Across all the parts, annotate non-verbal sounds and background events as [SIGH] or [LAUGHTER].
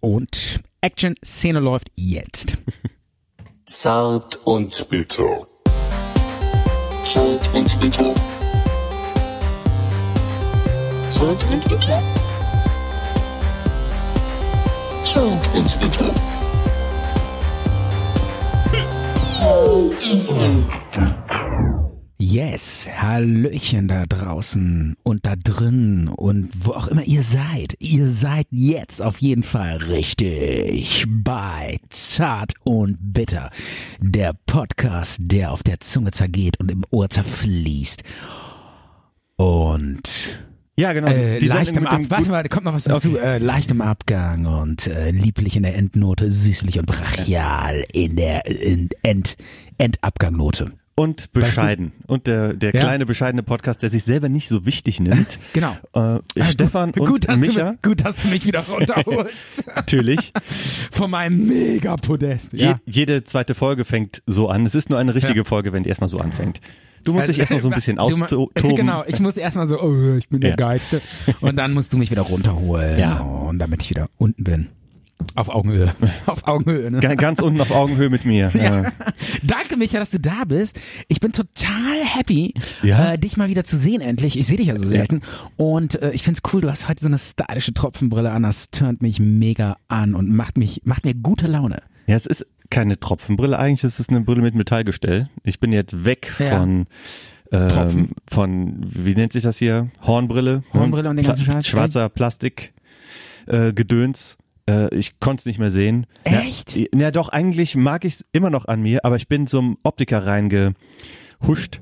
Und Action-Szene läuft jetzt. Zart und bitter. Zart und bitter. Zart und bitter. Zart und bitter. Yes, Hallöchen da draußen und da drin und wo auch immer ihr seid. Ihr seid jetzt auf jeden Fall richtig bei Zart und Bitter. Der Podcast, der auf der Zunge zergeht und im Ohr zerfließt. Und Ja, genau. äh, die leicht im Sendung Ab mit dem Warte guten- mal, da kommt noch was dazu. Äh, leicht im Abgang und äh, lieblich in der Endnote, süßlich und brachial in der äh, in End Endabgangnote. Und bescheiden. Und der, der Ja. kleine bescheidene Podcast, der sich selber nicht so wichtig nimmt. [LAUGHS] Genau. Äh, Stefan und gut, dass Du, Micha, mich- gut, dass du mich wieder runterholst. natürlich. [LAUGHS] Von meinem Megapodest. Ja. Je, jede zweite Folge fängt so an. Es ist nur eine richtige Folge, wenn die erstmal so anfängt. Du musst dich erstmal so ein bisschen Also, äh, Du ma- [LAUGHS] austoben. Genau, ich muss erstmal so, oh, ich bin der Ja. Geilste. Und dann musst du mich wieder runterholen. Oh, Ja. Und damit ich wieder unten bin. Auf [LAUGHS] Augenhöhe. Auf Augenhöhe, ne? Ga- Ganz unten auf Augenhöhe [LAUGHS] mit mir. Äh, Danke, Micha, dass du da bist. Ich bin total happy, Ja? äh, dich mal wieder zu sehen endlich. Ich sehe dich ja so selten. Und äh, ich find's cool, du hast heute so eine stylische Tropfenbrille an. Das turnt mich mega an und macht mich, macht mir gute Laune. Ja, es ist keine Tropfenbrille eigentlich, es ist eine Brille mit Metallgestell. Ich bin jetzt weg Ja. von, ähm, Tropfen. von, wie nennt sich das hier? Hornbrille. Hornbrille und den ganzen Pla- Scheiß. Schwarzer Plastik, äh, Gedöns. Äh, ich konnte es nicht mehr sehen. Echt? Ja, ja, doch, eigentlich mag ich es immer noch an mir, aber ich bin zum Optiker reingehuscht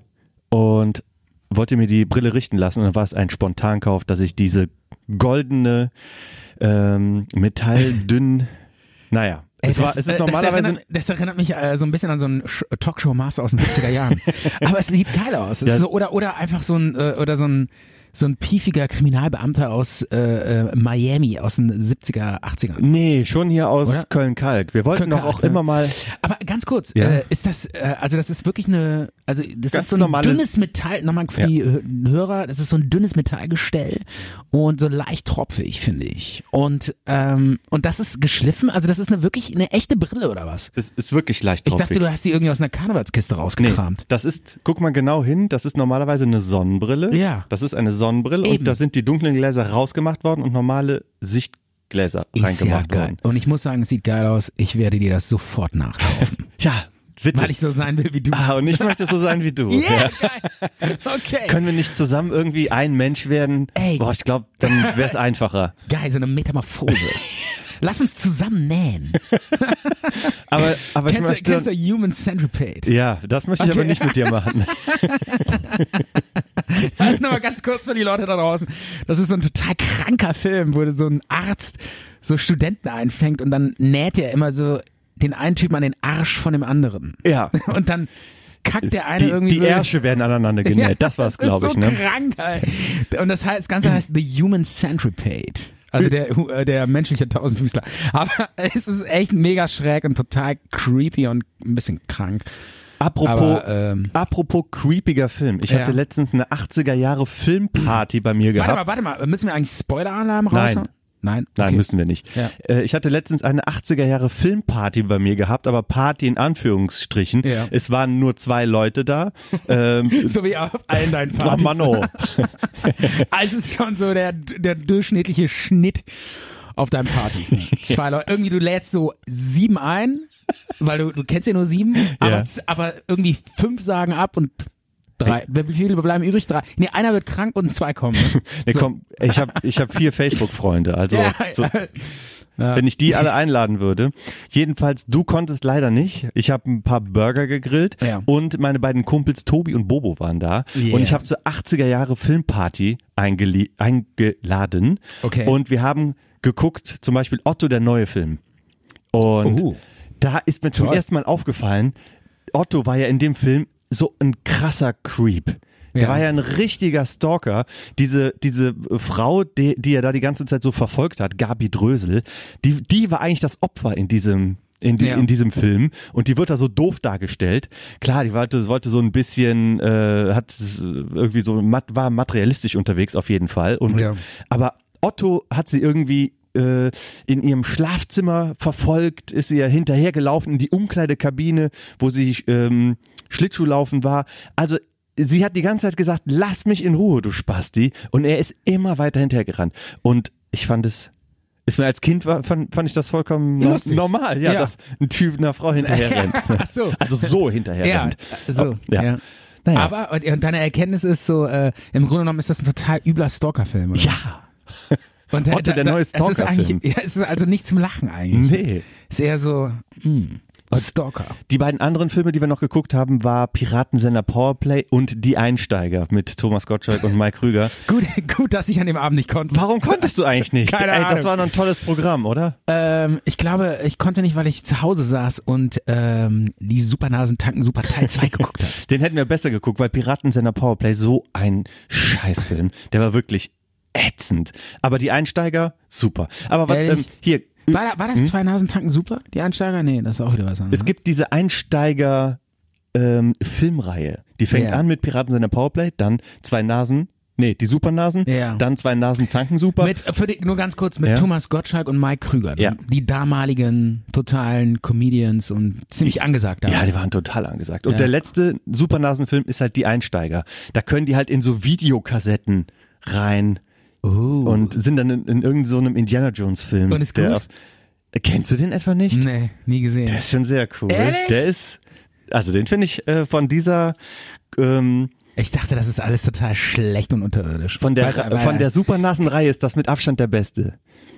und wollte mir die Brille richten lassen. Und dann war es ein Spontankauf, dass ich diese goldene, ähm, metalldünn, naja. es, war, das, es äh, ist normalerweise Das erinnert, das erinnert mich äh, so ein bisschen an so einen Sch- Talkshow-Master aus den 70er Jahren. [LAUGHS] Aber es sieht geil aus. Es Ja. ist so, oder, oder einfach so ein, äh, oder so ein, so ein piefiger Kriminalbeamter aus äh, äh, Miami aus den 70er, 80ern. Nee, schon hier aus Oder? Köln-Kalk. Wir wollten doch Köln-Kalk, ne? auch ja. immer mal. Aber ganz kurz, Ja. äh, ist das, äh, also das ist wirklich eine, also das Ganz ist so ein normales- dünnes Metall, nochmal für die Hö- Hörer, das ist so ein dünnes Metallgestell und so leicht tropfig, finde ich. Und, ähm, und das ist geschliffen, also das ist eine wirklich eine echte Brille oder was? Das ist wirklich leicht Ich tropfig. dachte, du hast die irgendwie aus einer Karnevalskiste Nee, rausgekramt. das ist, guck mal genau hin, das ist normalerweise eine Sonnenbrille. Ja. Das ist eine Sonnenbrille Eben. und da sind die dunklen Gläser rausgemacht worden und normale Sichtgläser Ist ja reingemacht geil. worden. Und ich muss sagen, es sieht geil aus. Ich werde dir das sofort [LAUGHS] nachkaufen, Ja, bitte. weil ich so sein will wie du. ah, und ich möchte so sein wie [LAUGHS] du. Yeah, Ja. geil. Okay. Können wir nicht zusammen irgendwie ein Mensch werden? Ey. Boah, ich glaube, dann [LAUGHS] wäre es einfacher. Geil, so eine [LAUGHS] Metamorphose. Lass uns zusammen nähen. Aber, aber ich Kennst du, möchte. kennst du Human Centipede? ja, das möchte ich aber Okay. nicht mit [LAUGHS] dir machen. Also nochmal ganz kurz für die Leute da draußen. Das ist so ein total kranker Film, wo so ein Arzt so Studenten einfängt und dann näht er immer so den einen Typen an den Arsch von dem anderen. Ja. Und dann kackt der eine Die, irgendwie die so. [LAUGHS] Ärsche werden aneinander genäht. Ja, das war's, das glaube ist ich, so ne? krank, Alter. Und das, heißt, das Ganze heißt The Human Centipede. Also der, hu- äh, der menschliche Tausendfüßler. [LAUGHS] Aber es ist echt mega schräg und total creepy und ein bisschen krank. Apropos, Aber, ähm, apropos creepiger Film. Ich Ja. hatte letztens eine 80er Jahre Filmparty bei mir gehabt. Warte mal, warte mal. Müssen wir eigentlich Spoiler-Alarm Nein. raus? Nein. Nein, okay. müssen wir nicht. Ja. Äh, Ich hatte letztens eine 80er Jahre Filmparty bei mir gehabt, aber Party in Anführungsstrichen. Ja. Es waren nur zwei [LAUGHS] Leute da. ähm, So wie auf allen deinen oh, Partys. Manno. [LAUGHS] Also es ist schon so der, der durchschnittliche Schnitt auf deinen Partys. [LAUGHS] Ne? Zwei Leute. Irgendwie du lädst so sieben ein, weil du, du kennst ja nur sieben, aber, Ja. z- aber irgendwie fünf sagen ab und drei. Wie viele bleiben übrig? Drei. Nee, einer wird krank und zwei kommen. Ne? [LAUGHS] Nee, komm, ich habe ich hab [LAUGHS] vier Facebook-Freunde. Also Ja, so, ja. wenn ich die alle einladen würde. Jedenfalls, du konntest leider nicht. Ich habe ein paar Burger gegrillt Ja. und meine beiden Kumpels Tobi und Bobo waren da. Yeah. Und ich habe zur 80er Jahre Filmparty eingeli- eingeladen. Okay. Und wir haben geguckt, zum Beispiel Otto, der neue Film. Und Uhu. da ist mir zum Oh. Toll. ersten Mal aufgefallen, Otto war ja in dem Film so ein krasser Creep. Der Ja. war ja ein richtiger Stalker. Diese, diese Frau, die, die er da die ganze Zeit so verfolgt hat, Gabi Drösel, die, die war eigentlich das Opfer in diesem, in, die, Ja. in diesem Film. Und die wird da so doof dargestellt. Klar, die wollte, wollte so ein bisschen, äh, hat s- irgendwie so, mat, war materialistisch unterwegs auf jeden Fall. Und, Ja. Aber Otto hat sie irgendwie äh, in ihrem Schlafzimmer verfolgt, ist ihr hinterhergelaufen in die Umkleidekabine, wo sie ähm, Schlittschuhlaufen war. Also sie hat die ganze Zeit gesagt, lass mich in Ruhe, du Spasti. Und er ist immer weiter hinterhergerannt. Und ich fand es, ist mir als Kind war, fand, fand ich das vollkommen no- Lustig. normal, ja, Ja. dass ein Typ einer Frau hinterherrennt. [LAUGHS] Ach so. Also so Ja, hinterherrennt. so. [LAUGHS] Ja. Ja. Naja. Aber und, und deine Erkenntnis ist so, äh, im Grunde genommen ist das ein total übler Stalker-Film. oder? ja. Und da- Otto, da- der da- neue es ist Stalker-Film. eigentlich- Ja, es ist also nicht zum Lachen eigentlich. Nee. Ist eher so, hm, Stalker. Die beiden anderen Filme, die wir noch geguckt haben, war Piratensender Powerplay und Die Einsteiger mit Thomas Gottschalk und Mike Krüger. Gut, [LAUGHS] gut, dass ich an dem Abend nicht konnte. Warum konntest du eigentlich nicht? Keine Ey, das Ahnung. war noch ein tolles Programm, oder? Ähm, ich glaube, ich konnte nicht, weil ich zu Hause saß und ähm, die Supernasen tanken super Teil 2 geguckt [LAUGHS] habe. Den hätten wir besser geguckt, weil Piratensender Powerplay so ein Scheißfilm. Der war wirklich ätzend. Aber die Einsteiger, super. Aber was, Ehrlich? ähm, hier, War, da- war das zwei Nasen tanken super? Die Einsteiger? Nee, das ist auch wieder was anderes. Hm? es gibt diese Einsteiger ähm, Filmreihe. Die fängt Ja. an mit Piratensender Powerplay, dann zwei Nasen, nee, die Supernasen, Ja. dann zwei Nasen tanken super. mit, für die, nur ganz kurz mit Ja. Thomas Gottschalk und Mike Krüger, ne? Ja. die damaligen totalen Comedians und ziemlich angesagt Ja, damals. die waren total angesagt. Und Ja. der letzte Supernasenfilm ist halt die Einsteiger. Da können die halt in so Videokassetten rein Oh. und sind dann in, in irgendeinem so einem Indiana Jones Film. Und ist Der gut? auf- Äh, kennst du den etwa nicht? Nee, nie gesehen. Der ist schon sehr cool. Ehrlich? Der ist, also den finde ich äh, von dieser, ähm, ich dachte, das ist alles total schlecht und unterirdisch. von der, Weiß er, Ra- weil- von der Supernasenreihe ist das mit Abstand der beste.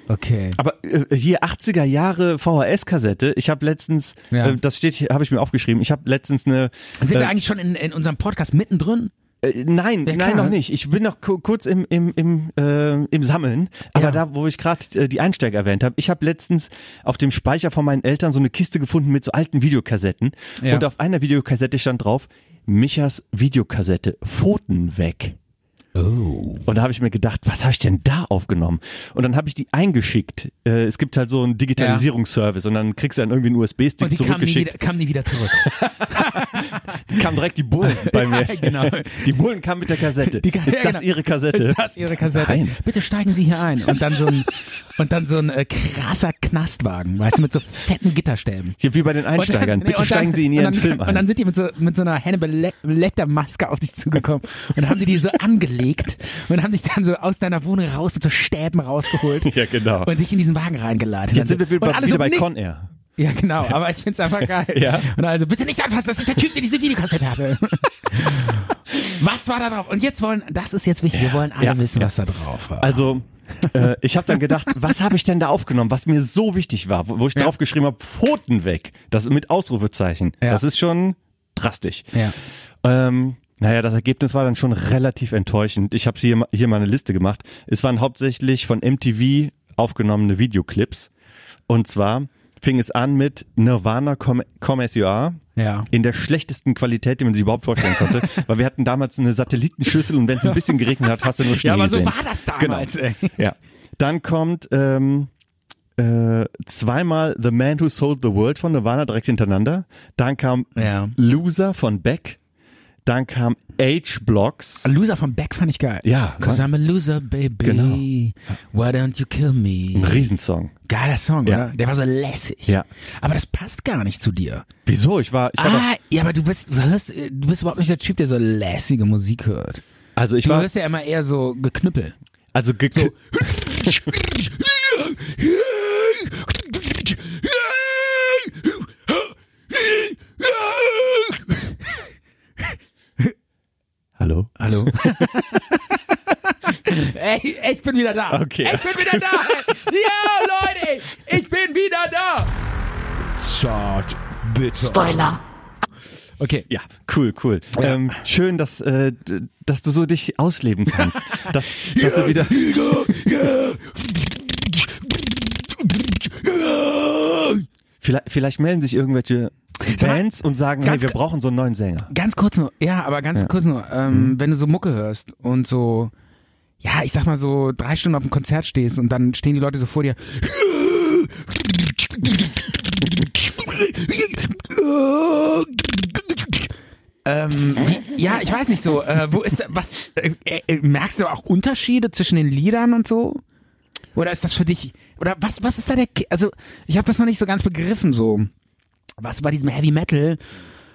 Okay. Aber äh, hier 80er Jahre VHS-Kassette. Ich habe letztens, Ja. äh, das steht, hier, habe ich mir aufgeschrieben. Ich habe letztens eine. Sind äh, wir eigentlich schon in, in unserem Podcast mittendrin? Äh, nein, Ja, nein, klar. noch nicht. Ich bin noch ku- kurz im, im, im, äh, im Sammeln. Aber Ja. da, wo ich gerade äh, die Einsteiger erwähnt habe, ich habe letztens auf dem Speicher von meinen Eltern so eine Kiste gefunden mit so alten Videokassetten. Ja. Und auf einer Videokassette stand drauf, Michas Videokassette, Pfoten weg. Oh. Und da habe ich mir gedacht, was habe ich denn da aufgenommen? Und dann habe ich die eingeschickt. Äh, es gibt halt so einen Digitalisierungsservice und dann kriegst du dann irgendwie einen USB-Stick Und die kamen nie, zurückgeschickt. wieder, kamen nie wieder [LAUGHS] zurück. Kam direkt [LAUGHS] die Bullen bei mir. Ja, genau. Die Bullen kamen mit der Kassette. Die- Ist ja, das genau. ihre Kassette? Ist das Ihre Kassette? Nein. Bitte steigen Sie hier ein. Und dann so [LAUGHS] ein, und dann so ein äh, krasser Knastwagen, weißt du, mit so fetten Gitterstäben. Ja, wie bei den Und dann- Einsteigern. nee, Bitte und dann- steigen Sie in und Ihren dann, Film ein. Und dann sind die mit so, mit so einer Hannibal Le- Lecter Maske auf dich zugekommen und haben die die so angelegt und haben dich dann so aus deiner Wohnung raus mit so Stäben rausgeholt. [LAUGHS] Ja, genau. Und dich in diesen Wagen reingeladen. Jetzt sind wir wieder, und bei- alles wieder um bei nichts. Con Air. Ja, genau, aber ich find's [LAUGHS] einfach geil. Ja. Und also, bitte nicht anfassen, das ist der Typ, der diese Videokassette [LAUGHS] hatte. was war da drauf? Und jetzt wollen, das ist jetzt wichtig, wir wollen alle ja, wissen, was da drauf war. Also, äh, ich habe dann gedacht, was habe ich denn da aufgenommen, was mir so wichtig war, wo, wo ich draufgeschrieben habe, Pfoten weg. Das mit Ausrufezeichen. Ja. Das ist schon drastisch. ja. Ähm, naja, das Ergebnis war dann schon relativ enttäuschend. Ich habe hier, ma- hier mal eine Liste gemacht. Es waren hauptsächlich von MTV aufgenommene Videoclips. Und zwar fing es an mit Nirvana Come, Come As You Are. Ja. In der schlechtesten Qualität, die man sich überhaupt vorstellen [LAUGHS] konnte. weil wir hatten damals eine Satellitenschüssel und wenn es ein bisschen geregnet hat, hast du nur Schnee Ja, aber so gesehen. war das damals, genau. ey. Ja. Dann kommt ähm, äh, zweimal The Man Who Sold the World von Nirvana direkt hintereinander. Dann kam Ja. Loser von Beck. Dann kam H-Blocks. Loser von Beck fand ich geil. Ja, ne? Cause I'm a loser, baby. Genau. Why don't you kill Ein me? Riesensong. Geiler Song, Ja. oder? Der war so lässig. Ja. Aber das passt gar nicht zu dir. Wieso? Ich war, ich war doch, ah, ja, aber du bist, du hörst, du bist überhaupt nicht der Typ, der so lässige Musik hört. also ich Du war, hörst ja immer eher so geknüppel. also ge so. Hallo? Hallo? [LAUGHS] Ey, ich bin wieder da. Okay. Ich bin wieder da. Ja, Leute, ich bin wieder da. Zart, bitte. Spoiler. Okay. Ja, cool, cool. Ähm, schön, dass, äh, d- dass du so dich ausleben [LAUGHS] kannst. dass, dass du wieder. [LAUGHS] Vielleicht, vielleicht melden sich irgendwelche mal, Bands und sagen, hey, ganz wir k- brauchen so einen neuen Sänger. Ganz kurz nur, ja, aber ganz kurz nur, ähm, wenn du so Mucke hörst und so, ja, ich sag mal so drei Stunden auf dem Konzert stehst und dann stehen die Leute so vor dir. Ähm, wie, ja, ich weiß nicht so, äh, wo ist was äh, äh, merkst du auch Unterschiede zwischen den Liedern und so? Oder ist das für dich? Oder was, was ist da der? Ki- Also ich habe das noch nicht so ganz begriffen so. Was bei diesem Heavy Metal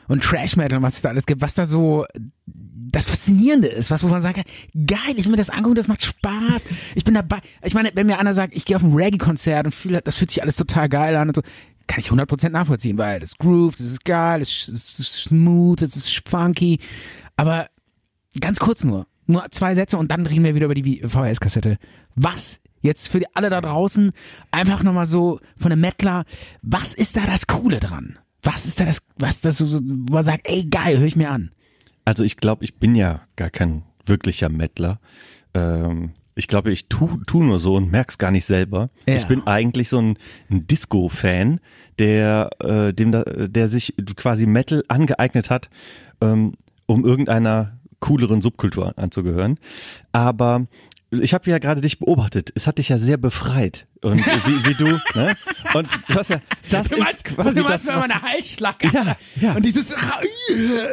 und Trash Metal und was es da alles gibt, was da so das Faszinierende ist, was wo man sagen kann, geil, ich will mir das angucken, das macht Spaß, ich bin dabei. Ich meine, wenn mir einer sagt, ich gehe auf ein Reggae-Konzert und fühle, das fühlt sich alles total geil an und so, kann ich 100% nachvollziehen, weil das Groove, das ist geil, das ist- das ist smooth, das ist funky, aber ganz kurz nur, nur zwei Sätze und dann reden wir wieder über die VHS-Kassette. Was jetzt für die- alle da draußen, einfach nochmal so von einem Mettler, was ist da das Coole dran? Was ist da das, was das so, so- wo man sagt, ey geil, höre ich mir an. Also ich glaube, ich bin ja gar kein wirklicher Mettler. Ähm, ich glaube, ich tu, tu nur so und merk's gar nicht selber. Ja. Ich bin eigentlich so ein, ein Disco-Fan, der, äh, dem, da- der sich quasi Metal angeeignet hat, ähm, um irgendeiner cooleren Subkultur anzugehören. Aber ich habe ja gerade dich beobachtet. Es hat dich ja sehr befreit. [LAUGHS] Und wie, wie du, ne? Und du hast ja, das ist quasi du meinst das, nur was, meine Halsschlagader Ja, ja. und dieses Äh,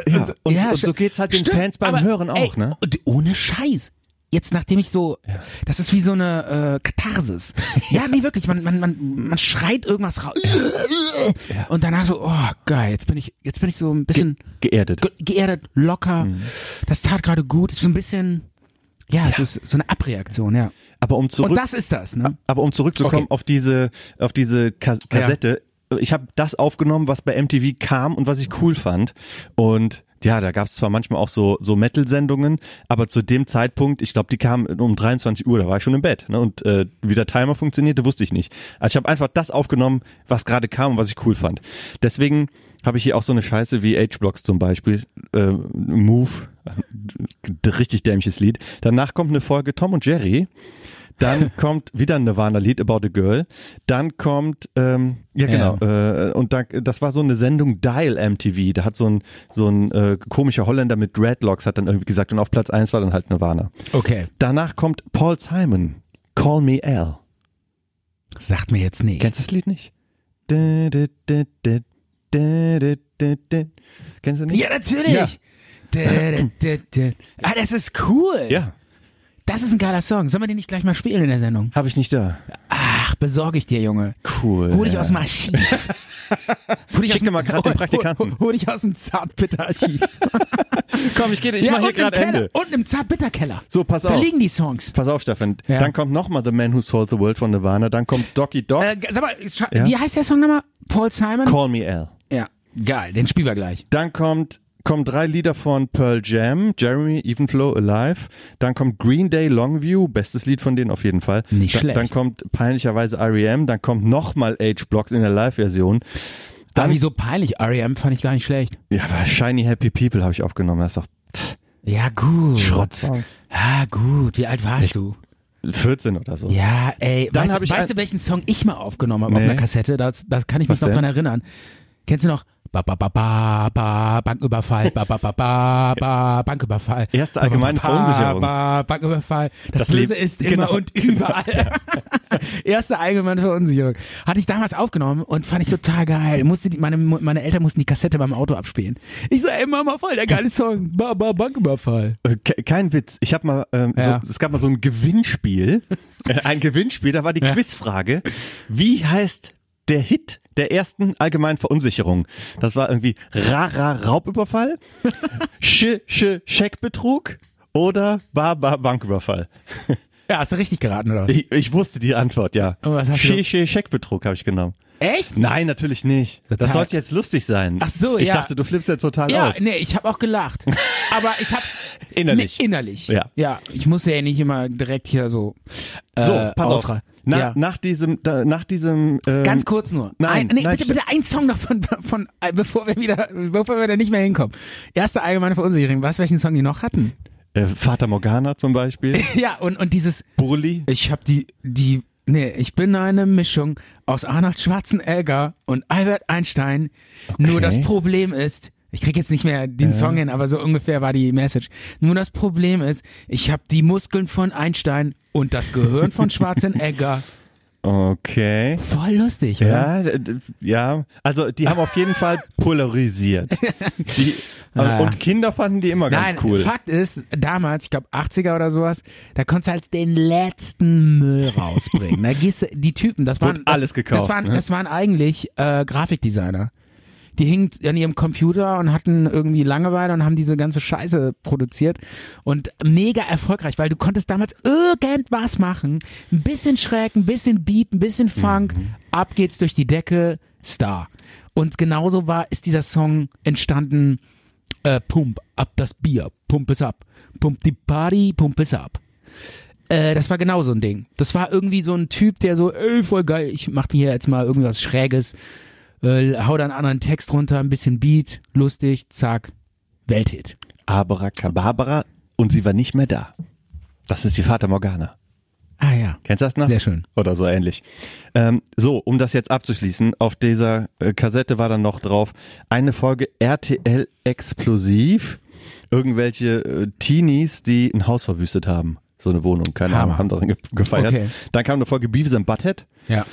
Ja, und so- und st- so geht's halt den Fans beim aber, Hören auch, ey, ne? und Ohne Scheiß. Jetzt, nachdem ich so, das ist wie so eine äh, Katharsis. Ja, nee, wirklich, man, man, man, man schreit irgendwas raus. Und danach so, oh, geil, jetzt bin ich, jetzt bin ich so ein bisschen geerdet. ge geerdet, locker. Mhm. Das tat gerade gut. Ist so ein bisschen, ja, es ist so eine Abreaktion, ja. Aber um zurück Und das ist das, ne? Aber um zurückzukommen Okay. auf diese, auf diese Ka Kassette, ich habe das aufgenommen, was bei MTV kam und was ich cool fand. Und ja, da gab es zwar manchmal auch so, so Metal-Sendungen, aber zu dem Zeitpunkt, ich glaube, die kamen um 23 Uhr, da war ich schon im Bett. Ne? Und äh, wie der Timer funktionierte, wusste ich nicht. Also ich habe einfach das aufgenommen, was gerade kam und was ich cool fand. Deswegen habe ich hier auch so eine Scheiße wie H-Blocks zum Beispiel, äh, Move, [LAUGHS] richtig dämliches Lied. Danach kommt eine Folge Tom und Jerry. [LAUGHS] Dann kommt wieder ein Nirvana-Lied About a Girl. Dann kommt, ähm, ja Ja. genau, Äh, und da, das war so eine Sendung Dial MTV. Da hat so ein, so ein äh, komischer Holländer mit Dreadlocks hat dann irgendwie gesagt und auf Platz eins war dann halt Nirvana. Okay. Danach kommt Paul Simon, Call Me Al. Sagt mir jetzt nicht. Kennst du das Lied nicht? Da, da, da, da, da, da, da, da. Kennst du nicht? Ja, natürlich. Ja. Dä, dä, dä, dä. Ah, das ist cool. Ja, Das ist ein geiler Song. Sollen wir den nicht gleich mal spielen in der Sendung? habe ich nicht da. Ach, besorge ich dir, Junge. Cool. Hol dich aus dem Archiv. Hol dich Schick aus dem- dir mal grad den hol- Praktikanten. Hol, hol dich aus dem Zartbitter-Archiv. Komm, ich gehe, [LAUGHS] ich mache hier und im gerade Keller. Ende. Und im Zartbitter-Keller. So, pass da auf. liegen die Songs. Pass auf, Stefan. Ja. Dann kommt nochmal The Man Who Sold the World von Nirvana. Dann kommt Doki Doc. Äh, sag mal, scha- Ja. wie heißt der Song nochmal? Paul Simon? Call Me Al. ja. Geil, den spielen wir gleich. Dann kommt, kommen drei Lieder von Pearl Jam, Jeremy, Evenflow, Alive. Dann kommt Green Day, Longview, bestes Lied von denen auf jeden Fall. Nicht Da- schlecht. Dann kommt peinlicherweise R.E.M., dann kommt nochmal H-Blocks in der Live-Version. Aber Ah, wieso peinlich? R.E.M. fand ich gar nicht schlecht. Ja, aber Shiny Happy People habe ich aufgenommen. Das ist doch tch, Ja, gut. Schrotz. Ah, gut. Wie alt warst du? 14 oder so. Ja, ey, Dann weißt, hab du- ich weißt ein- du, welchen Song ich mal aufgenommen habe auf Nee. einer Kassette? Das, das kann ich mich Was noch denn? dran erinnern. Kennst du noch? Ba, ba, ba, ba, ba, Banküberfall, ba, ba, ba, ba, ba, Banküberfall. Erste Ba, ba, allgemeine ba, ba, Verunsicherung. Ba, Banküberfall. Das, Das Böse Leben- ist immer genau. und [LAUGHS] überall. Erste allgemeine Verunsicherung. Hatte ich damals aufgenommen und fand ich total geil. Musste die, meine, meine Eltern mussten die Kassette beim Auto abspielen. Ich so, ey Mama, voll der geile Song. Ba, ba, Banküberfall. Äh, ke- Kein Witz. Ich habe mal, ähm, Ja. so, es gab mal so [LAUGHS] ein Gewinnspiel. Äh, ein Gewinnspiel, da war die Quizfrage. Wie heißt der Hit der ersten allgemeinen Verunsicherung? Das war irgendwie Rara [LAUGHS] Raubüberfall, Sch, Sch, Scheckbetrug oder Baba Banküberfall. Ja, hast du richtig geraten, oder was? Ich, ich wusste die Antwort, ja. Und was hast du- Sch, Sch, Scheckbetrug habe ich genommen. Echt? Nein, natürlich nicht. Total. Das sollte jetzt lustig sein. Ach so, Ich ja. dachte, du flippst jetzt total Ja, aus. nee, ich habe auch [LAUGHS] gelacht. Aber ich hab's Innerlich. Nee, innerlich. Ja. ja, ich muss ja nicht immer direkt hier so. Äh, So, pass auf. ausra- Na, ja. Nach diesem, da, nach diesem, ähm, Ganz kurz nur. nein, ein, nee, nein, bitte, bitte ein Song noch von, von äh, bevor wir wieder, bevor wir da nicht mehr hinkommen. Erste allgemeine Verunsicherung. Weißt du, welchen Song die noch [LAUGHS] hatten? Äh, Vater Morgana [LAUGHS] zum Beispiel. Ja, und, und dieses, Burli. ich hab die, die, nee, ich bin eine Mischung aus Arnold Schwarzenegger und Albert Einstein. Nur das Problem ist, ich krieg jetzt nicht mehr den Song hin, aber so ungefähr war die Message. Nur das Problem ist, ich hab die Muskeln von Einstein und das Gehirn von Schwarzenegger [LAUGHS] Okay. Voll lustig, oder? Ja, d- d- ja. Also die haben auf jeden [LAUGHS] Fall polarisiert. Die, Ah, äh, Ja. Und Kinder fanden die immer Nein, ganz cool. Fakt ist, damals, ich glaube 80er oder sowas, da konntest du halt den letzten Müll rausbringen. da gehst du, die Typen, das Wurde waren das, alles gekauft, Das waren, ne? das waren eigentlich äh, Grafikdesigner. Die hingen an ihrem Computer und hatten irgendwie Langeweile und haben diese ganze Scheiße produziert und mega erfolgreich, weil du konntest damals irgendwas machen. Ein bisschen schräg, ein bisschen Beat, ein bisschen Funk, Mhm. ab geht's durch die Decke, Star. Und genauso war, ist dieser Song entstanden, äh, pump ab das Bier, pump es ab, pump die Party, pump es ab. Äh, das war genau so ein Ding. Das war irgendwie so ein Typ, der so, ey, voll geil, ich mach dir hier jetzt mal irgendwas Schräges, äh, hau da einen anderen Text runter, ein bisschen Beat, lustig, zack, Welthit. Abracababra und sie war nicht mehr da. Das ist die Fata Morgana. Ah ja, Kennst du das noch? sehr schön. Oder so ähnlich. Ähm, so, um das jetzt abzuschließen, auf dieser äh, Kassette war dann noch drauf eine Folge RTL Explosiv. Irgendwelche äh, Teenies, die ein Haus verwüstet haben. So eine Wohnung, keine Hammer. Ahnung, haben darin ge gefeiert. Okay. Dann kam eine Folge Beavis and Butthead. Ja.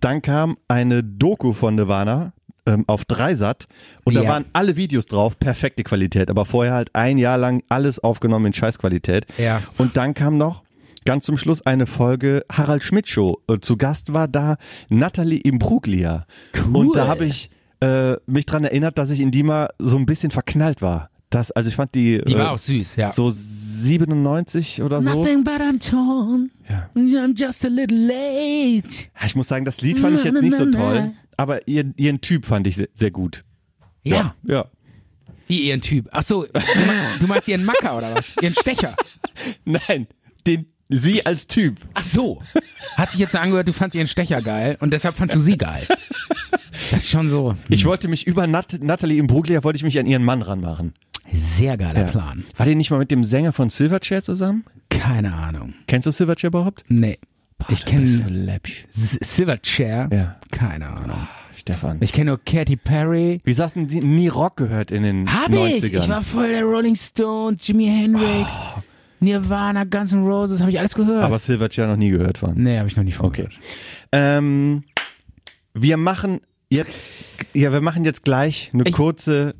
Dann kam eine Doku von Nirvana ähm, auf Dreisat und da Ja. waren alle Videos drauf, perfekte Qualität, aber vorher halt ein Jahr lang alles aufgenommen in Scheißqualität. Ja. Und dann kam noch ganz zum Schluss eine Folge Harald Schmidt Show. Äh, Zu Gast war da Natalie Imbruglia. Cool. Und da habe ich äh, mich dran erinnert, dass ich in die mal so ein bisschen verknallt war. Das, also ich fand die, Die äh, war auch süß, ja. so 97 oder so. but I'm torn. Ja. I'm just a little late. Ja, Ich muss sagen, das Lied fand ich jetzt nicht so Na, na, na, na. toll, aber ihren, ihren Typ fand ich sehr, sehr gut. Ja, Ja. wie ihren Typ. Ach so, du meinst- du meinst ihren Macker oder was? Ihren Stecher. Nein, den, sie als Typ. Ach so. Hat sich jetzt angehört, du fandst ihren Stecher geil und deshalb fandst du sie geil. Das ist schon so Ich wollte mich über Nat Natalie Imbruglia, wollte ich mich an ihren Mann ranmachen. sehr geiler Plan. War die nicht mal mit dem Sänger von Silverchair zusammen? Keine Ahnung. Kennst du Silverchair überhaupt? Nee. Ich So kenne läppsch. Silverchair. Ja. Keine Ahnung. Stefan. Ich kenne nur Katy Perry. Wie hast denn die nie Rock gehört in den Hab 90ern? ich! Ich war voll der Rolling Stone, Jimi Hendrix, Nirvana, Guns N' Roses, habe ich alles gehört. aber Silverchair noch nie gehört worden. nee, habe ich noch nie von Okay. gehört. Ähm, wir machen jetzt, ja, wir machen jetzt gleich eine Ich- kurze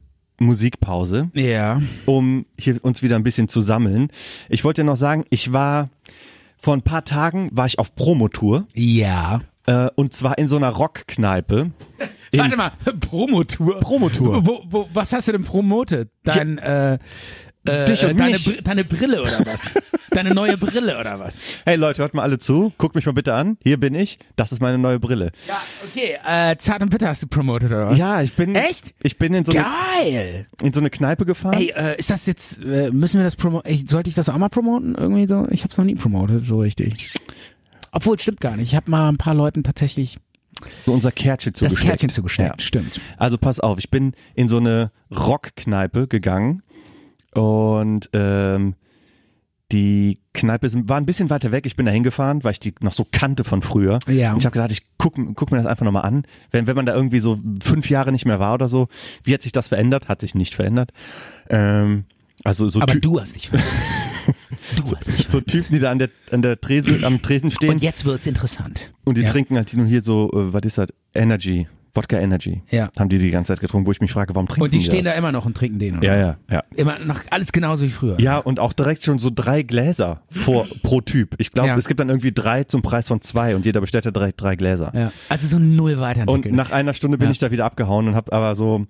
Musikpause. Ja. um hier uns wieder ein bisschen zu sammeln. Ich wollte ja noch sagen, ich war vor ein paar Tagen war ich auf Promotour Ja. äh, und zwar in so einer Rockkneipe. In- Warte mal, Promotour. Promotour. Wo, wo, was hast du denn promotet? Dein, äh, äh, Dich und deine, mich. Br- deine Brille oder [LAUGHS] was? deine neue Brille oder was? [LAUGHS] Hey Leute, hört mal alle zu, guckt mich mal bitte an. Hier bin ich. Das ist meine neue Brille. Ja, okay. Äh, Zart und Bitter hast du promotet oder was? Ja, ich bin Echt? Ich bin in so, eine, Geil! in so eine Kneipe gefahren. Ey, äh, ist das jetzt, äh, müssen wir das promoten? Sollte ich das auch mal promoten? Irgendwie so? Ich hab's noch nie promotet, so richtig. Obwohl, stimmt gar nicht. Ich habe mal ein paar Leuten tatsächlich So unser Kärtchen das zugesteckt. Kärtchen zugesteckt. Ja. Stimmt. Also pass auf, ich bin in so eine Rockkneipe gegangen und ähm, die Kneipe ist, war ein bisschen weiter weg. Ich bin da hingefahren, weil ich die noch so kannte von früher. Ja. Und ich habe gedacht, ich guck, guck mir das einfach nochmal an. Wenn, wenn man da irgendwie so fünf Jahre nicht mehr war oder so, wie hat sich das verändert? Hat sich nicht verändert. Ähm, also so, Aber Ty du hast dich [LAUGHS] verändert. Du hast dich so Typen, die da an der, an der Tresen, am Tresen stehen Und und, jetzt wird's interessant. die ja. trinken halt nur hier so, äh, was ist das? Energy. Wodka Energy. Ja. Haben die die ganze Zeit getrunken, wo ich mich frage, warum trinken Und die stehen das? da immer noch und trinken den, oder? Ja, ja, ja. Immer noch alles genauso wie früher. Ja, und auch direkt schon so drei Gläser vor, pro Typ. Ich glaube, Ja. es gibt dann irgendwie drei zum Preis von zwei und jeder bestellt ja direkt drei Gläser. Ja. Also so null Und weiterentwickeln. nach einer Stunde bin Ja. ich da wieder abgehauen und habe aber so,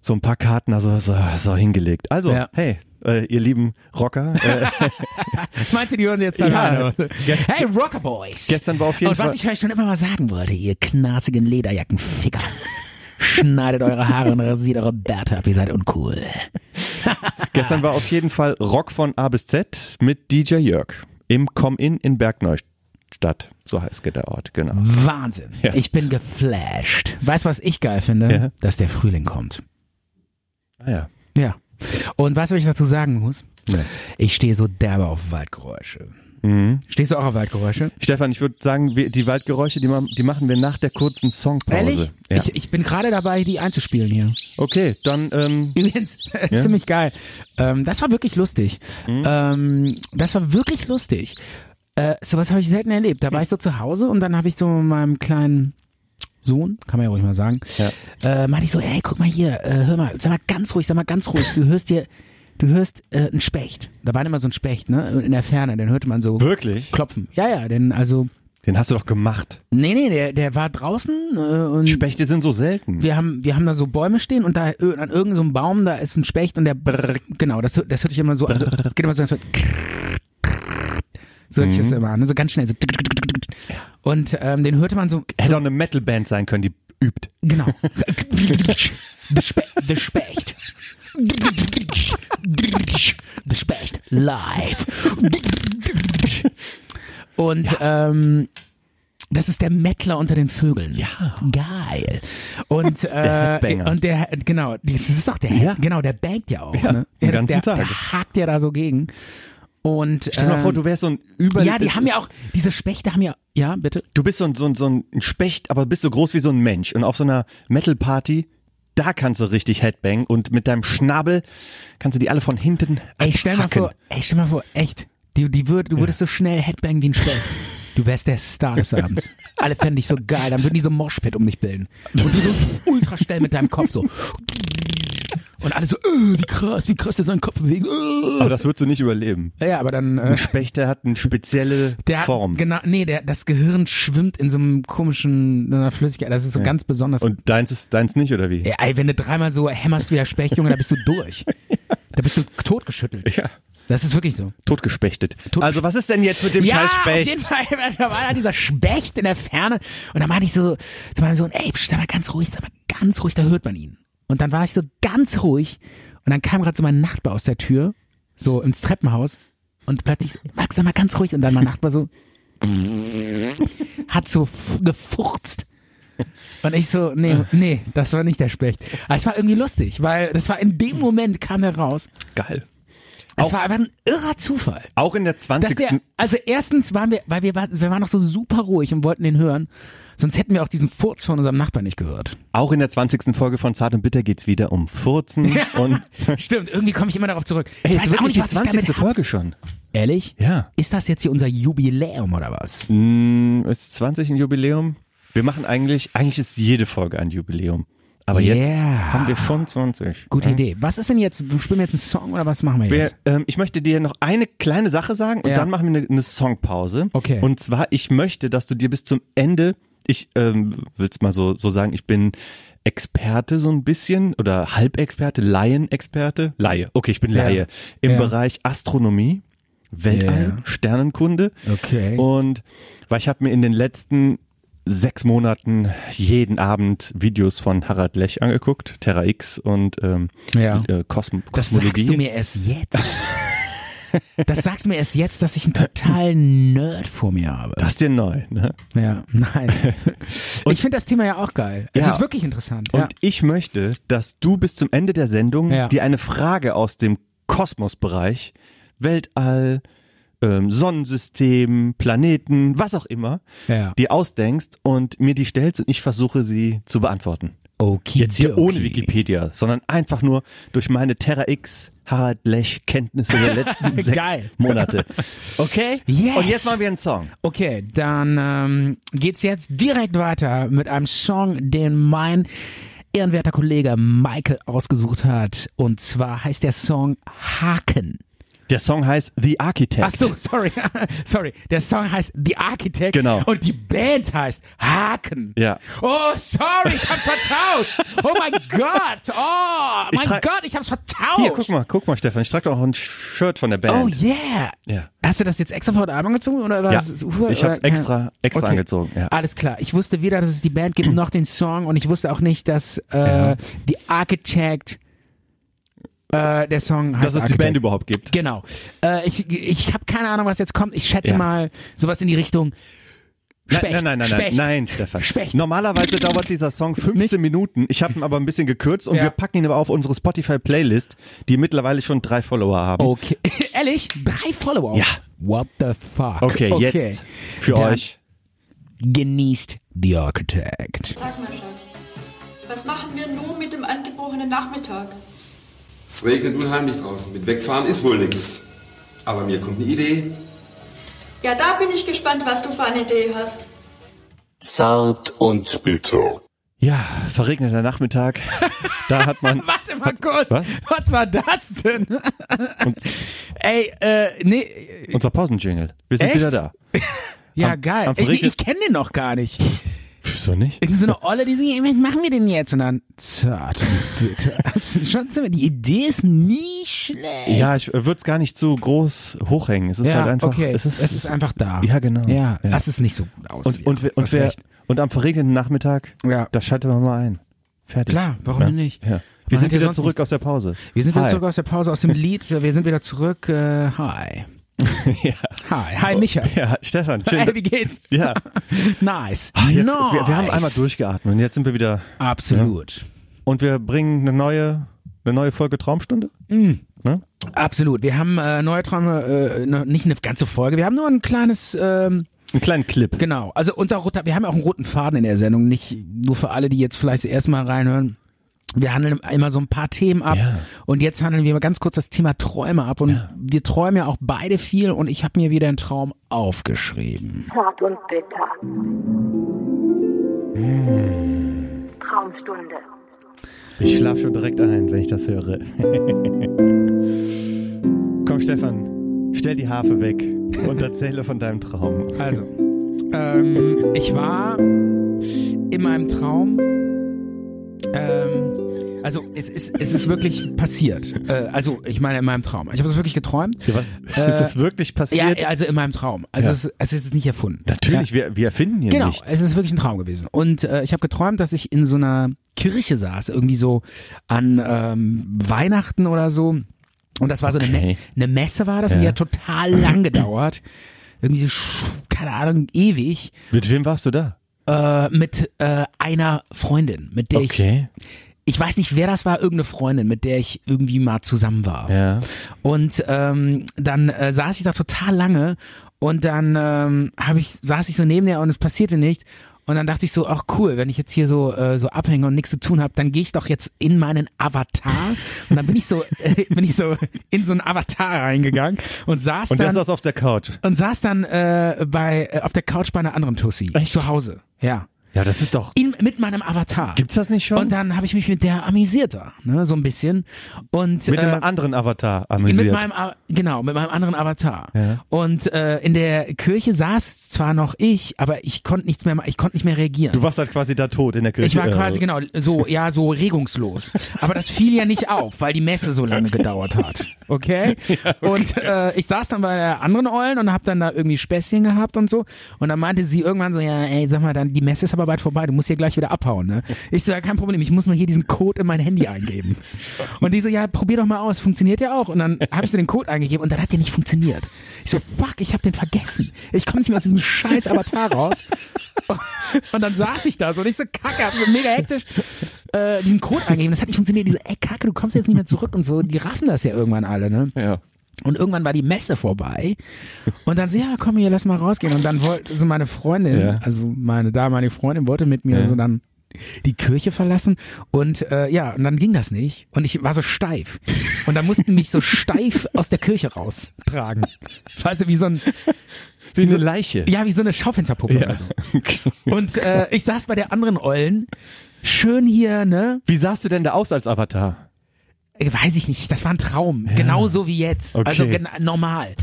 so ein paar Karten also so, so hingelegt. Also, Ja. hey, äh, ihr lieben Rocker, [LAUGHS] äh, Meinst du, die hören jetzt dann Ja. an? Hey, Rockerboys! Gestern war auf jeden Und was Fall- ich euch schon immer mal sagen wollte, ihr knarzigen Lederjackenficker. Schneidet eure Haare und rasiert eure Bärte ab, ihr seid uncool. gestern war auf jeden Fall Rock von A bis Z mit DJ Jörg im Come-In in Bergneustadt. So heißt der Ort, genau. Mhm. Wahnsinn. Ja. Ich bin geflasht. Weißt du, was ich geil finde? Ja. Dass der Frühling kommt. Ah, ja. Ja. Und weißt du, was ich dazu sagen muss? Nee. Ich stehe so derbe auf Waldgeräusche. Mhm. Stehst du auch auf Waldgeräusche? Stefan, ich würde sagen, wir, die Waldgeräusche, die, ma- die machen wir nach der kurzen Songpause. Ehrlich? Ja. Ich, ich bin gerade dabei, die einzuspielen hier. okay, dann ähm, [LAUGHS] Übrigens, ziemlich geil. Ähm, das war wirklich lustig. Ähm, das war wirklich lustig. Äh, Äh, sowas habe ich selten erlebt. Da war ich so zu Hause und dann habe ich so meinem kleinen Sohn, kann man ja ruhig mal sagen, äh, meinte ich so, ey, guck mal hier, äh, hör mal, sag mal ganz ruhig, sag mal ganz ruhig, du hörst hier, du hörst äh, einen Specht. Da war immer so ein Specht, ne, in der Ferne, den hörte man so Wirklich? klopfen. Ja, ja, denn also, Den hast du doch gemacht. nee, nee, der, der war draußen äh, und Spechte sind so selten. wir haben, wir haben da so Bäume stehen und da ö- an irgendeinem so einem Baum, da ist ein Specht und der brrr, genau, das, hö- das hört sich immer so, also, geht immer so ganz so, so hört sich das immer an, ne? so ganz schnell, so und ähm, den hörte man so, Hätte auch eine Metalband sein können, die übt. [LAUGHS] genau, the, Spe the Specht, the Specht, live und ähm, das ist der Mettler unter den Vögeln. Ja. Geil. Und, äh, Headbanger. und der, genau, das ist doch der, Ja. genau, der bangt ja auch, Ja, ne? den das- ganzen der, Tag. Der hakt ja da so gegen. Und, Stell dir mal vor, ähm, du wärst so ein über ja, die haben ja auch, diese Spechte haben ja, ja, bitte? Du bist so ein, so ein, so ein Specht, aber bist so groß wie so ein Mensch. Und auf so einer Metal-Party, da kannst du richtig Headbang. Und mit deinem Schnabel kannst du die alle von hinten Ey, stell mal abhacken. vor, ey, stell mal vor, echt. Die, die würd, du würdest so schnell Headbang wie ein Specht. Du wärst der Star des Abends. Alle fänden dich so geil, dann würden die so ein Moshpit um dich bilden. Und du so ultra schnell mit deinem Kopf so. Und alle so, äh, wie krass, wie krass der seinen Kopf bewegt. Äh. Aber das würdest du nicht überleben. Ja, aber dann. Äh, Ein Specht, der hat eine spezielle der hat- Form. Genau, nee, der, das Gehirn schwimmt in so einem komischen in einer Flüssigkeit. Das ist so ganz besonders. Und deins ist deins nicht, oder wie? Ja, ey, wenn du dreimal so hämmerst wie der Specht, Junge, da bist du [LAUGHS] durch. Da bist du totgeschüttelt. Ja. Das ist wirklich so. Totgespechtet. also was ist denn jetzt mit dem ja, scheiß Specht? auf jeden Fall. [LAUGHS] Da war da dieser Specht in der Ferne. Und dann meinte ich so zu meinem Sohn, ey, pst, sei mal ganz ruhig, sei mal ganz ruhig, da hört man ihn. Und dann war ich so ganz ruhig. Und dann kam gerade so mein Nachbar aus der Tür, so ins Treppenhaus. Und plötzlich, so, Max, sei mal ganz ruhig. Und dann mein Nachbar so, hat so f- gefurzt. Und ich so, nee, nee, das war nicht der Specht. Aber es war irgendwie lustig, weil das war in dem Moment kam er raus. Geil. Es Auch- war einfach ein irrer Zufall. Auch in der Dass 20. der, also erstens waren wir, weil wir waren, wir waren noch so super ruhig und wollten den hören, sonst hätten wir auch diesen Furz von unserem Nachbarn nicht gehört. Auch in der 20. Folge von Zart und Bitter geht's wieder [LAUGHS] um Furzen [LAUGHS] und Stimmt, irgendwie komme ich immer darauf zurück. Ey, ich es ist weiß auch wirklich nicht, die was ich damit 20. Folge schon. hab. Ehrlich? Ja. Ist das jetzt hier unser Jubiläum oder was? Mm, Ist 20 ein Jubiläum? Wir machen eigentlich, eigentlich ist jede Folge ein Jubiläum. Aber jetzt Yeah. haben wir schon 20. Gute Idee. Was ist denn jetzt? Spielen wir jetzt einen Song oder was machen wir Wir, jetzt? ähm, ich möchte dir noch eine kleine Sache sagen und Ja. dann machen wir eine, eine Songpause. Okay. Und zwar, ich möchte, dass du dir bis zum Ende, ich ähm, will es mal so, so sagen, ich bin Experte so ein bisschen oder Halbexperte, Laienexperte, Laie, okay, ich bin Laie, im Ja. Bereich Astronomie, Weltall, Ja. Sternenkunde. Okay. Und weil ich habe mir in den letzten sechs Monaten jeden Abend Videos von Harald Lech angeguckt, Terra X und ähm, Ja. äh, Kosm das Kosmologie. sagst du mir erst [LAUGHS] jetzt. das sagst du mir erst jetzt, dass ich einen totalen Nerd vor mir habe. Das ist dir neu, ne? Ja, nein. [LAUGHS] ich finde das Thema ja auch geil. Es Ja. ist wirklich interessant. Und ja. ich möchte, dass du bis zum Ende der Sendung Ja. dir eine Frage aus dem Kosmosbereich, Weltall, ähm, Sonnensystem, Planeten, was auch immer, Ja. dir ausdenkst und mir die stellst und ich versuche sie zu beantworten. Okay, Jetzt hier ohne Wikipedia, sondern einfach nur durch meine Terra X Harald Lech Kenntnisse der letzten [LAUGHS] sechs Geil. Monate. Okay? Yes. Und jetzt machen wir einen Song. Okay, dann ähm, geht's jetzt direkt weiter mit einem Song, den mein ehrenwerter Kollege Michael ausgesucht hat. Und zwar heißt der Song Haken. Der Song heißt The Architect. Ach so, sorry, [LAUGHS] sorry. Der Song heißt The Architect Genau. und die Band heißt Haken. Ja. Oh, sorry, ich hab's [LAUGHS] vertauscht. Oh mein Gott. Oh, Ich mein trag- Gott, ich hab's vertauscht. Hier, guck mal, guck mal, Stefan. Ich trage doch auch ein Shirt von der Band. Oh yeah. Ja. Hast du das jetzt extra vor heute Abend angezogen? Oder war Ja, das, oder- ich hab's oder- extra- extra angezogen, ja. Alles klar. Ich wusste weder, dass es die Band [CLEARS THROAT] gibt, noch den Song und ich wusste auch nicht, dass äh, die Architect äh, der Song heißt dass es die Architect. Band überhaupt gibt. Genau. Äh, ich ich habe keine Ahnung, was jetzt kommt. Ich schätze Ja. mal sowas in die Richtung Specht. Nein, nein, nein, Specht. nein, nein, Stefan. Specht. Normalerweise dauert dieser Song 15 Minuten. Ich habe ihn aber ein bisschen gekürzt und Ja. wir packen ihn aber auf unsere Spotify-Playlist, die mittlerweile schon drei Follower haben. Okay. [LAUGHS] Ehrlich? Drei Follower? Ja. What the fuck? Okay, jetzt für Dann euch. Genießt The Architect. Sag mal, Schatz, was machen wir nun mit dem angebrochenen Nachmittag? Es regnet unheimlich draußen. Mit Wegfahren ist wohl nix. Aber mir kommt eine Idee. Ja, da bin ich gespannt, was du für eine Idee hast. Zart und bitter. Ja, verregneter Nachmittag. Da hat [LAUGHS] man. Warte mal kurz. Was? Was war das denn? Ey, äh, nee, Unser Pausenjingle. Wir sind Echt? wieder da. ja Am- geil. am Ey, nee, verregnet- ich kenne den noch gar nicht. Wieso nicht? In so eine Olle, die sagt, was machen wir denn jetzt? Und dann, zart und bitter. [LAUGHS] Das finde ich schon ziemlich, die Idee ist nie schlecht. Äh. Ja, ich würde es gar nicht so groß hochhängen. Es ist Ja, halt einfach. okay. Es ist, einfach da. Ja, genau. Ja, Ja. lass es nicht so aus. Und, und, ja, wir- und, hast wer, recht. und am verregneten Nachmittag, Ja. da schalten wir mal ein. Fertig. Klar, warum ja. denn nicht? Ja. Man Wir sind hat ja wieder sonst zurück nichts. aus der Pause. Wir sind wieder Hi. zurück aus der Pause, aus dem Lied. Wir sind wieder zurück. Äh, hi. ja. Hi. Hi, Micha. ja, Stefan, Oh. schön. Hey, wie geht's? ja, Nice. jetzt, nice. wir, wir haben einmal durchgeatmet und jetzt sind wir wieder. Absolut. Und wir bringen eine neue, eine neue Folge Traumstunde. Absolut. Wir haben äh, neue Träume, äh, noch nicht eine ganze Folge. Wir haben nur ein kleines, ähm, Einen kleinen Clip. genau. Also unser roter, wir haben ja auch einen roten Faden in der Sendung. Nicht nur für alle, die jetzt vielleicht das erste Mal reinhören. Wir handeln immer so ein paar Themen ab Ja. und jetzt handeln wir mal ganz kurz das Thema Träume ab und wir träumen ja auch beide viel und ich habe mir wieder einen Traum aufgeschrieben. Zart und bitter. Traumstunde. Ich schlafe schon direkt ein, wenn ich das [LAUGHS] höre. Komm, Stefan, stell die Harfe weg und erzähle von deinem Traum. Also, ähm, ich war in meinem Traum. Ähm, also, es ist, es ist wirklich passiert. Äh, also, ich meine, in meinem Traum. Ich habe es wirklich geträumt. Ja, was? ist das wirklich Ja, passiert? also in meinem Traum. Also, Ja. es, es ist nicht erfunden. Natürlich, wir, wir erfinden hier Genau, nichts. es ist wirklich ein Traum gewesen. Und äh, ich habe geträumt, dass ich in so einer Kirche saß, irgendwie so an ähm, Weihnachten oder so. Und das war so eine, Me Okay. eine Messe war das und die Ja. hat total lang gedauert. Irgendwie so, sch- keine Ahnung, ewig. Mit wem warst du da? Äh, mit äh, einer Freundin, mit der ich, ich weiß nicht, wer das war, irgendeine Freundin, mit der ich irgendwie mal zusammen war. Ja. Und ähm, dann äh, saß ich da total lange und dann ähm, hab ich, saß ich so neben der und es passierte nicht. Und dann dachte ich so, ach cool, wenn ich jetzt hier so äh, so abhänge und nichts zu tun habe, dann gehe ich doch jetzt in meinen Avatar und dann bin ich so [LAUGHS] äh, bin ich so in so einen Avatar reingegangen und saß Und dann der saß auf der Couch. und saß dann äh, bei äh, auf der Couch bei einer anderen Tussi Echt? zu Hause. Ja. Ja, das ist doch. In, mit meinem Avatar. Gibt's das nicht schon? Und dann habe ich mich mit der amüsiert da, ne, so ein bisschen. Und mit äh, einem anderen Avatar amüsiert. mit meinem, A- genau, mit meinem anderen Avatar. Ja. Und äh, in der Kirche saß zwar noch ich, aber ich konnte nichts mehr, ma- ich konnte nicht mehr reagieren. du warst halt quasi da tot in der Kirche. ich war Äh, quasi genau so, ja, so regungslos. Aber das fiel ja nicht auf, weil die Messe so lange gedauert hat. Okay? Und äh, ich saß dann bei der anderen Eulen und hab dann da irgendwie Späßchen gehabt und so. Und dann meinte sie irgendwann so, ja, ey, sag mal, dann die Messe ist aber bald vorbei, du musst hier gleich wieder abhauen. Ne? Ich so, ja, kein Problem, ich muss nur hier diesen Code in mein Handy eingeben. Und die so, ja, probier doch mal aus, funktioniert ja auch. Und dann hab ich so den Code eingegeben und dann hat der nicht funktioniert. Ich so, fuck, ich hab den vergessen. Ich komme nicht mehr aus diesem scheiß Avatar raus. Und dann saß ich da so und ich so kacke, hab so mega hektisch äh, diesen Code eingegeben. Das hat nicht funktioniert. Diese, so, ey kacke, du kommst jetzt nicht mehr zurück und so. Die raffen das ja irgendwann alle, ne? Ja. Und irgendwann war die Messe vorbei. Und dann so, ja, komm hier, lass mal rausgehen. Und dann wollte so meine Freundin, Ja. also meine damalige Freundin, wollte mit mir so dann die Kirche verlassen. Und äh, ja, und dann ging das nicht. Und ich war so steif. Und dann mussten mich so steif aus der Kirche [LAUGHS] raustragen. Weißt du, wie so ein, Wie eine Leiche. Also, ja, wie so eine Schaufensterpuppe oder so. Und äh, ich saß bei der anderen Ollen. Schön hier, ne? Wie sahst du denn da aus als Avatar? Äh, Weiß ich nicht, das war ein Traum. Genauso wie jetzt. Okay. Mhm. Also gen- normal.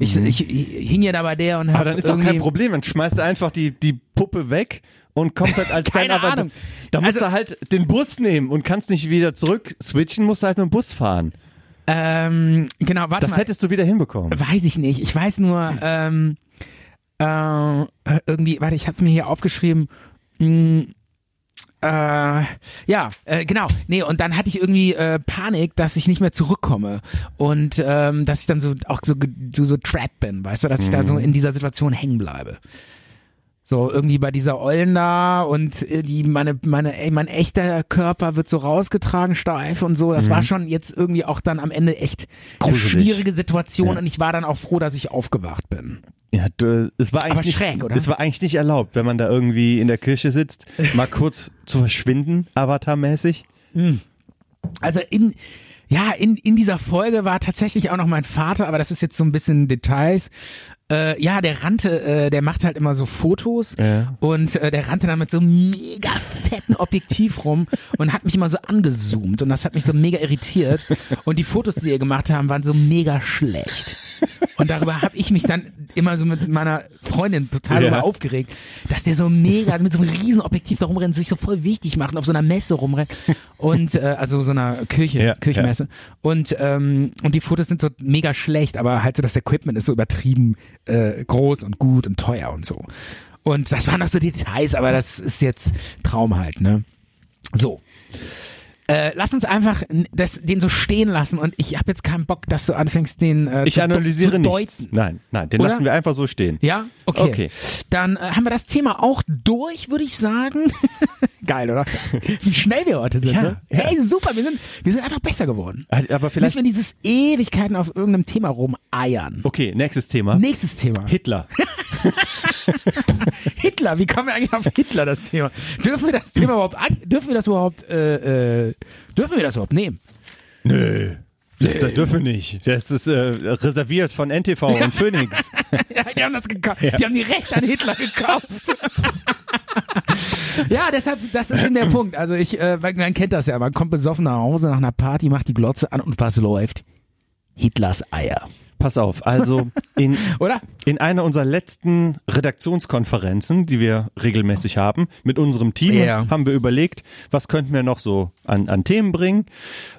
Ich, ich, ich hing ja da bei der und hab Aber dann ist doch irgendwie- kein Problem. Dann schmeißt du einfach die, die Puppe weg und kommst halt als [LAUGHS] Keine dein Avatar. Ahnung. Da musst Also- du halt den Bus nehmen und kannst nicht wieder zurück switchen, musst du halt mit dem Bus fahren. Ähm, genau, warte Das mal. hättest du wieder hinbekommen. Weiß ich nicht. Ich weiß nur, ähm, äh, irgendwie, warte, ich hab's mir hier aufgeschrieben. Hm, äh, ja, äh, genau. Nee, und dann hatte ich irgendwie äh, Panik, dass ich nicht mehr zurückkomme. Und ähm, dass ich dann so auch so, ge- so, so trapped bin, weißt du, dass ich da Mhm. so in dieser Situation hängen bleibe. So, irgendwie bei dieser Ollen da und äh, die, meine, meine, ey, mein echter Körper wird so rausgetragen, steif und so. Das war schon jetzt irgendwie auch dann am Ende echt eine Mhm. Gruselig. schwierige Situation Ja. und ich war dann auch froh, dass ich aufgewacht bin. Ja, du, es war eigentlich Aber nicht, schräg, oder? Es war eigentlich nicht erlaubt, wenn man da irgendwie in der Kirche sitzt, mal kurz zu verschwinden, Avatar-mäßig. Also in, Ja, in, in dieser Folge war tatsächlich auch noch mein Vater, aber das ist jetzt so ein bisschen Details. Äh, ja, der rannte, äh, der macht halt immer so Fotos Ja. und äh, der rannte dann mit so einem mega fetten Objektiv rum und hat mich immer so angezoomt und das hat mich so mega irritiert. Und die Fotos, die er gemacht haben, waren so mega schlecht. Und darüber habe ich mich dann immer so mit meiner Freundin total Ja. drüber aufgeregt, dass der so mega mit so einem riesen Objektiv da rumrennt, sich so voll wichtig macht und auf so einer Messe rumrennt und äh, also so einer Kirche, Ja, Kirchenmesse. Und ähm, und die Fotos sind so mega schlecht, aber halt so das Equipment ist so übertrieben äh, groß und gut und teuer und so. Und das waren auch so Details, aber das ist jetzt Traum halt, ne? So. Äh, lass uns einfach n- das, den so stehen lassen und ich habe jetzt keinen Bock, dass du anfängst, den äh, Ich zu, analysiere zu nichts. deuten. Nein, nein, den Oder? lassen wir einfach so stehen. Ja, okay. Okay. Dann äh, haben wir das Thema auch durch, würde ich sagen. [LAUGHS] Geil, oder? Wie schnell wir heute sind. Ja, ne? ja. Hey, super, wir sind, wir sind einfach besser geworden. Aber Vielleicht vielleicht. Müssen wir dieses Ewigkeiten auf irgendeinem Thema rumeiern. Okay, nächstes Thema. Nächstes Thema. [LAUGHS] Hitler. Hitler, wie kommen wir eigentlich auf Hitler, das Thema? Dürfen wir das Thema überhaupt an, dürfen wir das überhaupt, äh, äh, dürfen wir das überhaupt nehmen? Nö. Das, das dürfen wir nicht. Das ist äh, reserviert von NTV und Phoenix. Ja, die haben das gekauft. Die haben die Rechte an Hitler gekauft. ja, deshalb, das ist eben [CLEARS THROAT] der Punkt. Also ich, äh, man, man kennt das ja. Man kommt besoffen nach Hause nach einer Party, macht die Glotze an und was läuft? Hitlers Eier. Pass [LAUGHS] auf, also in, Oder? in einer unserer letzten Redaktionskonferenzen, die wir regelmäßig haben, mit unserem Team Ja. haben wir überlegt, was könnten wir noch so an, an Themen bringen.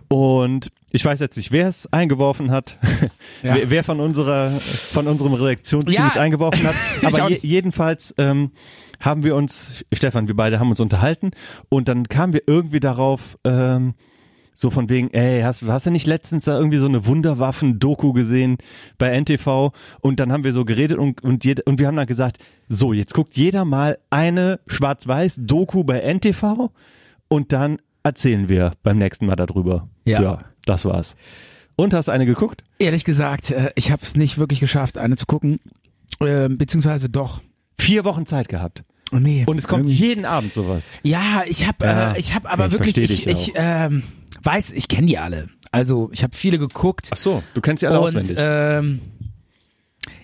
Und ich weiß jetzt nicht, wer es eingeworfen hat, [LAUGHS] Ja. wer, wer von unserer von unserem Redaktionsteam Ja. es eingeworfen hat. [LAUGHS] Ich auch Aber je, nicht. jedenfalls ähm, haben wir uns, Stefan, wir beide haben uns unterhalten und dann kamen wir irgendwie darauf, ähm, so von wegen, ey, hast, hast du nicht letztens da irgendwie so eine Wunderwaffen-Doku gesehen bei NTV? Und dann haben wir so geredet und, und, jed und wir haben dann gesagt, so, jetzt guckt jeder mal eine Schwarz-Weiß-Doku bei NTV und dann erzählen wir beim nächsten Mal darüber. Ja. das war's. Und hast eine geguckt? Ehrlich gesagt, äh, ich habe es nicht wirklich geschafft, eine zu gucken. Ähm, beziehungsweise doch. Vier Wochen Zeit gehabt. Oh nee. Und es kommt irgendwie- jeden Abend sowas. Ja, ich habe, Ja, äh, ich habe aber ich wirklich, versteh ich, dich ich ähm, weiß, ich kenne die alle. Also ich habe viele geguckt. Ach so, du kennst sie alle Und auswendig. ähm,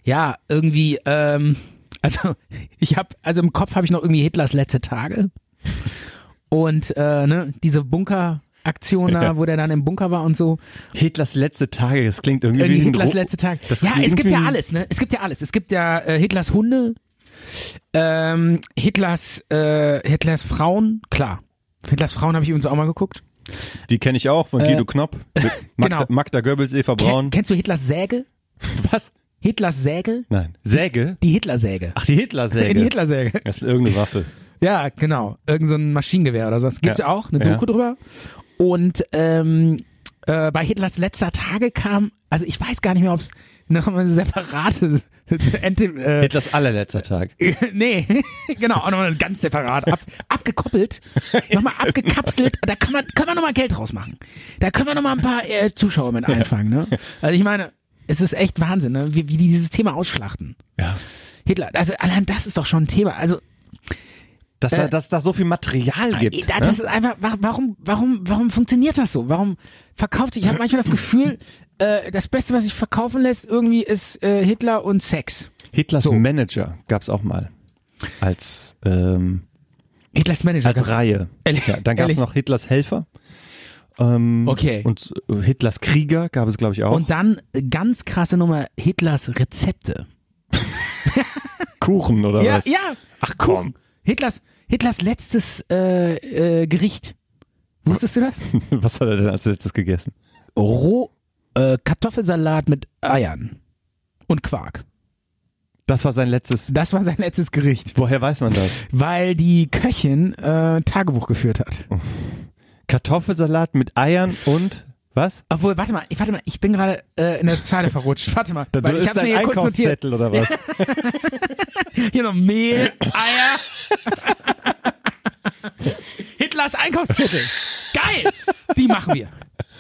ja, irgendwie, ähm, [LAUGHS] also ich habe, also im Kopf habe ich noch irgendwie Hitlers letzte Tage und äh, ne, diese Bunkeraktion da, Ja. wo der dann im Bunker war und so. Hitlers letzte Tage, das klingt irgendwie, Irgendwie wie ein Äh, Hitlers Dro- letzte Tag. Das ja, klingt es gibt wie ja ein- alles, ne? Es gibt ja alles. Es gibt ja äh, Hitlers Hunde, ähm, Hitlers, äh, Hitlers Frauen, klar. Hitlers Frauen habe ich übrigens auch mal geguckt. Die kenne ich auch von Guido Knopp, mit Magda, Äh, [LAUGHS] genau. Magda Goebbels, Eva Ken, Braun. kennst du Hitlers Säge? Was? Hitlers Säge? Nein. Säge? Die Hitlersäge. Ach, die Hitlersäge. Die Hitlersäge. das ist [LAUGHS] irgendeine Waffe. Ja, genau. Irgend so ein Maschinengewehr oder sowas. Gibt's Ja. auch eine Ja. Doku drüber. Und ähm, äh, bei Hitlers letzter Tage kam, also ich weiß gar nicht mehr, ob's noch eine separate [LAUGHS] Ente, äh, Hitlers allerletzter Tag. [LAUGHS] nee, genau, auch nochmal ganz separat, ab, abgekoppelt, nochmal abgekapselt, da kann man, kann man nochmal Geld rausmachen. Da können wir nochmal ein paar äh, Zuschauer mit einfangen, ne? Also ich meine, es ist echt Wahnsinn, ne? wie, wie die dieses Thema ausschlachten. Ja. Hitler, also allein das ist doch schon ein Thema. Also Dass, da, dass da so viel Material gibt. Da- äh, ne? Das ist einfach, wa- warum, warum, warum funktioniert das so? Warum verkauft sich? Ich habe manchmal das Gefühl, äh, das Beste, was sich verkaufen lässt, irgendwie ist äh, Hitler und Sex. Hitlers So. Manager gab's auch mal. Als, ähm, Hitlers Manager. als Reihe. Ehrlich? Ja, dann gab's Ehrlich? noch Hitlers Helfer. okay. Und, Und äh, Hitlers Krieger gab es, glaube ich, auch. dann äh, ganz krasse Nummer, Hitlers Rezepte. Kuchen oder was? ja. Ach komm. Hitlers, Hitlers letztes äh, äh, Gericht. Wusstest du das? [LAUGHS] [LAUGHS] Was hat er denn als letztes gegessen? Roh äh, Kartoffelsalat mit Eiern und Quark. Das war sein letztes. Das war sein letztes Gericht. Woher weiß [LAUGHS] man das? Weil die Köchin äh, Tagebuch geführt hat. Kartoffelsalat mit Eiern und was? Obwohl, warte mal, ich, warte mal, ich bin gerade äh, in der Zeile verrutscht. Warte mal, Da weil ich ist hab's dein mir hier kurz notiert. Einkaufszettel oder was? Hier noch Mehl, Eier. Hitlers Einkaufszettel. Geil! Die machen wir.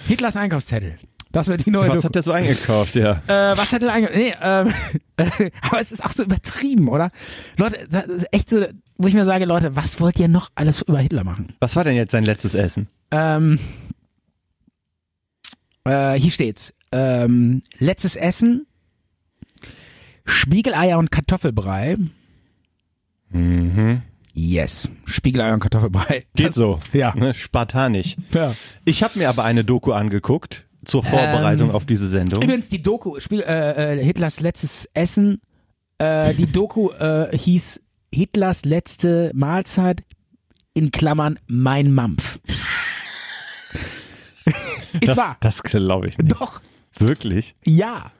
Hitlers Einkaufszettel. Das wird die neue Was Doku. hat er so eingekauft, ja? äh, was hat er einge... Nee, ähm, [LAUGHS] äh, aber es ist auch so übertrieben, oder? Leute, das ist echt so, wo ich mir sage, Leute, was wollt ihr noch alles über Hitler machen? Was war denn jetzt sein letztes Essen? Ähm, Äh, hier steht's. Ähm, letztes Essen. Spiegeleier und Kartoffelbrei. Mhm. Yes. Spiegeleier und Kartoffelbrei. Geht so. Ja. Ne? Spartanisch. Ja. Ich habe mir aber eine Doku angeguckt zur Vorbereitung Ähm. auf diese Sendung. Übrigens, die Doku, Spiel, äh, äh, Hitlers letztes Essen, äh, die Doku äh, hieß Hitlers letzte Mahlzeit, in Klammern mein Mampf. Ist Das, wahr. das glaube ich nicht. Doch, Wirklich? ja.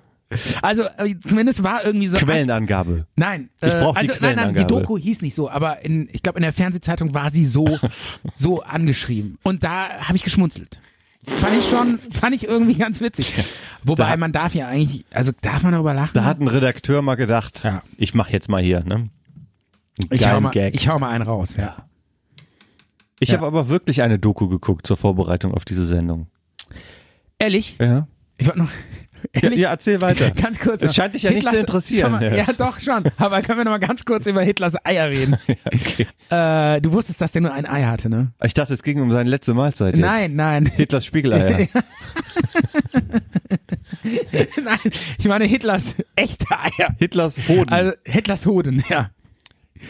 Also äh, zumindest war irgendwie so. Quellenangabe. Nein, äh, Ich brauch die also nein, nein, die Quellenangabe. Doku hieß nicht so, aber in, ich glaube in der Fernsehzeitung war sie so, so angeschrieben. Und da habe ich geschmunzelt. Fand ich schon, fand ich irgendwie ganz witzig. Wobei Da- man darf ja eigentlich, also darf man darüber lachen? Da hat ein Redakteur mal gedacht, Ja. ich mache jetzt mal hier, ne? Einen ich hau geilen mal, Gag. ich hau mal einen raus. Ja. Ich Ja. habe aber wirklich eine Doku geguckt zur Vorbereitung auf diese Sendung. Ehrlich? Ja. Ich wollte noch [LAUGHS] Ja, ehrlich, erzähl [LAUGHS] weiter. ganz kurz. Es noch. scheint dich ja nicht Hitlers- zu interessieren. Schau Mal, ja. doch schon. Aber können wir noch mal ganz kurz über Hitlers Eier [LAUGHS] reden? äh, du wusstest, dass der nur ein Ei hatte, ne? Ich dachte, es ging um seine letzte Mahlzeit. Nein, nein. Jetzt. [LAUGHS] Hitlers Spiegeleier. [LAUGHS] Nein, ich meine Hitlers [LAUGHS] echte Eier. Hitlers Hoden. Also Hitlers Hoden, ja.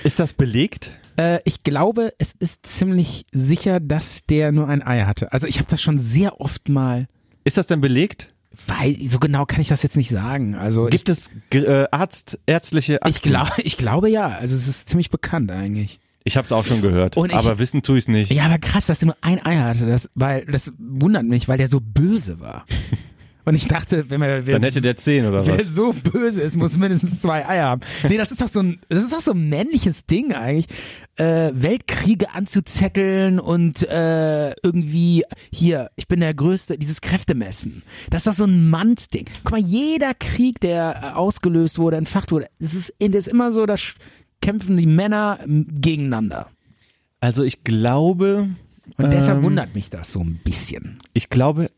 ist das belegt? Äh, ich glaube, es ist ziemlich sicher, dass der nur ein Ei hatte. Also ich habe das schon sehr oft mal, Ist das denn belegt? weil so genau kann ich das jetzt nicht sagen. Also Gibt es ge- äh, Arzt, ärztliche ich, ich Akten? glaube, ich glaube ja. Also es ist ziemlich bekannt eigentlich. Ich habe es auch schon gehört, Und ich- aber wissen tue ich nicht. Ja, aber krass, dass der nur ein Ei hatte. Das, weil das wundert mich, weil der so böse [LAUGHS] war. Und ich dachte, wenn man wer, Dann hätte der 10 oder wer was. so böse ist, muss mindestens zwei Eier haben. Nee, das ist doch so ein, das ist doch so ein männliches Ding eigentlich, äh, Weltkriege anzuzetteln und äh, irgendwie hier, ich bin der Größte, dieses Kräftemessen. Das ist doch so ein Mannsding. Guck mal, jeder Krieg, der äh, ausgelöst wurde, entfacht wurde, das ist, das ist immer so, da sch- kämpfen die Männer m, gegeneinander. Also ich glaube, Und deshalb Ähm. wundert mich das so ein bisschen. ich glaube,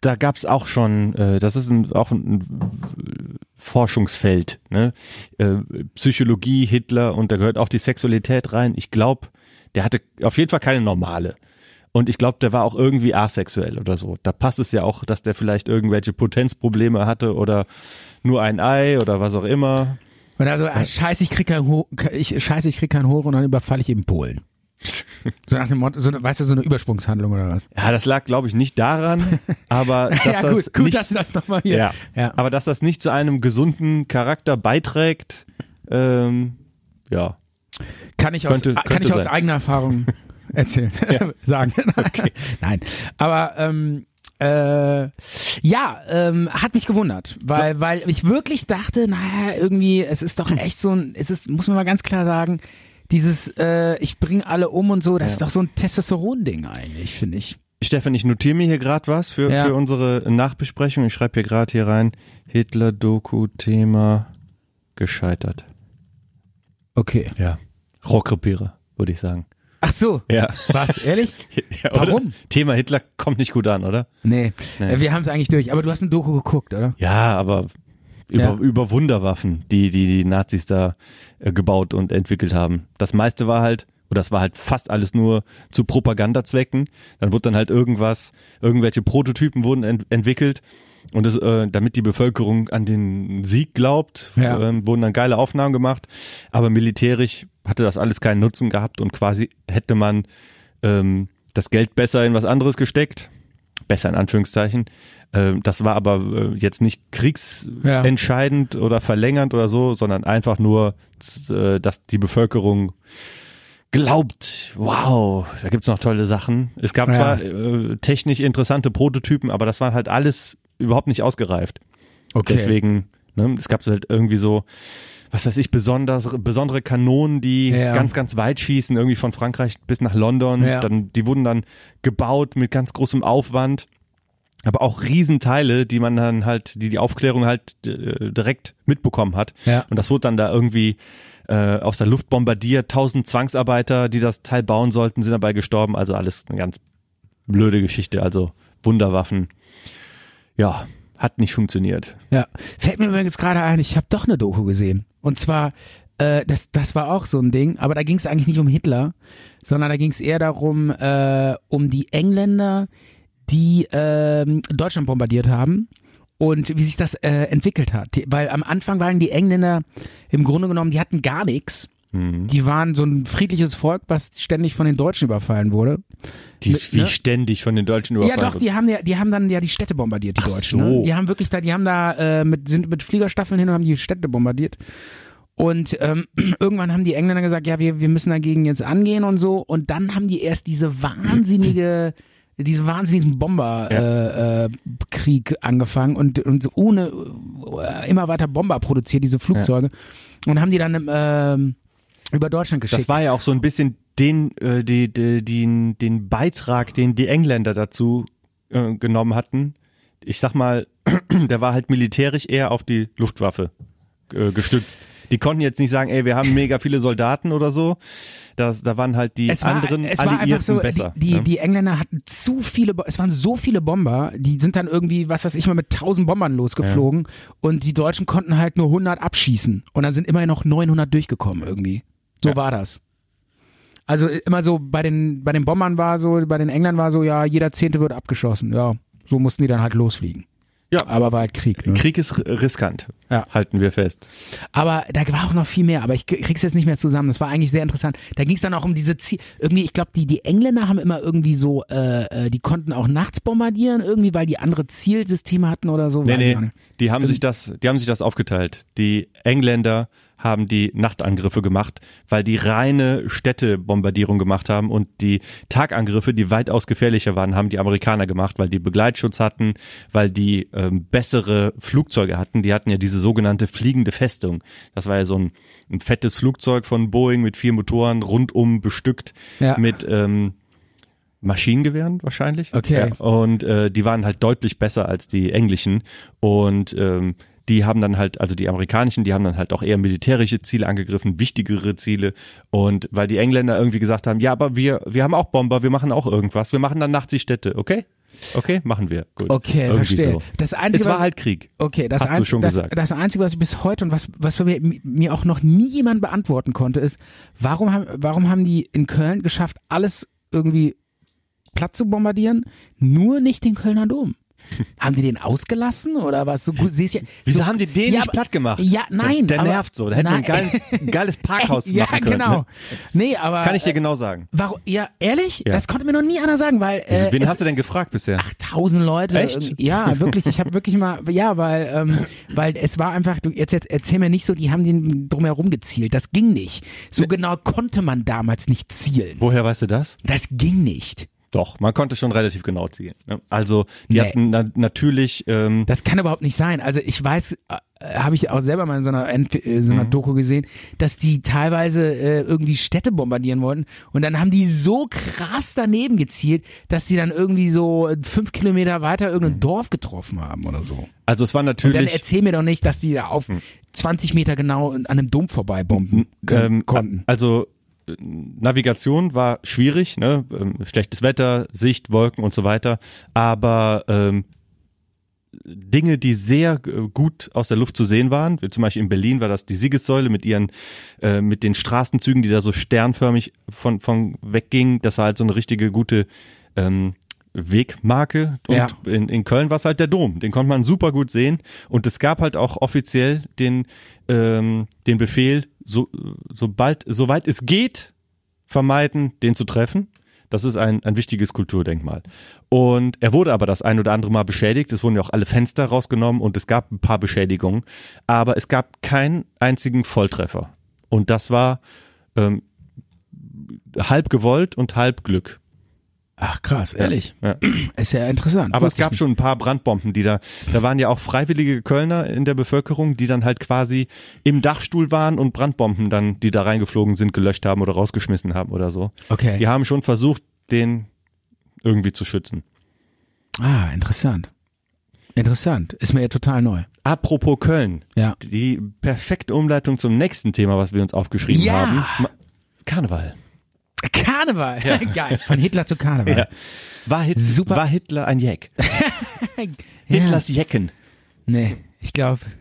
da gab es auch schon, äh, das ist ein, auch ein, ein Forschungsfeld, ne? äh, Psychologie, Hitler und da gehört auch die Sexualität rein. Ich glaube, der hatte auf jeden Fall keine normale. Und ich glaube, der war auch irgendwie asexuell oder so. Da passt es ja auch, dass der vielleicht irgendwelche Potenzprobleme hatte oder nur ein Ei oder was auch immer. Und also, Äh, ah, scheiße, ich krieg kein, Ho ich, scheiße, ich krieg kein Hore und dann überfalle ich eben Polen. [LAUGHS] So nach dem Motto, so, weißt du, so eine Übersprungshandlung oder was? Ja, das lag, glaube ich, [LAUGHS] nicht daran, aber dass ja, das gut, gut, nicht, dass du das nochmal hier. ja, aber dass das nicht zu einem gesunden Charakter beiträgt, ähm, ja, kann ich aus, könnte- ah, kann könnte ich aus sein. eigener [LAUGHS] Erfahrung erzählen, [LAUGHS] sagen. Nein, aber ähm, äh, ja, ähm, hat mich gewundert, weil weil ich wirklich dachte, naja, irgendwie, es [LAUGHS] ist doch echt so ein, es ist, muss man mal ganz klar sagen, dieses, äh, ich bringe alle um und so, das ist doch so ein Testosteron-Ding eigentlich, finde ich. Stefan, ich notiere mir hier gerade was für, Ja. für unsere Nachbesprechung. Ich schreibe hier gerade hier rein, Hitler-Doku-Thema gescheitert. Okay. Ja. Rohrkrepierer, würde ich sagen. Ach so. Ja. Was, ehrlich? [LAUGHS] ja oder? Warum? Thema Hitler kommt nicht gut an, oder? Nee, Äh, wir haben es eigentlich durch. Aber du hast eine Doku geguckt, oder? Ja, aber über, Ja. über Wunderwaffen, die, die die Nazis da äh, gebaut und entwickelt haben. Das meiste war halt, oder das war halt fast alles nur zu Propagandazwecken. Dann wurde dann halt irgendwas, irgendwelche Prototypen wurden ent entwickelt. Und das, äh, damit die Bevölkerung an den Sieg glaubt, Ja. ähm, wurden dann geile Aufnahmen gemacht. Aber militärisch hatte das alles keinen Nutzen gehabt und quasi hätte man ähm, das Geld besser in was anderes gesteckt besser in Anführungszeichen. Ähm, Das war aber äh, jetzt nicht Ja. kriegsentscheidend oder verlängernd oder so, sondern einfach nur, z- äh, dass die Bevölkerung glaubt, wow, da gibt's noch tolle Sachen. Es gab Ja. zwar äh, technisch interessante Prototypen, aber das war halt alles überhaupt nicht ausgereift. Okay. Deswegen, ne, es gab halt irgendwie so, was weiß ich, besonders, besondere Kanonen, die Ja. ganz, ganz weit schießen, irgendwie von Frankreich bis nach London. Ja. Dann, die wurden dann gebaut mit ganz großem Aufwand. Aber auch Riesenteile, die man dann halt, die die Aufklärung halt äh, direkt mitbekommen hat. Ja. Und das wurde dann da irgendwie äh, aus der Luft bombardiert. Tausend Zwangsarbeiter, die das Teil bauen sollten, sind dabei gestorben. Also alles eine ganz blöde Geschichte. Also Wunderwaffen. Ja, hat nicht funktioniert. Ja. Fällt mir übrigens gerade ein, ich habe doch eine Doku gesehen. Und zwar, äh, das, das war auch so ein Ding, aber da ging es eigentlich nicht um Hitler, sondern da ging es eher darum, äh, um die Engländer, die ähm, Deutschland bombardiert haben und wie sich das äh, entwickelt hat. Die, weil am Anfang waren die Engländer im Grunde genommen, die hatten gar nichts. Die waren so ein friedliches Volk, was ständig von den Deutschen überfallen wurde. Die, Mit, wie ne? ständig von den Deutschen Ja, überfallen doch, wird. die haben ja, die haben dann ja die Städte bombardiert, die Ach Deutschen. so. Ne? Die haben wirklich da, die haben da äh, mit, sind mit Fliegerstaffeln hin und haben die Städte bombardiert. Und ähm, [CLEARS THROAT] irgendwann haben die Engländer gesagt, ja, wir, wir müssen dagegen jetzt angehen und so. Und dann haben die erst diese wahnsinnige, [CLEARS THROAT] diesen wahnsinnigen Bomberkrieg äh, angefangen und, und so ohne äh, immer weiter Bomber produziert, diese Flugzeuge. Und haben die dann ähm, über Deutschland geschickt. Das war ja auch so ein bisschen den, äh, die, die, den, den Beitrag, den die Engländer dazu äh, genommen hatten. Ich sag mal, [CLEARS THROAT] der war halt militärisch eher auf die Luftwaffe äh, gestützt. Die konnten jetzt nicht sagen, ey, wir haben mega viele Soldaten oder so. Das, da waren halt die es war, anderen es war Alliierten einfach so, besser. die, die, ne? die Engländer hatten zu viele, Bo- es waren so viele Bomber, die sind dann irgendwie, was weiß ich mal, mit 1000 Bombern losgeflogen und die Deutschen konnten halt nur 100 abschießen und dann sind immerhin noch 900 durchgekommen irgendwie. So war das. Also immer so, bei den, bei den Bombern war so, bei den Engländern war so, ja, jeder Zehnte wird abgeschossen, ja. So mussten die dann halt losfliegen. Ja. Aber war halt Krieg. Ne? Krieg ist r- riskant, Ja. halten wir fest. Aber da war auch noch viel mehr, aber ich krieg's jetzt nicht mehr zusammen. Das war eigentlich sehr interessant. Da ging's dann auch um diese Ziel. Irgendwie, ich glaube, die, die Engländer haben immer irgendwie so, äh, äh, die konnten auch nachts bombardieren, irgendwie, weil die andere Zielsysteme hatten oder so. Nee, weiß ich auch nee, nicht. Ähm, die haben sich das, die haben sich das aufgeteilt. Die Engländer haben die Nachtangriffe gemacht, weil die reine Städtebombardierung gemacht haben und die Tagangriffe, die weitaus gefährlicher waren, haben die Amerikaner gemacht, weil die Begleitschutz hatten, weil die ähm, bessere Flugzeuge hatten. Die hatten ja diese sogenannte fliegende Festung. Das war ja so ein, ein fettes Flugzeug von Boeing mit vier Motoren rundum bestückt Ja. mit ähm, Maschinengewehren wahrscheinlich. Okay. Ja. Und äh, die waren halt deutlich besser als die englischen. Und ähm, die haben dann halt, also die amerikanischen, die haben dann halt auch eher militärische Ziele angegriffen, wichtigere Ziele. Und weil die Engländer irgendwie gesagt haben, ja, aber wir, wir haben auch Bomber, wir machen auch irgendwas, wir machen dann nachts die Städte, okay? Okay, machen wir. Gut. Okay, irgendwie verstehe. So. Das Einzige, es war was- halt Krieg. Okay, das, Hast du Einz- schon das, gesagt. das Einzige, was ich bis heute und was, was mir, mir auch noch nie jemand beantworten konnte, ist, warum haben, warum haben die in Köln geschafft, alles irgendwie platt zu bombardieren, nur nicht den Kölner [LAUGHS] Dom? haben die den ausgelassen oder was? So, gut, siehst ja, Wieso so, haben die den Ja, nicht aber- platt gemacht? Ja, nein. Der, aber, nervt so. Da hätte man ein, Nein. geil, [LAUGHS] ein geiles Parkhaus ja, machen können. genau. Ne? Nee, aber. Kann ich dir äh, genau sagen. warum, ja, ehrlich? Ja. Das konnte mir noch nie einer sagen, weil. Äh, Wen es- hast du denn gefragt bisher? tausend Leute. Echt? irgendwie- Ja, wirklich. Ich habe wirklich mal, ja, weil, ähm, weil es war einfach, du, jetzt, jetzt erzähl mir nicht so, die haben den drumherum gezielt. Das ging nicht. So genau konnte man damals nicht zielen. Woher weißt du das? Das ging nicht. Doch, man konnte schon relativ genau zielen. ne? Also die Nee. hatten na natürlich, ähm, Das kann überhaupt nicht sein. Also ich weiß, äh, habe ich auch selber mal in so einer, Ent- äh, so einer Doku gesehen, dass die teilweise äh, irgendwie Städte bombardieren wollten und dann haben die so krass daneben gezielt, dass sie dann irgendwie so fünf Kilometer weiter irgendein Dorf getroffen haben oder so. also es war Dann natürlich, Hm. erzähl mir doch nicht, dass die da auf 20 Meter genau an einem Dom vorbeibomben können, ähm, konnten. also äh, Navigation war schwierig, ne? ähm, schlechtes Wetter, Sicht, Wolken und so weiter, aber ähm, Dinge, die sehr äh, gut aus der Luft zu sehen waren, wie zum Beispiel in Berlin war das die Siegessäule mit ihren, äh, mit den Straßenzügen, die da so sternförmig von, von weggingen, das war halt so eine richtige gute ähm, Wegmarke und Ja. in, in Köln war es halt der Dom, den konnte man super gut sehen und es gab halt auch offiziell den, ähm, den Befehl, so, sobald, soweit es geht, vermeiden, den zu treffen. Das ist ein, ein wichtiges Kulturdenkmal. Und er wurde aber das ein oder andere Mal beschädigt. Es wurden ja auch alle Fenster rausgenommen und es gab ein paar Beschädigungen. Aber es gab keinen einzigen Volltreffer. Und das war ähm, halb gewollt und halb Glück. Ach krass, ehrlich. Ja. Ist ja interessant. Aber es Wusste ich gab nicht. schon ein paar Brandbomben, die da, da waren ja auch freiwillige Kölner in der Bevölkerung, die dann halt quasi im Dachstuhl waren und Brandbomben dann, die da reingeflogen sind, gelöscht haben oder rausgeschmissen haben oder so. Okay. Die haben schon versucht, den irgendwie zu schützen. Ah, interessant. Interessant. Ist mir ja total neu. Apropos Köln, Ja. die perfekte Umleitung zum nächsten Thema, was wir uns aufgeschrieben Ja. haben. Ma- Karneval. Karneval. [LAUGHS] Geil. Von Hitler zu Karneval. War, Hit Super. war Hitler ein Jack? Hitlers Jecken. Nee, ich glaube, gesagt,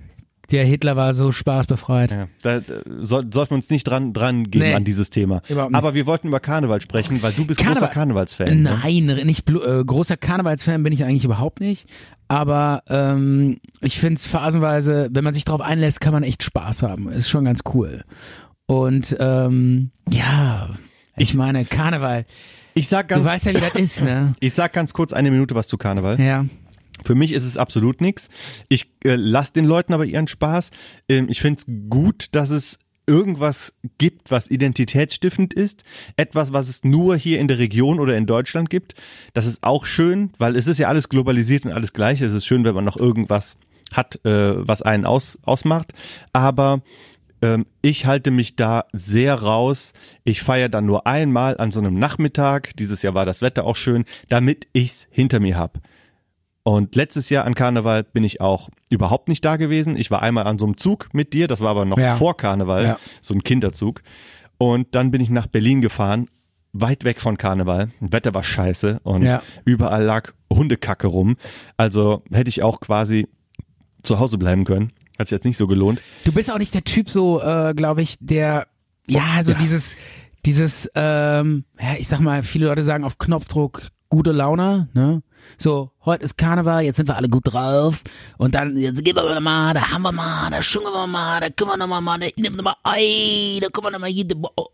ja, Hitler war so spaßbefreit. Ja, da äh, soll, sollten wir uns nicht dran, dran geben Nee. an dieses Thema. Überhaupt nicht. Aber wir wollten über Karneval sprechen, weil du bist Karneval- großer Karnevalsfan. Ne? Nein, nicht blo- äh, großer Karnevalsfan bin ich eigentlich überhaupt nicht. Aber ähm, ich finde es phasenweise, wenn man sich drauf einlässt, kann man echt Spaß haben. Ist schon ganz cool. Und ähm, ja, ich meine, Karneval, Ich sag du ganz, weißt ja, wie das ist, [LAUGHS] ne? ich sag ganz kurz eine Minute was zu Karneval. Ja. Für mich ist es absolut nichts. Ich äh, lasse den Leuten aber ihren Spaß. Ähm, ich finde es gut, dass es irgendwas gibt, was identitätsstiftend ist. Etwas, was es nur hier in der Region oder in Deutschland gibt. Das ist auch schön, weil es ist ja alles globalisiert und alles gleich. Es ist schön, wenn man noch irgendwas hat, äh, was einen aus, ausmacht. Aber ähm, ich halte mich da sehr raus. Ich feiere dann nur einmal an so einem Nachmittag. Dieses Jahr war das Wetter auch schön, damit ich's hinter mir hab. Und letztes Jahr an Karneval bin ich auch überhaupt nicht da gewesen. Ich war einmal an so einem Zug mit dir, das war aber noch Ja. vor Karneval, Ja. so ein Kinderzug. Und dann bin ich nach Berlin gefahren, weit weg von Karneval. Das Wetter war scheiße und Ja. überall lag Hundekacke rum. Also hätte ich auch quasi zu Hause bleiben können. Hat sich jetzt nicht so gelohnt. Du bist auch nicht der Typ so, äh, glaube ich, der, ja, so dieses, dieses, ähm, ja, ich sag mal, viele Leute sagen auf Knopfdruck gute Laune, ne? So, heute ist Karneval, jetzt sind wir alle gut drauf und dann, jetzt gehen wir mal, da haben wir mal, da schwingen wir mal, da können wir nochmal mal, da nehmen wir mal ei, da können wir nochmal hier,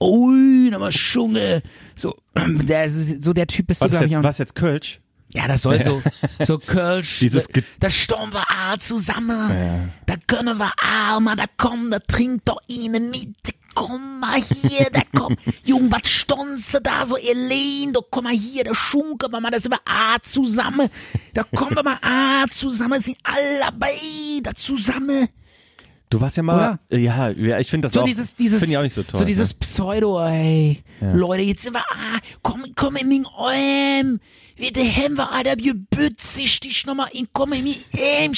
ui, nochmal schunge. So, [CLEARS THROAT] der, so der Typ bist War du, das glaube ich, jetzt, auch. was jetzt Kölsch? Ja, das soll so, [LAUGHS] so Kölsch. Dieses da, Ge- da stürmen wir all zusammen. Da können wir all mal, da komm, da trinkt doch ihnen mit. Komm mal hier, da [LAUGHS] komm. Jung, was stonze da so, ihr Lehn, da komm mal hier, da schunken wir mal, da sind wir all zusammen. Da kommen wir mal all zusammen, sind alle dabei, da zusammen. Du warst ja mal. Ja, ja, ich finde das So auch. dieses, dieses, Finde ich auch nicht so toll. so dieses ne? Pseudo, ey. Leute, jetzt sind wir, ah, komm, komm in mein Arm. Wir, der haben wir, Alter, wir bütze ich dich nochmal in, komm in mein Arm.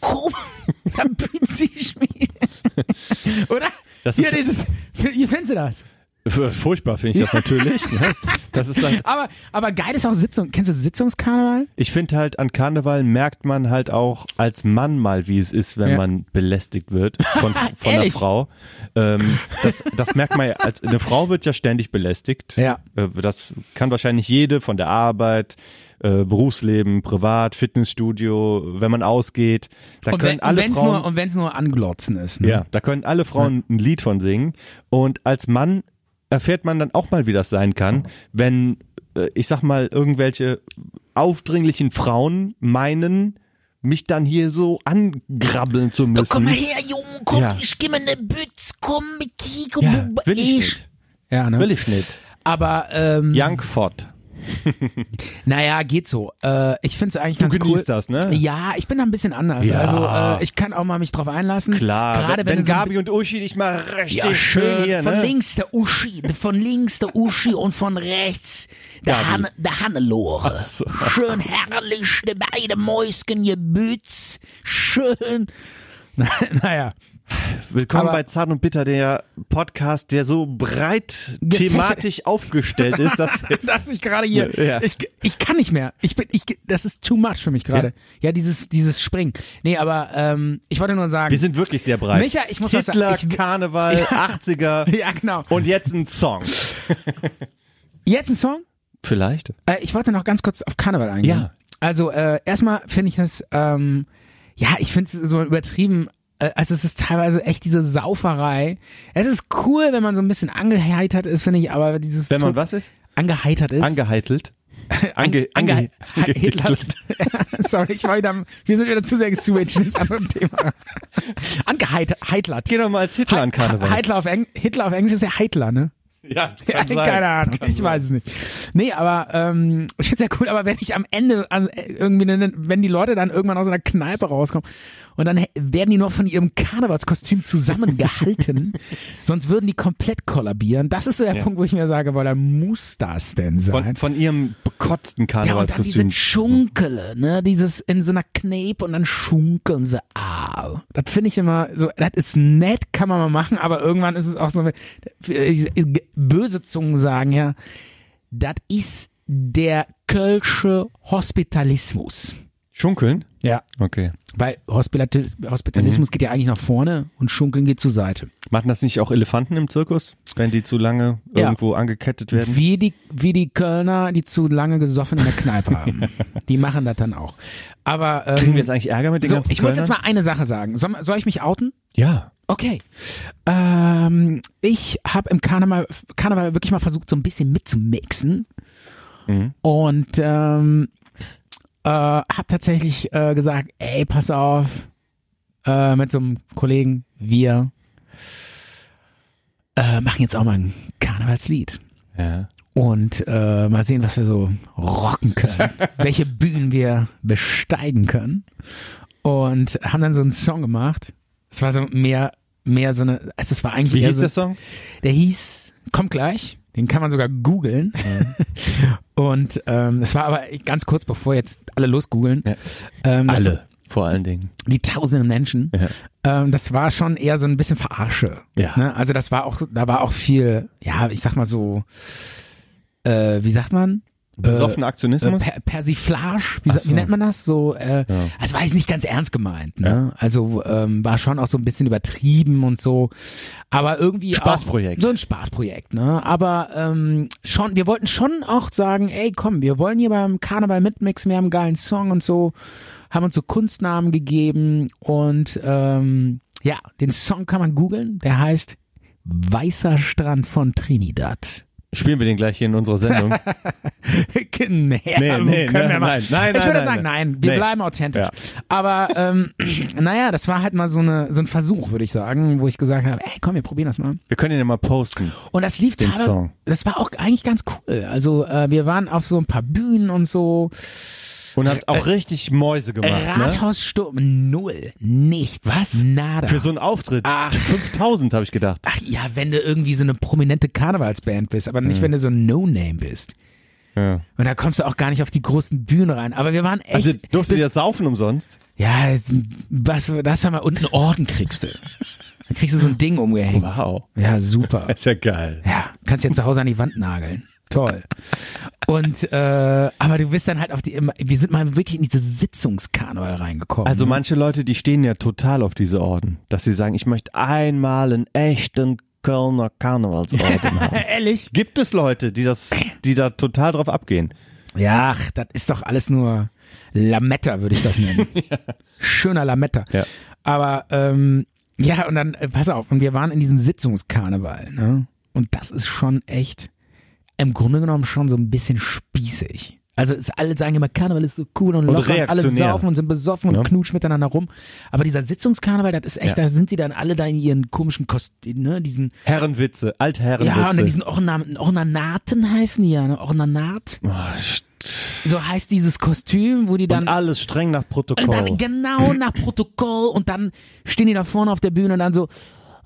Komm, [LAUGHS] da bütze ich mich. [LAUGHS] Oder? Das ja, ist- dieses, hier findest du das. F- Furchtbar finde ich das natürlich. [LAUGHS] ne? Das ist halt, Aber, aber geil ist auch Sitzung. Kennst du Sitzungskarneval? ich finde halt, an Karneval merkt man halt auch als Mann mal, wie es ist, wenn Ja. man belästigt wird [LAUGHS] von, von einer Ehrlich? Frau. Ähm, das, das merkt man ja, als eine Frau wird ja ständig belästigt. Ja. Äh, Das kann wahrscheinlich jede von der Arbeit, äh, Berufsleben, Privat, Fitnessstudio, wenn man ausgeht. Da können alle wenn's Frauen nur, und wenn's nur anglotzen ist, ne? Ja, da können alle Frauen ein Lied von singen. Und als Mann erfährt man dann auch mal, wie das sein kann, wenn, äh, ich sag mal, irgendwelche aufdringlichen Frauen meinen, mich dann hier so angrabbeln zu Da komm müssen. mal her, Junge, komm, Ja. ich geh mir ne Bütz, komm, mit Kiko, Ja, will ich nicht. Ja, ne? Will ich nicht. Aber, ähm, Young Ford. Naja, geht so. Äh, ich find's eigentlich ganz cool. genießt das, ne? Ja, ich bin da ein bisschen anders. Ja. Also äh, ich kann auch mal mich drauf einlassen. Klar, Gerade wenn, wenn, du so ein Gabi und Uschi dich mal richtig ja, schön. schön hier, von ne? links der Uschi, von links der Uschi und von rechts der, Gabi. Hanne, der Hannelore. Ach so. Schön herrlich, die beiden Mäusken gebützt. Schön. [LAUGHS] Na, naja. [LAUGHS] Willkommen Aber- bei Zart und Bitter, der Podcast, der so breit Gefächert- thematisch aufgestellt ist, dass wir dass ich gerade hier, Ja. ich, ich kann nicht mehr. Ich bin, ich, das ist too much für mich gerade. Ja. dieses, dieses Springen. Nee, aber ähm, ich wollte nur sagen. Wir sind wirklich sehr breit. Micha, ich muss was Hitler, sagen. Ich- Karneval, 80er [LAUGHS] ja, genau. und jetzt ein Song. Jetzt ein Song? Vielleicht. Äh, ich wollte noch ganz kurz auf Karneval eingehen. Ja. Also äh, erstmal finde ich das, ähm, ja, ich finde es so übertrieben. äh, Also es ist teilweise echt diese Sauferei. Es ist cool, wenn man so ein bisschen angeheitert ist, finde ich, aber dieses Wenn man tot- was ist? angeheitert ist. [LAUGHS] Angeheitelt. Ange Ange, ange, Ange Hitler. [LAUGHS] Sorry, ich war wieder, am- wir sind wieder zu sehr geswitcht ins andere Thema. Angeheitlert. Geh doch mal als Genau, Hitler an Karneval. Heitler auf Eng Hitler auf Englisch ist ja Heitler, ne? ja, [LAUGHS] Ja, kann sein. Keine Ahnung, ich weiß es nicht. Nee, aber ähm, ich find's ja cool, aber wenn ich am Ende also, äh, irgendwie, ne- wenn die Leute dann irgendwann aus einer Kneipe rauskommen und dann hä- werden die noch von ihrem Karnevalskostüm zusammengehalten, [LAUGHS] sonst würden die komplett kollabieren. Das ist so der Punkt, wo ich mir sage, weil da muss das denn sein. Von, von ihrem bekotzten ja, und dann diese Karnevalskostüm. Schunkele, ne, dieses in so einer Kneipe und dann schunkeln sie all. Das finde ich immer so, das ist nett, kann man mal machen, aber irgendwann ist es auch so, äh, böse Zungen sagen ja, das ist der Kölsche Hospitalismus. Schunkeln? Ja. Okay. Weil Hospitali- Mhm. Hospitalismus geht ja eigentlich nach vorne und Schunkeln geht zur Seite. Machen das nicht auch Elefanten im Zirkus, wenn die zu lange Ja. irgendwo angekettet werden? Wie die, wie die Kölner, die zu lange gesoffen in der Kneipe [LAUGHS] haben. Die machen das dann auch. Aber ähm, Kriegen wir jetzt eigentlich Ärger mit den so, ganzen ich muss jetzt Kölnern? mal eine Sache sagen. Soll, soll ich mich outen? Ja. Okay. Ähm, ich habe im Karneval, Karneval wirklich mal versucht, so ein bisschen mitzumixen. Mhm. Und ähm, äh, habe tatsächlich äh, gesagt, ey, pass auf, äh, mit so einem Kollegen, wir äh, machen jetzt auch mal ein Karnevalslied. Ja. Und äh, mal sehen, was wir so rocken [LAUGHS] können, welche Bühnen wir besteigen können. Und haben dann so einen Song gemacht. Es war so mehr, mehr so eine, also es war eigentlich Wie eher hieß so, der Song? der hieß Kommt gleich. Den kann man sogar googeln. [LAUGHS] Und ähm, es war aber ganz kurz bevor jetzt alle losgoogeln. Ja. Ähm, das- Alle, vor allen Dingen. die tausenden Menschen. Ja. Ähm, das war schon eher so ein bisschen Verarsche. Ja. Ne? Also das war auch, da war auch viel, ja, ich sag mal so, äh, wie sagt man? Besoffener Äh, Aktionismus? per Persiflage, wie, sa- Ach so. wie nennt man das? So, äh, das war jetzt nicht ganz ernst gemeint. Ne? Also ähm, war schon auch so ein bisschen übertrieben und so, aber irgendwie Spaßprojekt. Auch so ein Spaßprojekt. Ne? Aber ähm, schon, wir wollten schon auch sagen, ey, komm, wir wollen hier beim Karneval mitmixen, wir haben einen geilen Song und so, haben uns so Kunstnamen gegeben und ähm, ja, den Song kann man googeln. Der heißt Weißer Strand von Trinidad. Spielen wir den gleich hier in unserer Sendung. nee, nee, können nee, wir mal. nein, nein, nein, ich nein, würde nein, sagen, nein. nein, wir Nee. bleiben authentisch. Ja. Aber ähm, [CLEARS THROAT] naja, das war halt mal so, eine, so ein Versuch, würde ich sagen, wo ich gesagt habe, ey, komm, wir probieren das mal. wir können ihn ja mal posten. Und das lief Den teilweise- Song. das war auch eigentlich ganz cool. Also äh, wir waren auf so ein paar Bühnen und so. Und hat Äh, auch richtig Mäuse gemacht, ne? Rathaussturm, null, nichts. Was? Nada. Für so einen Auftritt. Ach. 5000 habe ich gedacht. Ach ja, wenn du irgendwie so eine prominente Karnevalsband bist, aber nicht, wenn du so ein No-Name bist. Ja. Und da kommst du auch gar nicht auf die großen Bühnen rein. Aber wir waren echt. Also durfte bis- ihr saufen umsonst? Ja, jetzt, was, das haben wir unten Orden kriegst du. Dann kriegst du so ein Ding umgehängt. Wow. Ja, super. Ist ja geil. Ja, kannst jetzt zu Hause an die Wand nageln. Toll. Und äh, aber du bist dann halt auf die wir sind mal wirklich in diese Sitzungskarneval reingekommen. Also manche Leute, die stehen ja total auf diese Orden, dass sie sagen, ich möchte einmal einen echten Kölner Karnevalsorden [LAUGHS] haben. ehrlich? Gibt es Leute, die das, die da total drauf abgehen? Ja, ach, das ist doch alles nur Lametta, würde ich das [LAUGHS] nennen. Schöner Lametta. Ja. Aber ähm, ja, und dann, äh, pass auf, und wir waren in diesem Sitzungskarneval, ne? Und das ist schon echt, im Grunde genommen schon so ein bisschen spießig. Also es, alle sagen immer, Karneval ist so cool und Und locker, und alle reaktionär. saufen und sind besoffen und Ja. knutschen miteinander rum. Aber dieser Sitzungskarneval, das ist echt, Ja. da sind sie dann alle da in ihren komischen Kostümen, ne, diesen, Herrenwitze, Altherrenwitze. ja, und in diesen Ornam Ornanaten heißen die ja, ne? Ornanat. oh, st- So heißt dieses Kostüm, wo die dann und alles streng nach und dann Protokoll. genau nach Protokoll und dann stehen die da vorne auf der Bühne und dann so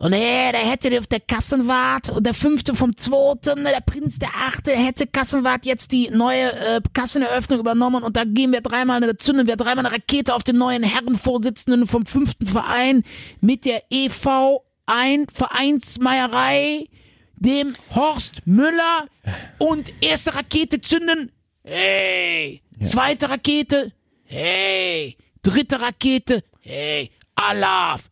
und hey, der hätte auf der Kassenwart und der fünfte vom zweiten, ne, der Prinz der achte hätte Kassenwart jetzt die neue äh, Kasseneröffnung übernommen und da gehen wir dreimal, da zünden wir dreimal eine Rakete auf den neuen Herrenvorsitzenden vom fünften Verein mit der EV ein Vereinsmeierei dem Horst Müller und erste Rakete zünden. Hey, zweite Rakete. Hey, dritte Rakete. Hey, Alaf.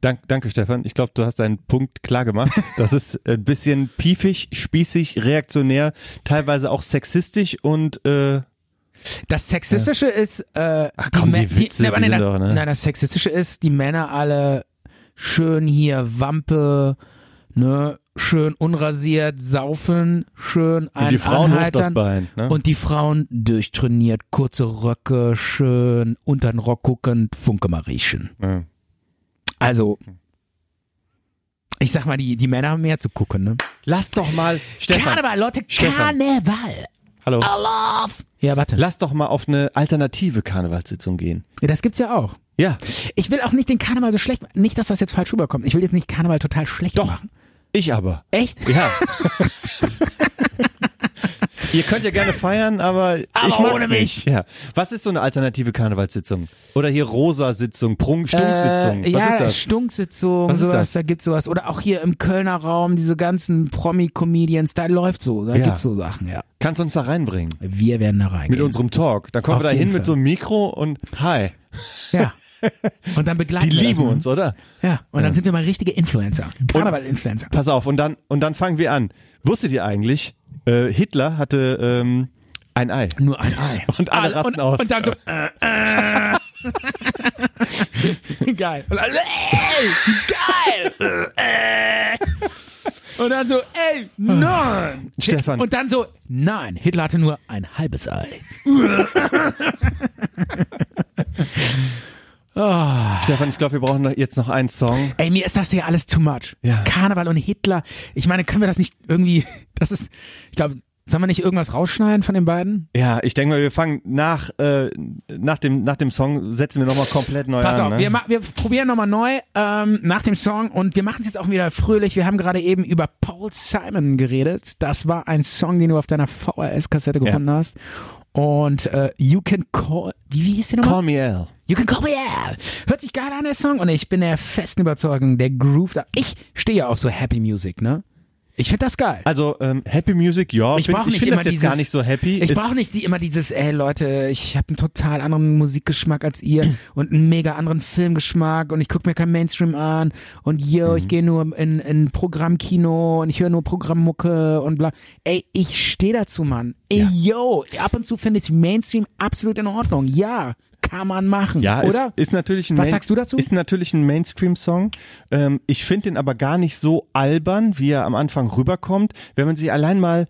Dank, danke, Stefan. Ich glaube, du hast deinen Punkt klar gemacht. Das ist ein bisschen piefig, spießig, reaktionär, teilweise auch sexistisch und äh, Das sexistische ist äh, Ach komm, die Witze, die nein, sind das, doch, ne? nein, das sexistische ist, die Männer alle schön hier Wampe, ne, schön unrasiert saufen, schön einen und die Frauen hoch das anheitern. Bein. Ne? Und die Frauen durchtrainiert, kurze Röcke, schön unter den Rock guckend, Funke mal riechen. ja. Also, ich sag mal, die, die Männer haben mehr zu gucken, ne? Lass doch mal, Stefan. Karneval, Leute, Stefan. Karneval. Hallo. Love. Ja, warte. Lass doch mal auf eine alternative Karnevalssitzung gehen. Ja, das gibt's ja auch. Ja, Ich will auch nicht den Karneval so schlecht machen. Nicht, dass das jetzt falsch rüberkommt. Ich will jetzt nicht Karneval total schlecht doch. machen. Ich aber. Echt? Ja. Ihr könnt ja gerne feiern, aber, Aber ich mag's ohne nicht. Ja. Was ist so eine alternative Karnevalssitzung? Oder hier Rosa-Sitzung, Prunk- Stunksitzung. Äh, Was ja, ist das? Stunksitzung, Was ist sowas, das? da gibt's sowas. Oder auch hier im Kölner Raum, diese ganzen Promi-Comedians, da läuft so, da Ja. gibt's so Sachen, ja. Kannst du uns da reinbringen? Wir werden da reingehen. Mit unserem Talk. Dann kommen Auf wir da jeden hin Fall. mit so einem Mikro und hi. Ja. Und dann begleiten Die wir das lieben mal. uns, oder? Ja, und dann sind wir mal richtige Influencer. Karneval-Influencer. Pass auf, und dann, und dann fangen wir an. Wusstet ihr eigentlich, äh, Hitler hatte ähm, ein Ei. Nur ein Ei. [LAUGHS] Und alle rasten und, aus. Und [LAUGHS] dann so. Äh, äh. [LAUGHS] Geil. Und alle, ey, [LAUGHS] geil. Äh, äh. Und dann so, ey, nein. Stefan. Und dann so, nein, Hitler hatte nur ein halbes Ei. Stefan, ich glaube, wir brauchen noch, jetzt noch einen Song. Ey, mir ist das hier alles too much. Ja. Karneval und Hitler. Ich meine, können wir das nicht irgendwie, [LAUGHS] das ist, ich glaube, sollen wir nicht irgendwas rausschneiden von den beiden? Ja, ich denke mal, wir fangen nach, äh, nach, dem, nach dem Song, setzen wir nochmal komplett neu Pass an. auf, ne? wir, ma- wir probieren nochmal neu ähm, nach dem Song und wir machen es jetzt auch wieder fröhlich. Wir haben gerade eben über Paul Simon geredet. Das war ein Song, den du auf deiner VHS-Kassette gefunden hast. Und äh, You Can Call, wie, wie hieß der nochmal? Call me Al. You Can Call Me Out. Hört sich geil an, der Song. Und ich bin der festen Überzeugung, der Groove da. Ich stehe ja auf so Happy Music, ne? Ich find das geil. Also ähm, Happy Music, ja. Ich find- brauche ich nicht find immer das jetzt dieses, gar nicht so happy. Ich Ist- brauche nicht die immer dieses, ey Leute, ich habe einen total anderen Musikgeschmack als [CLEARS THROAT] ihr und einen mega anderen Filmgeschmack und ich gucke mir kein Mainstream an und yo, Mhm. ich gehe nur in, in Programmkino und ich höre nur Programmmucke und bla. Ey, ich stehe dazu, Mann. Ey, yo, ab und zu finde ich Mainstream absolut in Ordnung. Ja, kann man machen, ja, oder? Ist, ist natürlich ein Was sagst du dazu? Ist natürlich ein Mainstream-Song. Ähm, ich finde den aber gar nicht so albern, wie er am Anfang rüberkommt. Wenn man sich allein mal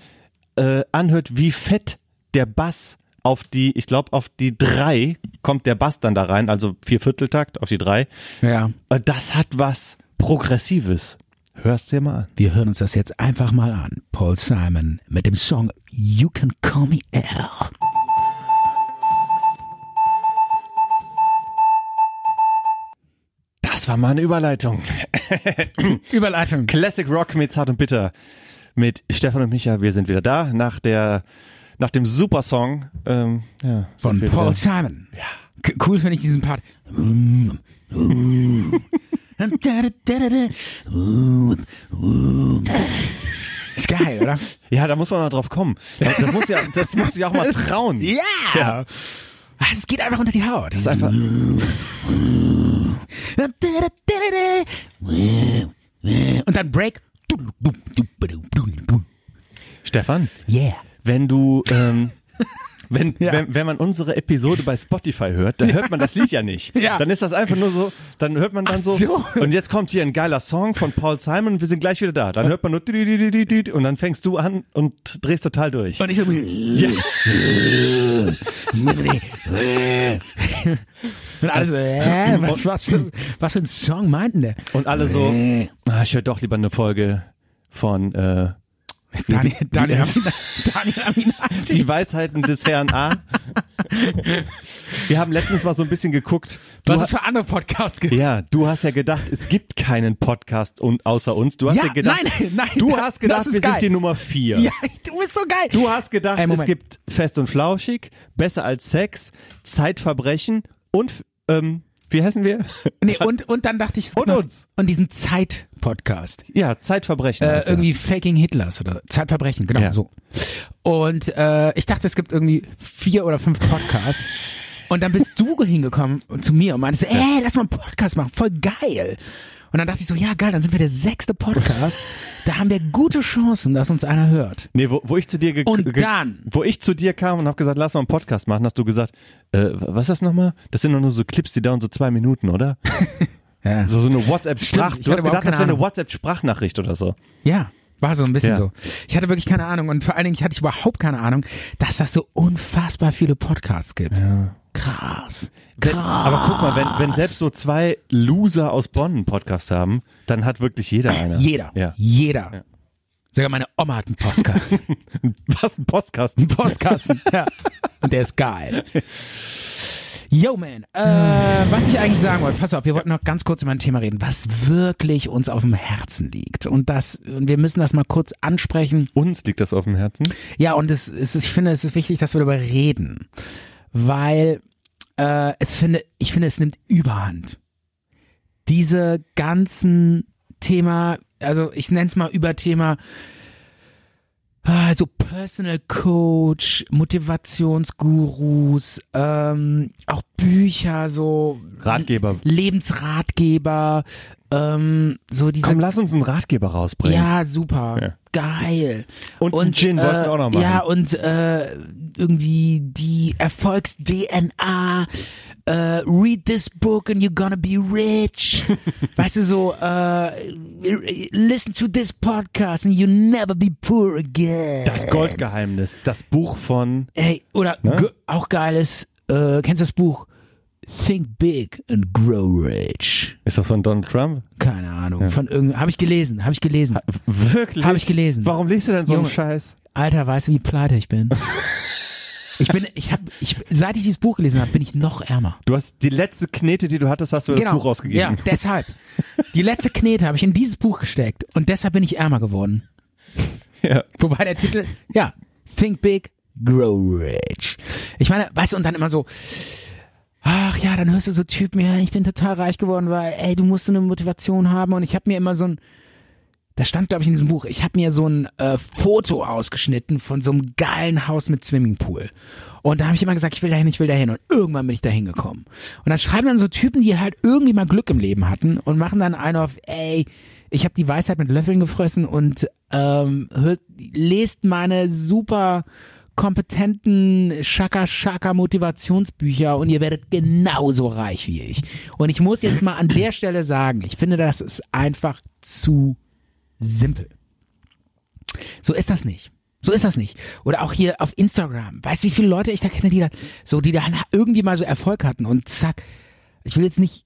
äh, anhört, wie fett der Bass auf die, ich glaube, auf die drei kommt der Bass dann da rein, also Viervierteltakt auf die drei. ja. Äh, Das hat was Progressives. Hörst dir mal an. Wir hören uns das jetzt einfach mal an. Paul Simon mit dem Song You Can Call Me L. Das war mal eine Überleitung. Überleitung. Classic Rock mit Zart und Bitter. Mit Stefan und Micha, wir sind wieder da nach der nach dem Supersong ähm, ja, sind Von wir Paul wieder- Simon. K- Cool finde ich diesen Part. Ist geil, oder? Ja, da muss man mal drauf kommen. Das das muss ja, das muss sich [LAUGHS] auch mal trauen. Ja! Ah, Es geht einfach unter die Haut. Das ist einfach, Und dann Break. Stefan, Yeah. wenn du ähm, wenn, [LAUGHS] Ja. wenn wenn man unsere Episode bei Spotify hört, dann hört man das Lied ja nicht. Ja. Dann ist das einfach nur so, dann hört man dann Ach so, so. und jetzt kommt hier ein geiler Song von Paul Simon und wir sind gleich wieder da. Dann hört man nur di- di- di- di- di- di- und dann fängst du an und drehst total durch. Und ich so. [LAUGHS] Und alle so, hä? Was, was, was für ein Song meinten der? Und alle so, ah, ich höre doch lieber eine Folge von äh, Daniel, Daniel, ja. [LAUGHS] Amina- Daniel Aminati. Die Weisheiten des Herrn A. Wir haben letztens mal so ein bisschen geguckt. Du Was es ha- für andere Podcasts gibt. ja, du hast ja gedacht, es gibt keinen Podcast und außer uns. Du hast ja, Ja, gedacht, nein, nein, du das- hast gedacht, das wir ist geil. sind die Nummer vier. ja, du bist so geil. Du hast gedacht, Ey, es Moment. gibt Fest und Flauschig, Besser als Sex, Zeitverbrechen und, ähm, wie heißen wir? nee, und, und dann dachte ich, es gibt Und noch- uns. Und diesen Zeit-Podcast. Ja, Zeitverbrechen. Äh, heißt er. irgendwie Faking Hitlers oder Zeitverbrechen, genau Ja. so. Und äh, ich dachte, es gibt irgendwie vier oder fünf Podcasts. Und dann bist du hingekommen zu mir und meintest, ey, lass mal einen Podcast machen, voll geil. Und dann dachte ich so, ja geil, dann sind wir der sechste Podcast. Da haben wir gute Chancen, dass uns einer hört. Nee, wo, wo ich zu dir ge Und ge dann? wo ich zu dir kam und habe gesagt, lass mal einen Podcast machen, hast du gesagt, äh, was ist das nochmal? Das sind doch nur so Clips, die dauern so zwei Minuten, oder? Ja. So, [LAUGHS] so eine WhatsApp-Sprach. Stimmt, ich Du hatte hast überhaupt gedacht, das keine wäre eine Ahnung. WhatsApp-Sprachnachricht oder so. Ja, war so ein bisschen Ja. so. Ich hatte wirklich keine Ahnung und vor allen Dingen ich hatte ich überhaupt keine Ahnung, dass das so unfassbar viele Podcasts gibt. Krass. Krass. Aber guck mal, wenn, wenn selbst so zwei Loser aus Bonn einen Podcast haben, dann hat wirklich jeder einer. Äh, Jeder. Ja. Jeder. Sogar meine Oma hat einen Podcast. Was ein Podcast. einen Postkasten. ja. Und der ist geil. Yo, man. Äh, was ich eigentlich sagen wollte, pass auf, wir wollten noch ganz kurz über ein Thema reden, was wirklich uns auf dem Herzen liegt. Und das, und wir müssen das mal kurz ansprechen. Uns liegt das auf dem Herzen. Ja, und es, es, ich finde, es ist wichtig, dass wir darüber reden, weil äh, es finde, ich finde, es nimmt Überhand. Diese ganzen Thema, also ich nenne es mal Überthema, ah, so Personal Coach, Motivationsgurus, ähm, auch Bücher, so Ratgeber. Lebensratgeber, ähm, so diese Komm, lass uns einen Ratgeber rausbringen. ja, super. Ja. Geil. Und einen Gin wollten wir auch noch machen. Ja, und äh, irgendwie die Erfolgs-DNA. Äh, read this book and you're gonna be [LAUGHS] rich. weißt du, so, äh, listen to this podcast and you'll never be poor again. Das Ne? Goldgeheimnis, das Buch von Ey, oder ge- auch geiles, äh, kennst du das Buch? Think big and grow rich. Ist das von Donald Trump? Keine Ahnung. Von irgend, habe ich gelesen, habe ich gelesen. Wirklich? Hab ich gelesen. Warum liest du denn so einen Junge. Scheiß? Alter, weißt du, wie pleite ich bin? Ich bin, ich habe, ich, seit ich dieses Buch gelesen habe, bin ich noch ärmer. Du hast die letzte Knete, die du hattest, hast du das Buch Genau. Ja, rausgegeben. [LAUGHS] deshalb. Die letzte Knete habe ich in dieses Buch gesteckt und deshalb bin ich ärmer geworden. Ja. Wobei der Titel, ja, Think Big, Grow Rich. Ich meine, weißt du, und dann immer so, ach ja, dann hörst du so Typen, ja, ich bin total reich geworden, weil, ey, du musst so eine Motivation haben und ich habe mir immer so ein, das stand, glaube ich, in diesem Buch, ich habe mir so ein äh, Foto ausgeschnitten von so einem geilen Haus mit Swimmingpool. Und da habe ich immer gesagt, ich will dahin, ich will dahin. Und irgendwann bin ich da hingekommen. Und dann schreiben dann so Typen, die halt irgendwie mal Glück im Leben hatten und machen dann einen auf, ey, ich habe die Weisheit mit Löffeln gefressen und ähm, hört, lest meine super kompetenten Schaka-Schaka-Motivationsbücher und ihr werdet genauso reich wie ich. Und ich muss jetzt mal an der Stelle sagen, ich finde, das ist einfach zu simpel. So ist das nicht. So ist das nicht. Oder auch hier auf Instagram. Weißt du, wie viele Leute ich da kenne, die da, so, die da irgendwie mal so Erfolg hatten und zack. Ich will jetzt nicht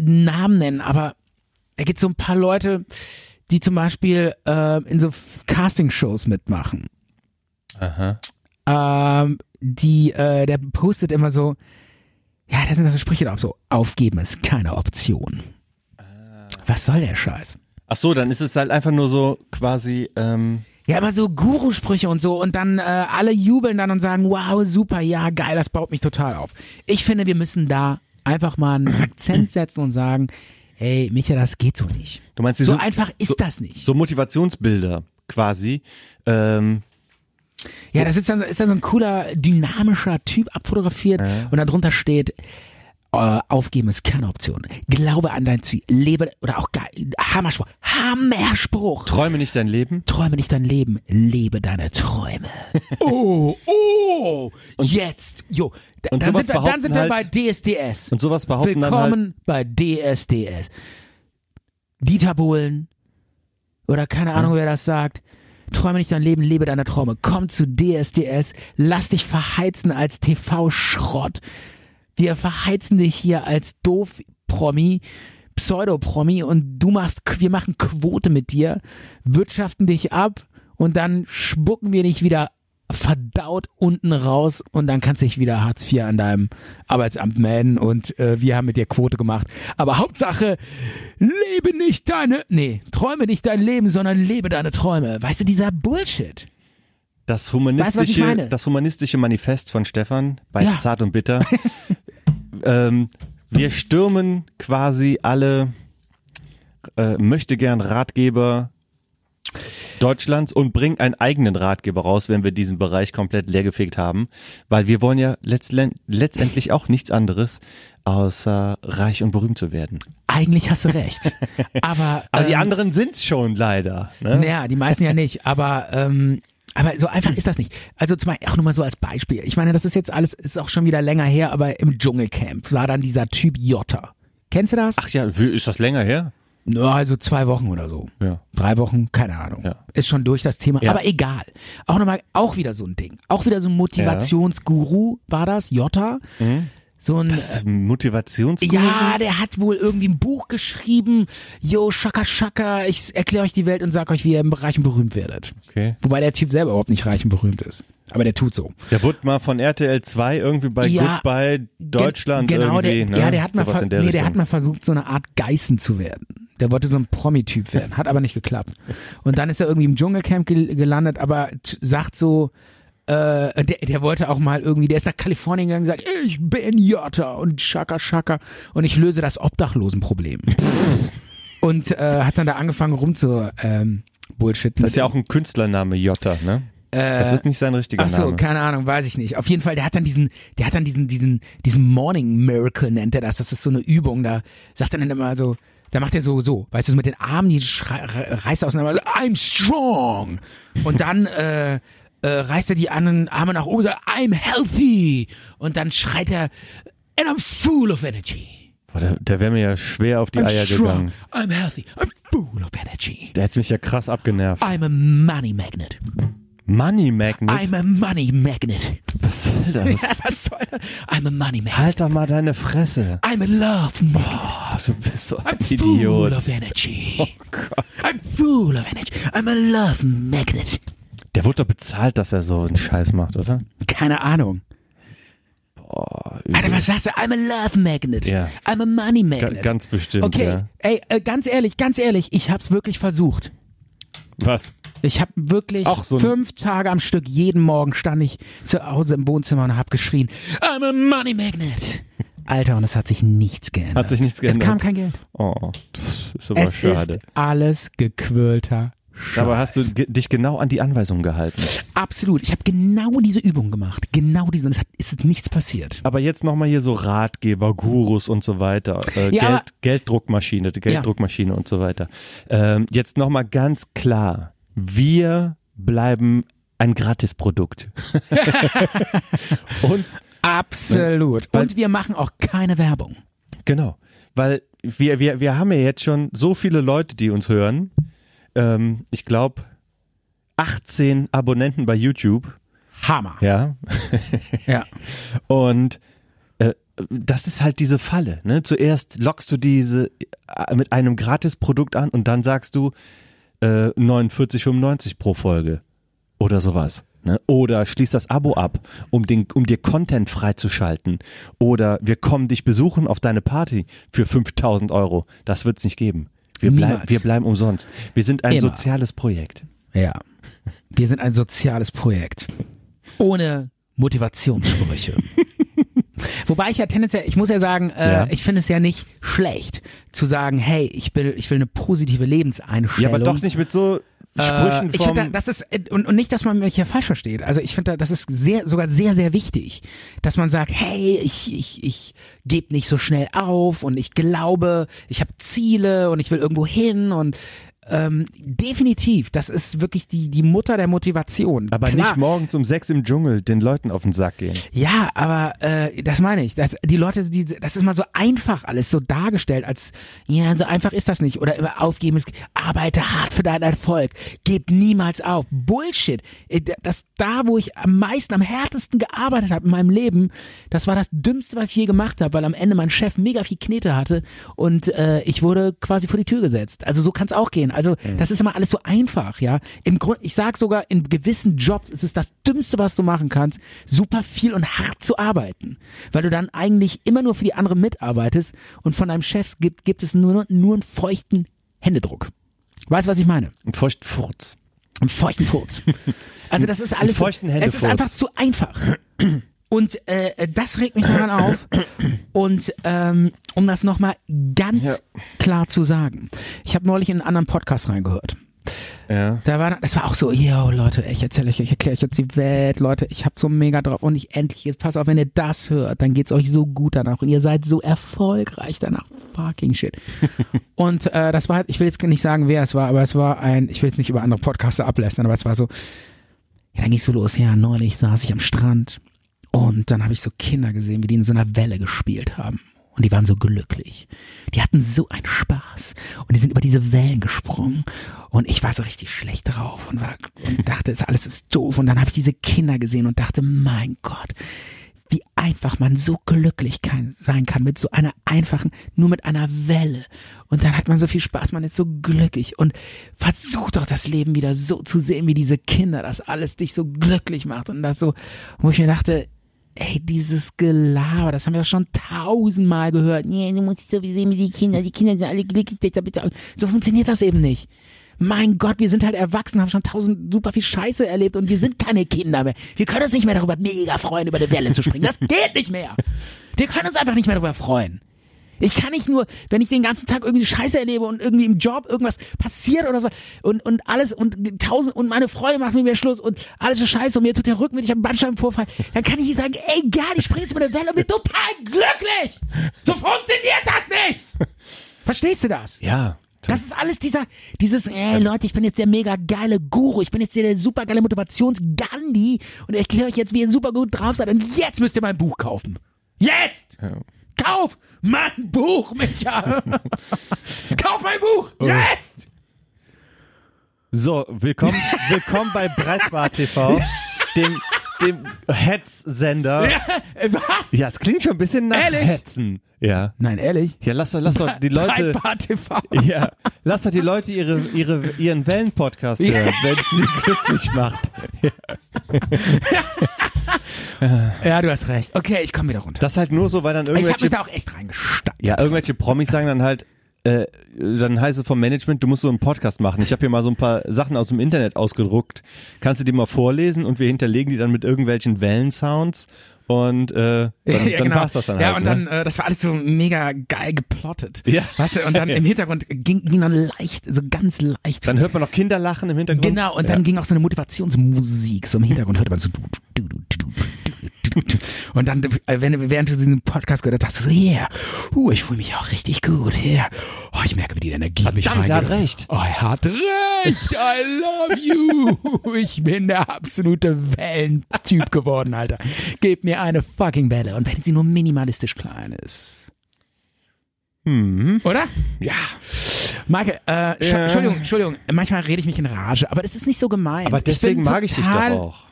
Namen nennen, aber da gibt es so ein paar Leute, die zum Beispiel äh, in so F- Castingshows mitmachen. Ähm, die, äh, der postet immer so, ja, da sind da so Sprüche drauf, so, aufgeben ist keine Option. Was soll der Scheiß? Ach so, dann ist es halt einfach nur so quasi, ähm, Ja, immer so Gurusprüche und so und dann äh, alle jubeln dann und sagen, wow, super, ja, geil, das baut mich total auf. Ich finde, wir müssen da einfach mal einen Akzent setzen und sagen, hey, Micha, das geht so nicht. du meinst, die So sind- einfach ist so, das nicht. So Motivationsbilder quasi. Ähm, Ja, das ist dann, ist dann so ein cooler, dynamischer Typ abfotografiert und darunter steht, äh, aufgeben ist keine Option. Glaube an dein Ziel. Lebe, oder auch geil, Hammerspruch. Hammerspruch. träume nicht dein Leben. Träume nicht dein Leben, lebe deine Träume. [LAUGHS] Oh, oh, jetzt, jo. Da- und dann, sowas sind wir, dann behaupten sind wir halt- bei DSDS. Und sowas behaupten dann halt. Willkommen bei DSDS. Dieter Bohlen oder keine Hm? Ahnung, wer das sagt. Träume nicht dein Leben, lebe deine Träume. Komm zu DSDS, lass dich verheizen als TV-Schrott. Wir verheizen dich hier als doof Promi, Pseudopromi und du machst, wir machen Quote mit dir, wirtschaften dich ab und dann spucken wir dich wieder verdaut unten raus und dann kannst du dich wieder Hartz IV an deinem Arbeitsamt melden und äh, wir haben mit dir Quote gemacht. Aber Hauptsache, lebe nicht deine, nee, träume nicht dein Leben, sondern lebe deine Träume. Weißt du, dieser Bullshit. Das Weißt du, was ich humanistische, meine? das humanistische Manifest von Stefan bei Ja. Zart und Bitter. [LAUGHS] ähm, wir stürmen quasi alle äh, möchte gern Ratgeber Deutschlands und bringen einen eigenen Ratgeber raus, wenn wir diesen Bereich komplett leergefegt haben, weil wir wollen ja letztlen- letztendlich auch nichts anderes außer reich und berühmt zu werden. Eigentlich hast du recht. Aber, Aber die ähm, anderen sind's schon leider. Ne? Naja, die meisten ja nicht, aber ähm, aber so einfach ist das nicht. Also zum Beispiel, auch nur mal so als Beispiel. Ich meine, das ist jetzt alles, ist auch schon wieder länger her, aber im Dschungelcamp sah dann dieser Typ Jotta. Kennst du das? Ach ja, wie- ist das länger her? Ja, also zwei Wochen oder so. Ja. Drei Wochen, keine Ahnung. Ja. Ist schon durch das Thema, Ja. aber egal. Auch nochmal, auch wieder so ein Ding. Auch wieder so ein Motivationsguru war das, Jota. So ein Das ist Motivationsguru. Äh. ja, der hat wohl irgendwie ein Buch geschrieben. Yo, Shaka Shaka, ich erkläre euch die Welt und sag euch, wie ihr im Reichen berühmt werdet. Okay. Wobei der Typ selber überhaupt nicht reich und berühmt ist. Aber der tut so. Der wurde mal von RTL 2 irgendwie bei Ja, Goodbye Deutschland Gen- genau, irgendwie. der, ne? Ja, der hat, mal Sowas ver- in der nee, der hat Richtung. mal versucht, so eine Art Geißen zu werden. Der wollte so ein Promi-Typ werden, hat aber nicht geklappt. Und dann ist er irgendwie im Dschungelcamp gel gelandet, aber t- sagt so, äh, der, der wollte auch mal irgendwie, der ist nach Kalifornien gegangen und sagt, ich bin Jota und Shaka Shaka und ich löse das [LAUGHS] Obdachlosenproblem. und äh, hat dann da angefangen rum zu ähm, bullshitten. Das ist ja auch ein Künstlername, Jotta, ne? das ist nicht sein richtiger Äh, Ach so, Name. keine Ahnung, weiß ich nicht. Auf jeden Fall, der hat dann diesen, der hat dann diesen, diesen, diesen Morning Miracle nennt er das. Das ist so eine Übung. Da sagt er dann immer so, da macht er so, so, weißt du, so mit den Armen, die schrei- re- reißt er auseinander, I'm strong. Und dann äh, äh, reißt er die anderen Arme nach oben, und sagt, I'm healthy. Und dann schreit er, and I'm full of energy. Boah, der der wäre mir ja schwer auf die I'm Eier strong. gegangen. I'm healthy. I'm full of energy. Der hätte mich ja krass abgenervt. I'm a money magnet. Money Magnet? I'm a money magnet. Was soll das? [LAUGHS] Ja, was soll das? I'm a money magnet. Halt doch mal deine Fresse. I'm in love, Nick. Ach, du bist so ein I'm full Idiot. Oh of energy. [LAUGHS] I'm full of energy. I'm a love magnet. Der wurde doch bezahlt, dass er so einen Scheiß macht, oder? Keine Ahnung. Alter, was sagst du? I'm a love magnet. Ja. I'm a money magnet. Ga- ganz bestimmt, Okay, ja. ey, äh, ganz ehrlich, ganz ehrlich, ich hab's wirklich versucht. Was? Ich habe wirklich Auch so ein- fünf Tage am Stück, jeden Morgen stand ich zu Hause im Wohnzimmer und hab geschrien, I'm a money magnet. Alter, und es hat sich nichts geändert. Hat sich nichts Es geändert. kam kein Geld. Oh, das ist aber Es schade. ist alles gequälter Aber hast du ge- dich genau an die Anweisung gehalten? Absolut. Ich habe genau diese Übung gemacht. Genau diese. Und es hat, es ist nichts passiert. Aber jetzt nochmal hier so Ratgeber, Gurus und so weiter. Äh, Ja, aber- Geld, Gelddruckmaschine, die Gelddruckmaschine und so weiter. Ähm, jetzt nochmal ganz klar. Wir bleiben ein [LAUGHS] Gratisprodukt. Uns, Absolut. Weil- Und wir machen auch keine Werbung. genau. Weil wir, wir, wir haben ja jetzt schon so viele Leute, die uns hören. Ähm, ich glaube, 18 Abonnenten bei YouTube. Hammer. Ja, Ja. Und äh, das ist halt diese Falle. Ne? Zuerst lockst du diese äh, mit einem Gratisprodukt an und dann sagst du äh, 49,95 pro Folge oder sowas. Ne? Oder schließ das Abo ab, um, den, um dir Content freizuschalten. Oder wir kommen dich besuchen auf deine Party für 5000 Euro. Das wird's nicht geben. Wir, bleib, Niemals. wir bleiben umsonst. Wir sind ein Immer. soziales Projekt. Ja. Wir sind ein soziales Projekt. Ohne [LAUGHS] Motivationssprüche. Wobei ich ja tendenziell, ich muss ja sagen, äh, Ja. ich finde es ja nicht schlecht zu sagen, hey, ich will, ich will eine positive Ja, Lebenseinstellung. aber doch nicht mit so Äh, Sprüchen ich vom... finde, da- das ist äh, und, und nicht, dass man mich hier falsch versteht. Also ich finde, da- das ist sehr, sogar sehr, sehr wichtig, dass man sagt, hey, ich, ich, ich gebe nicht so schnell auf und ich glaube, ich habe Ziele und ich will irgendwo hin und ähm, definitiv, das ist wirklich die die Mutter der Motivation. aber Klar, nicht morgens um sechs im Dschungel den Leuten auf den Sack gehen. ja, aber äh, das meine ich. Das, die Leute, die, das ist mal so einfach alles so dargestellt, als ja, so einfach ist das nicht. Oder immer aufgeben ist, arbeite hart für deinen Erfolg, gib niemals auf. Bullshit. Äh, d- Das da, wo ich am meisten, am härtesten gearbeitet habe in meinem Leben, das war das Dümmste, was ich je gemacht habe, weil am Ende mein Chef mega viel Knete hatte und äh, ich wurde quasi vor die Tür gesetzt. Also so kann es auch gehen. Also das ist immer alles so einfach, ja. Im Grunde, ich sag sogar, in gewissen Jobs ist es das Dümmste, was du machen kannst, super viel und hart zu arbeiten. Weil du dann eigentlich immer nur für die anderen mitarbeitest und von deinem Chef gibt, gibt es nur, nur einen feuchten Händedruck. Weißt du, was ich meine? Ein feuchten Furz. Einen feuchten Furz. Also das ist alles, feuchten es Händefurz. ist einfach zu einfach. Und äh, das regt mich daran auf. Und ähm, um das nochmal ganz Ja. klar zu sagen, ich habe neulich in einen anderen Podcast reingehört. Ja. Da war, das war auch so, yo Leute, ich erzähle euch, ich erkläre euch jetzt die Welt, Leute, ich hab so mega drauf und ich endlich, jetzt pass auf, wenn ihr das hört, dann geht's euch so gut danach und ihr seid so erfolgreich danach, fucking [LAUGHS] shit. und äh, das war, halt- ich will jetzt nicht sagen, wer es war, aber es war ein, ich will jetzt nicht über andere Podcaster ablästern, aber es war so, ja, dann ging's so los, ja, neulich saß ich am Strand und dann habe ich so Kinder gesehen, wie die in so einer Welle gespielt haben. Und die waren so glücklich. Die hatten so einen Spaß. Und die sind über diese Wellen gesprungen. Und ich war so richtig schlecht drauf und, war, und dachte, es alles ist doof. Und dann habe ich diese Kinder gesehen und dachte, mein Gott, wie einfach man so glücklich kann, sein kann mit so einer einfachen, nur mit einer Welle. Und dann hat man so viel Spaß, man ist so glücklich und versuch doch das Leben wieder so zu sehen wie diese Kinder, dass alles dich so glücklich macht und das so, wo ich mir dachte, Ey, dieses Gelaber, das haben wir doch schon tausendmal gehört. Nee, du musst dich so wie sehen wie die Kinder. Die Kinder sind alle glücklich. bitte, bitte. So funktioniert das eben nicht. Mein Gott, wir sind halt erwachsen, haben schon tausend super viel Scheiße erlebt und wir sind keine Kinder mehr. Wir können uns nicht mehr darüber mega freuen, über die Welle zu springen. Das geht nicht mehr. Wir können uns einfach nicht mehr darüber freuen. Ich kann nicht nur, wenn ich den ganzen Tag irgendwie Scheiße erlebe und irgendwie im Job irgendwas passiert oder so und, und alles und tausend und meine Freunde machen mit mir Schluss und alles ist scheiße und mir tut der Rücken, wenn ich habe einen Bandscheibenvorfall, dann kann ich nicht sagen, ey, geil, ich springe jetzt über eine Welle und bin total glücklich. So funktioniert das nicht. Verstehst du das? Ja. Das ist alles dieser, dieses, ey Leute, ich bin jetzt der mega geile Guru, ich bin jetzt der, der super geile Motivations-Gandhi und ich erkläre euch jetzt, wie ihr super gut drauf seid und jetzt müsst ihr mein Buch kaufen. Jetzt! Kauf mein Buch, [LAUGHS] Micha! Kauf mein Buch! Oh. Jetzt! [LAUGHS] So, willkommen, willkommen bei [LAUGHS] Breitbart TV, dem, dem Hetz-Sender. Ja. Äh, Was? es klingt schon ein bisschen nach Ehrlich? Hetzen. Ja. Nein, ehrlich? Ja, lass doch, lass doch die Leute. Breitbart TV. Ja, lass doch die Leute ihre, ihre, ihren Wellenpodcast hören, wenn es sie glücklich macht. Ja, du hast recht. Okay, ich komme wieder runter. Das halt nur so, weil dann ich habe irgendwelche, mich da auch echt reingestanden. ja, irgendwelche Promis sagen dann halt, äh, dann heißt es vom Management, du musst so einen Podcast machen. Ich habe hier mal so ein paar Sachen aus dem Internet ausgedruckt. Kannst du die mal vorlesen und wir hinterlegen die dann mit irgendwelchen Wellensounds und äh, dann, [LAUGHS] ja, dann genau. war's das dann Ja, halt. und ne? dann, äh, das war alles so mega geil geplottet. [LAUGHS] Ja. Weißt du, und dann im Hintergrund ging, ging dann leicht, so ganz leicht. dann hört man noch Kinder lachen im Hintergrund. genau, und dann ging auch so eine Motivationsmusik. So im Hintergrund hörte man so. du, du, du, du, du, du, du, du. Und dann, äh, wenn, du- während du diesen Podcast gehört hast, dachtest du so, yeah, uh, ich fühle mich auch richtig gut, yeah. Oh, ich merke, wie die Energie mich reingeht. Verdammt, er hat recht. Oh, er hat recht, I love you. Ich bin der absolute Wellentyp geworden, Alter. Gebt mir eine fucking Welle. Und wenn sie nur minimalistisch klein ist. Hm. Oder? Ja. Michael, äh, Sch- Ja. Entschuldigung, Entschuldigung, manchmal rede ich mich in Rage, aber das ist nicht so gemein. Aber Ich bin deswegen mag ich dich doch total- auch.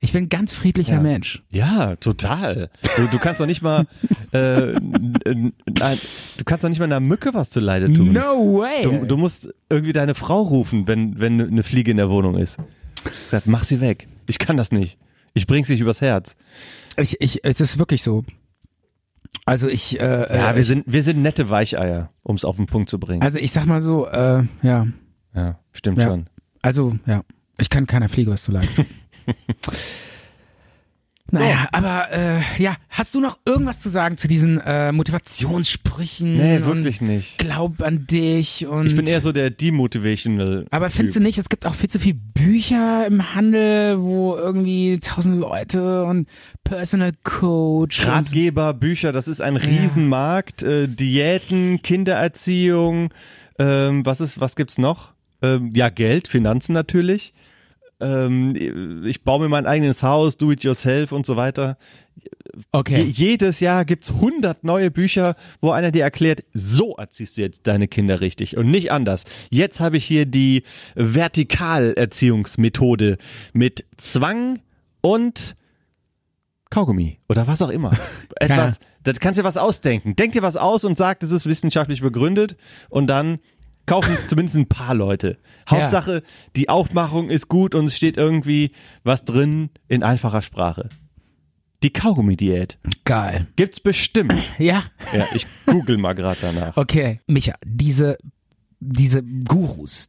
Ich bin ein ganz friedlicher Ja. Mensch. Ja, total. Du, du kannst doch nicht mal, äh, n- n- nein, du kannst doch nicht mal einer Mücke was zu Leide tun. No way. Du, du musst irgendwie deine Frau rufen, wenn, wenn eine Fliege in der Wohnung ist. Sag, mach sie weg. Ich kann das nicht. Ich bring's dich übers Herz. ich, ich, es ist wirklich so. Also ich, äh, Ja, äh, wir sind, wir sind nette Weicheier, um's auf den Punkt zu bringen. also ich sag mal so, äh, ja. ja, stimmt Ja. schon. Also, ja, ich kann keiner Fliege was zu [LAUGHS] leid. tun. naja, aber äh, ja, hast du noch irgendwas zu sagen zu diesen äh, Motivationssprüchen? Nee, Mhm, und wirklich nicht. Glaub an dich und. Ich bin eher so der Demotivational. aber findest du nicht, es gibt auch viel zu viele Bücher im Handel, wo irgendwie tausend Leute und Personal Coach. und Ratgeber, Bücher, das ist ein Riesenmarkt. Äh, Diäten, Kindererziehung, ähm, was ist, was gibt's noch? Ähm, ja, Geld, Finanzen natürlich. Ähm, ich baue mir mein eigenes Haus, do it yourself und so weiter. Je- okay. Jedes Jahr gibt's 100 neue Bücher, wo einer dir erklärt, so erziehst du jetzt deine Kinder richtig und nicht anders. Jetzt habe ich hier die Vertikalerziehungsmethode mit Zwang und Kaugummi oder was [LAUGHS] auch immer. Etwas, da kannst du dir was ausdenken. Denk dir was aus und sag, das ist wissenschaftlich begründet und dann kaufen es zumindest ein paar Leute. [LAUGHS] Ja. Hauptsache, die Aufmachung ist gut und es steht irgendwie was drin in einfacher Sprache. Die Kaugummi-Diät Geil. gibt's bestimmt. [LAUGHS] Ja. Ja, ich google mal gerade danach. Okay. Micha, diese, diese Gurus,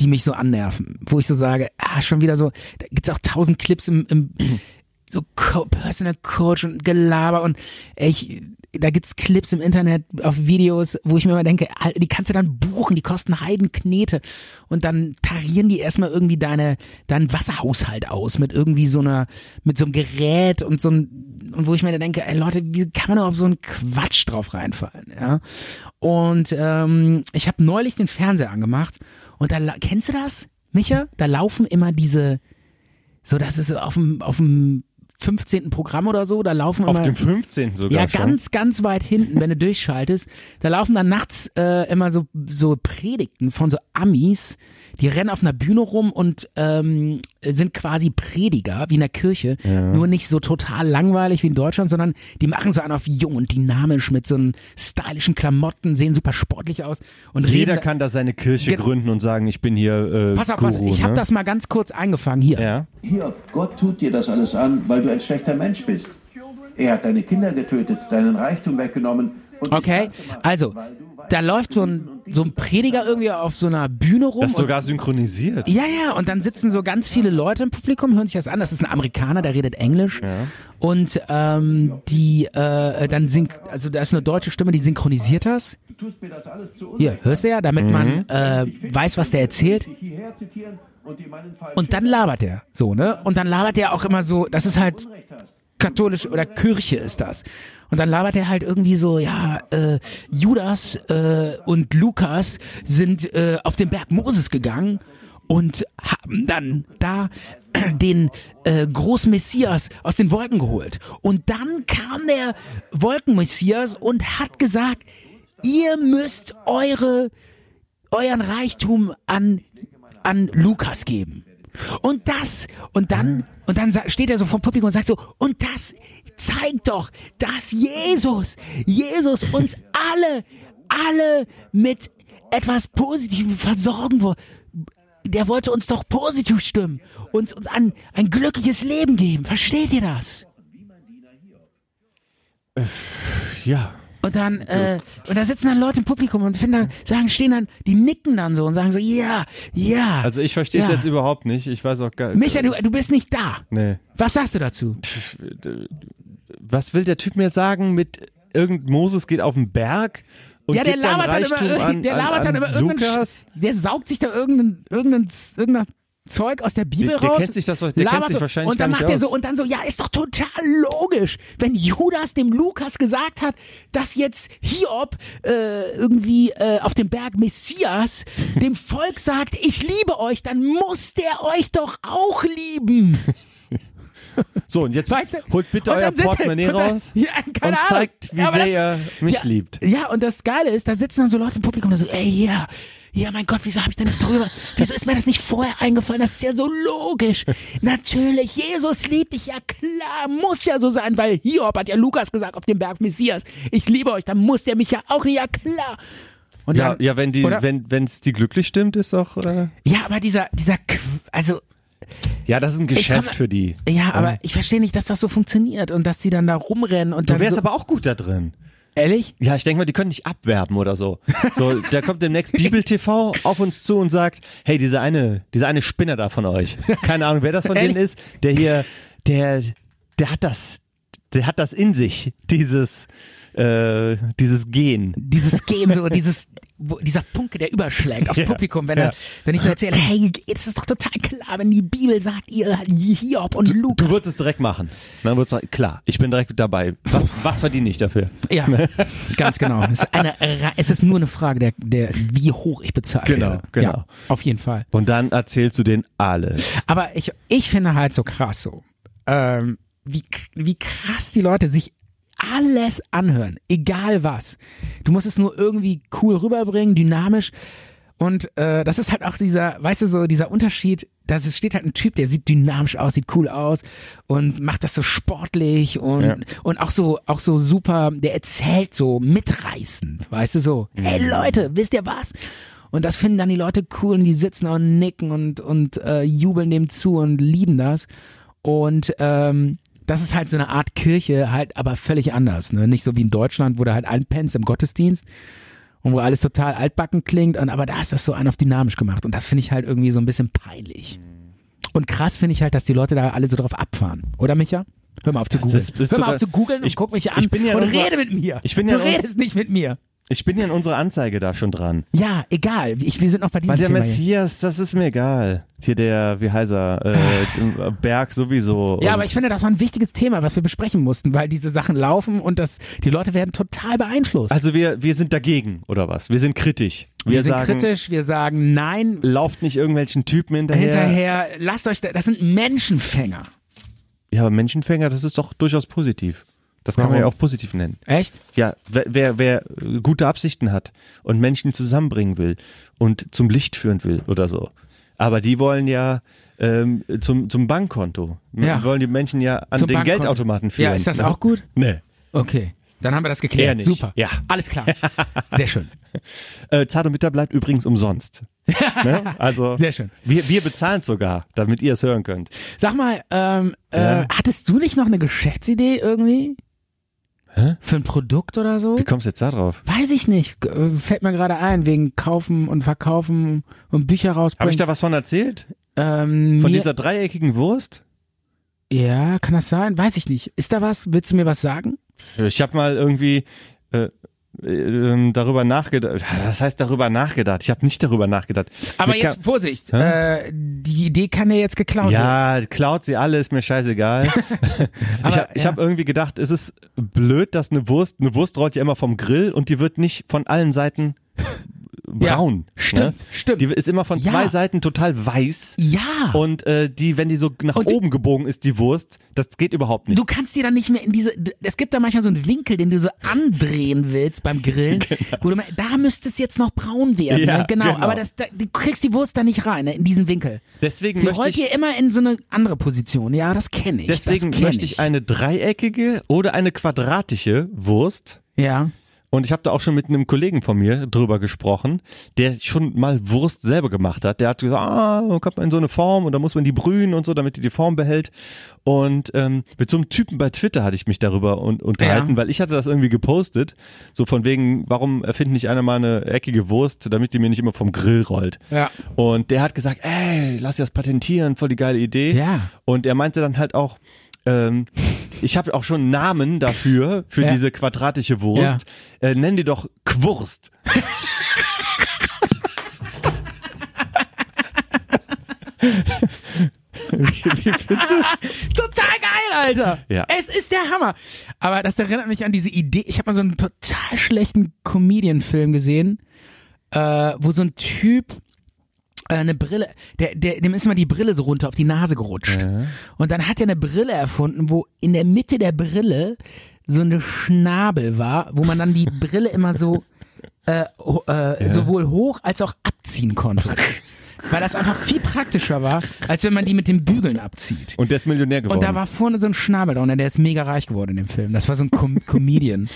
die mich so annerven, wo ich so sage, ah, schon wieder so, da gibt's auch tausend Clips im, im so Co Personal Coach und Gelaber und ey, ich, da gibt's Clips im Internet auf Videos, wo ich mir immer denke, Al- die kannst du dann buchen, die kosten Heidenknete und dann tarieren die erstmal irgendwie deine deinen Wasserhaushalt aus mit irgendwie so einer mit so einem Gerät und so ein und wo ich mir dann denke, ey Leute, wie kann man nur auf so einen Quatsch drauf reinfallen, ja? Und ähm, ich habe neulich den Fernseher angemacht und da la- kennst du das, Micha? Da laufen immer diese so, das ist auf dem, auf dem 15. Programm oder so, da laufen Auf immer. dem 15. sogar ja, schon. ganz, ganz weit hinten, wenn du durchschaltest, da laufen dann nachts äh, immer so, so Predigten von so Amis, die rennen auf einer Bühne rum und ähm, sind quasi Prediger wie in der Kirche, nur nicht so total langweilig wie in Deutschland, sondern die machen so einen auf jung und dynamisch mit so einen stylischen Klamotten, sehen super sportlich aus und Jeder reden. kann da seine Kirche Genau. gründen und sagen, ich bin hier äh, pass auf, Guru. pass auf, ich ne? habe das um mal ganz kurz eingefangen hier. Ja. Hier, Gott tut dir das alles an, weil du ein schlechter Mensch bist. Er hat deine Kinder getötet, deinen Reichtum weggenommen. Und dich Okay, krank gemacht, also weil du weißt, da läuft so diesen ein, und diesen so ein Prediger irgendwie auf so einer Bühne rum. Das ist und- sogar synchronisiert. Ja, ja, und dann sitzen so ganz viele Leute im Publikum, hören sich das an. Das ist ein Amerikaner, der redet Englisch. Und ähm, die, äh, dann singt, also da ist eine deutsche Stimme, die synchronisiert das. Du tust mir das alles zu Hier, Unrecht. hörst du ja, damit Mhm. man äh, Ich weiß, was der erzählt. will dich hierher zitieren und dir meinen Fall Und dann labert er so, ne? Und dann labert er auch immer so, das ist halt Unrecht hast. katholisch oder Kirche ist das. Und dann labert er halt irgendwie so, ja, äh, Judas äh, und Lukas sind äh, auf den Berg Moses gegangen und haben dann da [CLEARS THROAT] den äh, Großmessias aus den Wolken geholt. Und dann kam der Wolkenmessias und hat gesagt, ihr müsst eure euren Reichtum an, an Lukas geben. Und das, und dann, und dann sa- steht er so vom Publikum und sagt so, und das zeigt doch, dass Jesus, Jesus uns alle, alle mit etwas Positivem versorgen will. Der wollte uns doch positiv stimmen, uns, uns an ein glückliches Leben geben. Versteht ihr das? Ja. Und dann, äh, und da sitzen dann Leute im Publikum und finden dann, sagen, stehen dann, die nicken dann so und sagen so, ja, ja. Also ich verstehe es Ah. ja. jetzt überhaupt nicht. Ich weiß auch gar Micha, du, du bist nicht da. Nee. Was sagst du dazu? Was will der Typ mir sagen mit irgend Moses geht auf den Berg und ja, der gibt dann labert dann Reichtum über, an, der labert an, dann über an irgendeinen, Lukas? der saugt sich da irgendein, irgendein, irgendein Zeug aus der Bibel Der- der raus. kennt sich das- der kennt labert sich so, wahrscheinlich Und dann gar nicht macht er so, aus. und dann so, ja, ist doch total logisch, wenn Judas dem Lukas gesagt hat, dass jetzt Hiob äh, irgendwie äh, auf dem Berg Messias dem Volk sagt, ich liebe euch, dann muss der euch doch auch lieben. So, und jetzt Weißt du? holt bitte Und euer dann sitzt- Portemonnaie und dann- raus [LAUGHS] Ja, keine Ahnung. und zeigt, wie Ja, aber sehr das ihr ist- mich ja, liebt. Ja, und das Geile ist, da sitzen dann so Leute im Publikum, da so, ey, ja, ja, mein Gott, wieso habe ich da nicht [LAUGHS] drüber, wieso ist mir das nicht vorher eingefallen? Das ist ja so logisch. Natürlich, Jesus liebt dich, ja klar, muss ja so sein, weil Hiob hat ja Lukas gesagt auf dem Berg Messias, ich liebe euch, dann muss der mich ja auch, ja klar. Und Ja, dann, ja, wenn die, oder? wenn wenn's die glücklich stimmt, ist doch. Äh, ja, aber dieser, dieser, Qu- also, ja, das ist ein Geschäft kann- für die. ja, aber ich verstehe nicht, dass das so funktioniert und dass die dann da rumrennen und Du dann wärst so, aber auch gut da drin. ehrlich? Ja, ich denke mal, die können nicht abwerben oder so. [LAUGHS] So, da kommt demnächst Bibel TV auf uns zu und sagt, hey, diese eine, diese eine Spinner da von euch. Keine Ahnung, wer das von denen Ehrlich? ist, der hier, der, der hat das, der hat das in sich, dieses, äh, dieses Gen. dieses Gehen so, dieses wo, dieser Funke, der überschlägt aufs Ja, Publikum, wenn, ja. er, wenn ich so erzähle, hey, es ist doch total klar, wenn die Bibel sagt, ihr Hiob und Lukas. Du würdest es direkt machen. Dann würdest du sagen, klar, ich bin direkt dabei. Was, was verdiene ich dafür? ja, Ne? ganz genau. Es ist, eine, Ra- es ist nur eine Frage, der, der, wie hoch ich bezahle. Genau, genau. Ja, auf jeden Fall. Und dann erzählst du denen alles. Aber ich, ich finde halt so krass so, ähm, wie, k- wie krass die Leute sich alles anhören, egal was. Du musst es nur irgendwie cool rüberbringen, dynamisch. Und äh, das ist halt auch dieser, weißt du so, dieser Unterschied, dass es steht halt ein Typ, der sieht dynamisch aus, sieht cool aus und macht das so sportlich und, Ja. und auch so, auch so super, der erzählt so mitreißend, weißt du so, hey Leute, wisst ihr was? Und das finden dann die Leute cool und die sitzen und nicken und, und äh, jubeln dem zu und lieben das. Und ähm, das ist halt so eine Art Kirche, halt aber völlig anders. Ne? Nicht so wie in Deutschland, wo du halt einpennst im Gottesdienst und wo alles total altbacken klingt. Und, aber da ist das so ein auf dynamisch gemacht. Und das finde ich halt irgendwie so ein bisschen peinlich. Und krass finde ich halt, dass die Leute da alle so drauf abfahren. Oder, Micha? Hör mal auf zu googeln. ist- bist Hör du mal auf da- zu googeln und ich- guck mich an ich bin ja in und unserer- rede mit mir. ich bin ja du in un- redest nicht mit mir. Ich bin ja in unserer Anzeige da schon dran. Ja, egal. Ich, wir sind noch bei diesem Weil der Thema. hier. Messias, das ist mir egal. Hier der, wie heißt er, äh, Berg sowieso. Ah. Ja, Und- aber ich finde, das war ein wichtiges Thema, was wir besprechen mussten, weil diese Sachen laufen und das, die Leute werden total beeinflusst. Also wir, wir sind dagegen, oder was? Wir sind kritisch. Wir, wir sind sagen, kritisch, wir sagen nein, lauft nicht irgendwelchen Typen hinterher. hinterher, lasst euch, da, das sind Menschenfänger. Ja, aber Menschenfänger, das ist doch durchaus positiv. Das kann man ja Warum? auch positiv nennen. Echt? Ja, wer, wer, wer äh, gute Absichten hat und Menschen zusammenbringen will und zum Licht führen will oder so. Aber die wollen ja ähm, zum, zum Bankkonto. Ja. Wir wollen die Menschen ja an Zum den Bankkonto. Geldautomaten führen. Ja, ist das ne? auch gut? Nee. Okay, dann haben wir das geklärt. Eher nicht. Super. Ja. Alles [LAUGHS] klar. Sehr schön. Äh, Zart und Bitter bleibt übrigens [LAUGHS] umsonst. ne? Also Sehr schön. wir, wir bezahlen sogar, damit ihr es hören könnt. Sag mal, ähm, äh, Ja. hattest du nicht noch eine Geschäftsidee irgendwie? Hä? Für ein Produkt oder so? Wie kommst du jetzt da drauf? Weiß ich nicht. G- äh, Fällt mir gerade ein, wegen Kaufen und Verkaufen und Bücher Habe rausbringen. ich da was von erzählt? ähm, Von mir, dieser dreieckigen Wurst? ja, kann das sein? Weiß ich nicht. Ist da was? Willst du mir was sagen? Ich habe mal irgendwie äh, ähm, darüber nachgedacht. Was heißt darüber nachgedacht? Ich habe nicht darüber nachgedacht. Aber Mir jetzt kam- Vorsicht, äh, die Idee kann dir jetzt geklaut werden. Ja, klaut sie alle, ist [LAUGHS] mir scheißegal. ich Aber, habe ich ja. hab irgendwie gedacht, es ist blöd, dass eine Wurst, eine Wurst rollt ja immer vom Grill und die wird nicht von allen Seiten Ja, braun. stimmt, ne? stimmt. Die ist immer von Ja. zwei Seiten total weiß. Ja. Und äh, die, wenn die so nach Und die- oben gebogen ist, die Wurst, das geht überhaupt nicht. Du kannst dir dann nicht mehr in diese. d- Es gibt da manchmal so einen Winkel, den du so andrehen willst beim [LAUGHS] Grillen. Wo du mal, da müsste es jetzt noch braun werden. Genau. Ja, ne? genau, genau. Aber das, da, du kriegst die Wurst da nicht rein, ne? in diesen Winkel. Deswegen Die möchte rollt ich, dir immer in so eine andere Position. Ja, das kenne ich. deswegen das kenn möchte ich eine dreieckige oder eine quadratische Wurst. Ja. Und ich habe da auch schon mit einem Kollegen von mir drüber gesprochen, der schon mal Wurst selber gemacht hat. Der hat gesagt, ah, dann kommt man in so eine Form und da muss man die brühen und so, damit die die Form behält. Und ähm, mit so einem Typen bei Twitter hatte ich mich darüber un unterhalten, Ja. weil ich hatte das irgendwie gepostet, so von wegen, warum erfindet nicht einer mal eine eckige Wurst, damit die mir nicht immer vom Grill rollt. Ja. Und der hat gesagt, ey, lass dir das patentieren, voll die geile Idee. Ja. Und er meinte dann halt auch, ähm, ich habe auch schon einen Namen dafür, für Ja. diese quadratische Wurst. Äh, nenn die doch Quwurst. wie, wie findest du's? Total geil, Alter. Ja. Es ist der Hammer. Aber das erinnert mich an diese Idee. Ich habe mal so einen total schlechten Comedian-Film gesehen, äh, wo so ein Typ äh, eine Brille, der, der, dem ist mal die Brille so runter auf die Nase gerutscht. Und dann hat er eine Brille erfunden, wo in der Mitte der Brille so eine Schnabel war, wo man dann die Brille immer so äh, ho- äh, sowohl hoch als auch abziehen konnte. Weil das einfach viel praktischer war, als wenn man die mit den Bügeln abzieht. Und der ist Millionär geworden. Und da war vorne so ein Schnabel da und der ist mega reich geworden in dem Film. Das war so ein [LAUGHS] Com Comedian.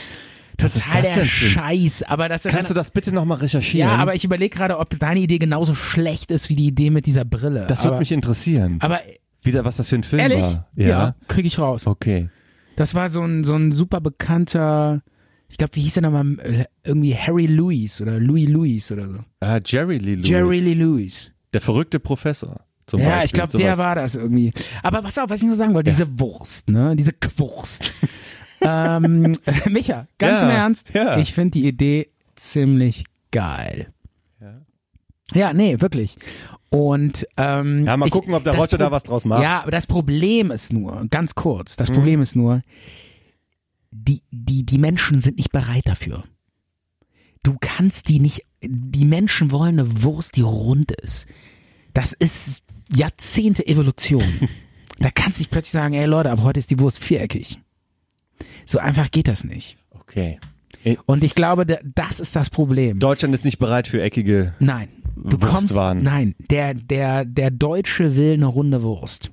Total ist das der denn für ein- Scheiß. Aber das Kannst du das bitte nochmal recherchieren? ja, aber ich überlege gerade, ob deine Idee genauso schlecht ist wie die Idee mit dieser Brille. das aber, würde mich interessieren. Aber Wieder, was das für ein Film ehrlich, war. ja, kriege ich raus. Okay. Das war so ein, so ein super bekannter, ich glaube, wie hieß er nochmal? Äh, Irgendwie Harry Lewis oder Louis Lewis oder so. Ah, Jerry Lee Lewis. Jerry Lee Lewis. Der verrückte Professor. Zum Ja, Beispiel. ich glaube, der Sowas. war das irgendwie. Aber pass auf, was ich nur sagen wollte, diese Wurst, ne? Diese [LAUGHS] Quwurst. ähm, Micha, ganz Ja, im Ernst, ja. ich finde die Idee ziemlich geil. Ja, nee, wirklich. Und ähm, Ja, mal ich- gucken, ob der das Roger da Pro- was draus macht. Mhm. Ja, aber das Problem ist nur, ganz kurz, das Problem ist nur, die, die, die Menschen sind nicht bereit dafür. Du kannst die nicht, die Menschen wollen eine Wurst, die rund ist. Das ist Jahrzehnte [LAUGHS] Evolution. da kannst du nicht plötzlich sagen, ey Leute, ab heute ist die Wurst viereckig. So einfach geht das nicht. Okay. Und ich glaube, da- das ist das Problem. Deutschland ist nicht bereit für eckige. Nein, du kommst, Wurstwaren. nein, der, der, der Deutsche will eine runde Wurst.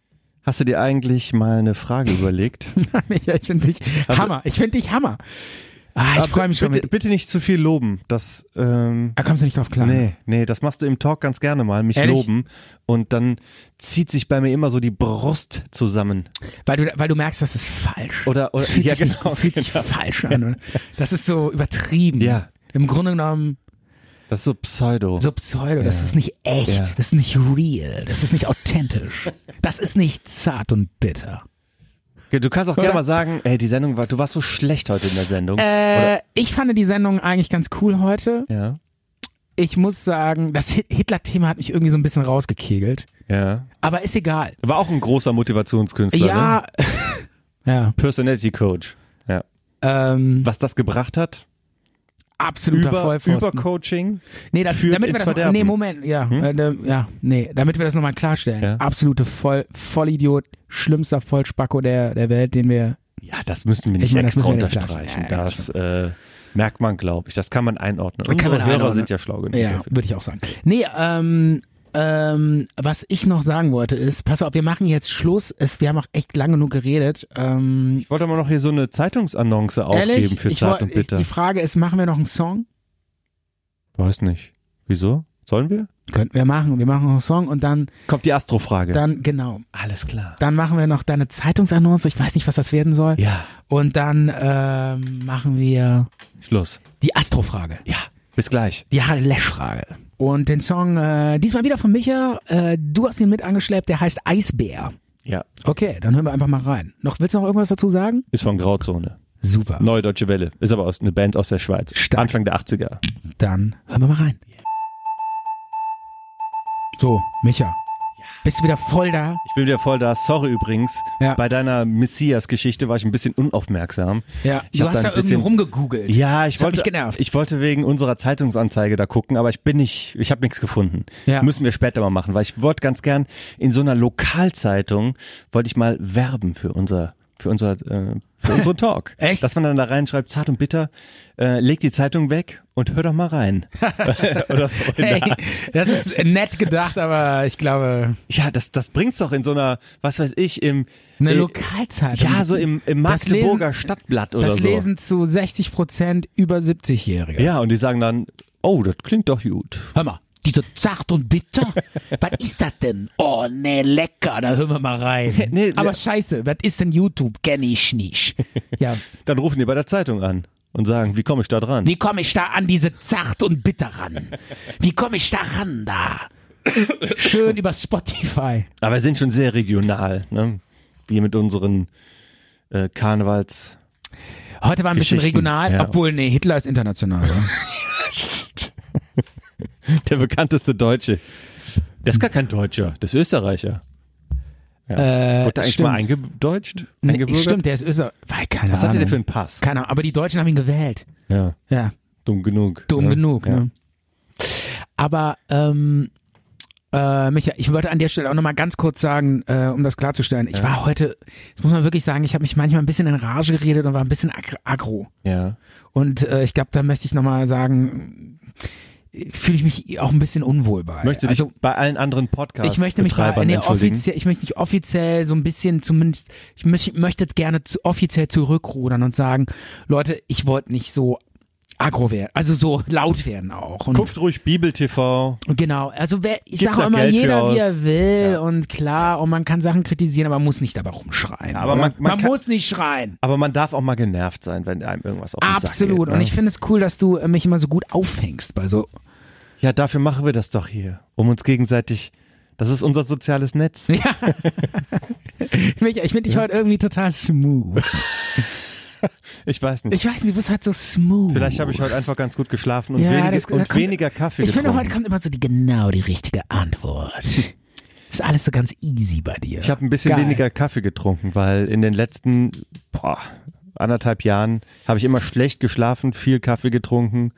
[LAUGHS] Hast du dir eigentlich mal eine Frage überlegt? Micha, ich finde dich Hammer. Ich finde dich Hammer. Ah, [LAUGHS] ich Also Aber freue mich schon bitte, mit. bitte nicht zu viel loben. Das, ähm, Da kommst du nicht drauf klar. nee, nee, das machst du im Talk ganz gerne mal, mich Ehrlich? loben. Und dann zieht sich bei mir immer so die Brust zusammen. Weil, du, weil du merkst, das ist falsch. Oder- oder- das fühlt [LAUGHS] ja, sich, genau, nicht, fühlt sich genau. falsch an. Oder? Das ist so übertrieben. Ja. Im Grunde genommen Das ist so Pseudo. so pseudo. Das ist nicht echt. Ja. Das ist nicht real. Das ist nicht authentisch. das ist nicht zart und bitter. du kannst auch gerne Oder? mal sagen, ey, die Sendung war, du warst so schlecht heute in der Sendung. Äh, ich fand die Sendung eigentlich ganz cool heute. ja, Ich muss sagen, das Hit- Hitler-Thema hat mich irgendwie so ein bisschen rausgekegelt. ja. Aber ist egal. War auch ein großer Motivationskünstler, ne? [LAUGHS] Ja. ja. Personality Coach. Ja. Ähm, Was das gebracht hat? absoluter Über, über Vollpfosten. Coaching? Nee, das, führt damit wir ins das Verderben. Nee, Moment, ja. Äh, da, ja, nee, damit wir das nochmal klarstellen. Hm? Ja. Absolute Voll, Vollidiot, schlimmster Vollspacko der, der Welt, den wir. Ja, das müssen wir nicht Ich meine, das extra müssen wir nicht unterstreichen. klatschen. Ja, ja, das äh, merkt man, glaube ich. Das kann man einordnen. Kann Unsere man Hörer einordnen. sind ja schlau genug. Ja, dafür. würde ich auch sagen. Nee, ähm, Ähm, was ich noch sagen wollte ist, pass auf, wir machen jetzt Schluss. Es, wir haben auch echt lange genug geredet. Ähm, Ich wollte aber noch hier so eine Zeitungsannonce aufgeben ehrlich, für ich, woll- Zart und ich, Bitter. die Frage ist, machen wir noch einen Song? Weiß nicht. Wieso? Sollen wir? Könnten wir machen. Wir machen noch einen Song und dann, Kommt die Astro-Frage. dann genau. Alles klar. Dann machen wir noch deine Zeitungsannonce. Ich weiß nicht, was das werden soll. Ja, Und dann ähm, machen wir Schluss. die Astrofrage. Ja, bis gleich. Die Harald Lesch-Frage. Und den Song, äh, diesmal wieder von Micha. Äh, du hast ihn mit angeschleppt, der heißt Eisbär. Ja. Okay, dann hören wir einfach mal rein. Noch, willst du noch irgendwas dazu sagen? Ist von Grauzone. Super. Neue Deutsche Welle. Ist aber aus, eine Band aus der Schweiz. Stark. Anfang der 80er. Dann hören wir mal rein. So, Micha. Bist du wieder voll da? Ich bin wieder voll da. Sorry übrigens. Ja. Bei deiner Messias-Geschichte war ich ein bisschen unaufmerksam. Ja, Ich du hab hast da da ein irgendwie bisschen- rumgegoogelt. Ja, ich Das hat wollte, mich genervt. ich wollte wegen unserer Zeitungsanzeige da gucken, aber ich bin nicht, ich habe nichts gefunden. Ja. Müssen wir später mal machen, weil ich wollte ganz gern in so einer Lokalzeitung wollte ich mal werben für unser für unser äh, [LAUGHS] für unseren Talk. Echt? Dass man dann da reinschreibt, zart und bitter, äh, leg die Zeitung weg und hör doch [LAUGHS] mal rein. [LAUGHS] Oder so. in der Hey, das ist nett gedacht, aber ich glaube, Ja, das, das bringt's doch in so einer, was weiß ich, im eine äh, Lokalzeitung. Ja, so im, im Das Lesen- Magdeburger Stadtblatt oder Das so. lesen zu 60 Prozent über 70-Jährige. Ja, und die sagen dann, oh, das klingt doch gut. Hör mal, diese zart und [LAUGHS] bitter. was ist das denn? Oh, ne, lecker. Da hören wir mal rein. [LAUGHS] Nee, Aber le- scheiße, was ist denn YouTube? Kenn ich [LAUGHS] nicht. Ja, Dann rufen die bei der Zeitung an und sagen, wie komme ich da dran? wie komme ich da an diese zart und bitter ran? Wie komme ich da ran da? Schön über Spotify. Aber wir sind schon sehr regional, ne? Wir mit unseren äh, [LAUGHS] Karnevals. Heute war ein bisschen Geschichten, regional, ja. obwohl, nee, Hitler ist international. Oder? Der bekannteste Deutsche. Das ist gar kein Deutscher, das ist Österreicher. Ja. Wurde da eigentlich Äh, stimmt. mal eingedeutscht? Nee, Eingebürgert? stimmt, der ist Österreich. Weil, keine Was Ahnung. hatte der für einen Pass? Keine Ahnung, aber die Deutschen haben ihn gewählt. Ja, Ja, dumm genug. dumm ne? genug. Ja. Ne? Aber ähm, äh, Micha, ich wollte an der Stelle auch nochmal ganz kurz sagen, äh, um das klarzustellen. Ich war heute, das muss man wirklich sagen, ich habe mich manchmal ein bisschen in Rage geredet und war ein bisschen ag aggro. Ja. Und äh, ich glaube, da möchte ich nochmal sagen, fühle ich mich auch ein bisschen unwohl bei. Möchtest du dich also, bei allen anderen Podcasts ich möchte mich bei, nee, entschuldigen? offiziell, ich möchte nicht offiziell so ein bisschen zumindest, ich möch- möchte gerne zu, offiziell zurückrudern und sagen, Leute, ich wollte nicht so aggro werden, also so laut werden auch. Und Guckt ruhig Bibel TV. genau, also wer, ich Gibt sage da immer, Geld für jeder wie aus. er will und klar, und man kann Sachen kritisieren, aber man muss nicht dabei rumschreien. aber oder? man- man kann- muss nicht schreien. Aber man darf auch mal genervt sein, wenn einem irgendwas auf den Absolut. Sack geht, Und ne? ich finde es cool, dass du äh, mich immer so gut auffängst bei so. [LAUGHS] Ja, dafür machen wir das doch hier, um uns gegenseitig. Das ist unser soziales Netz. [LAUGHS] Ja. Micha, ich finde dich heute irgendwie total smooth. Ich weiß nicht. Ich weiß nicht, du bist halt so smooth. Vielleicht habe ich heute einfach ganz gut geschlafen und, wenige, das- und da kommt- weniger Kaffee Ich getrunken. finde, heute kommt immer so die genau die richtige Antwort. [LAUGHS] Ist alles so ganz easy bei dir. ich habe ein bisschen Geil. weniger Kaffee getrunken, weil in den letzten boah, anderthalb Jahren habe ich immer schlecht geschlafen, viel [CLEARS THROAT] Kaffee getrunken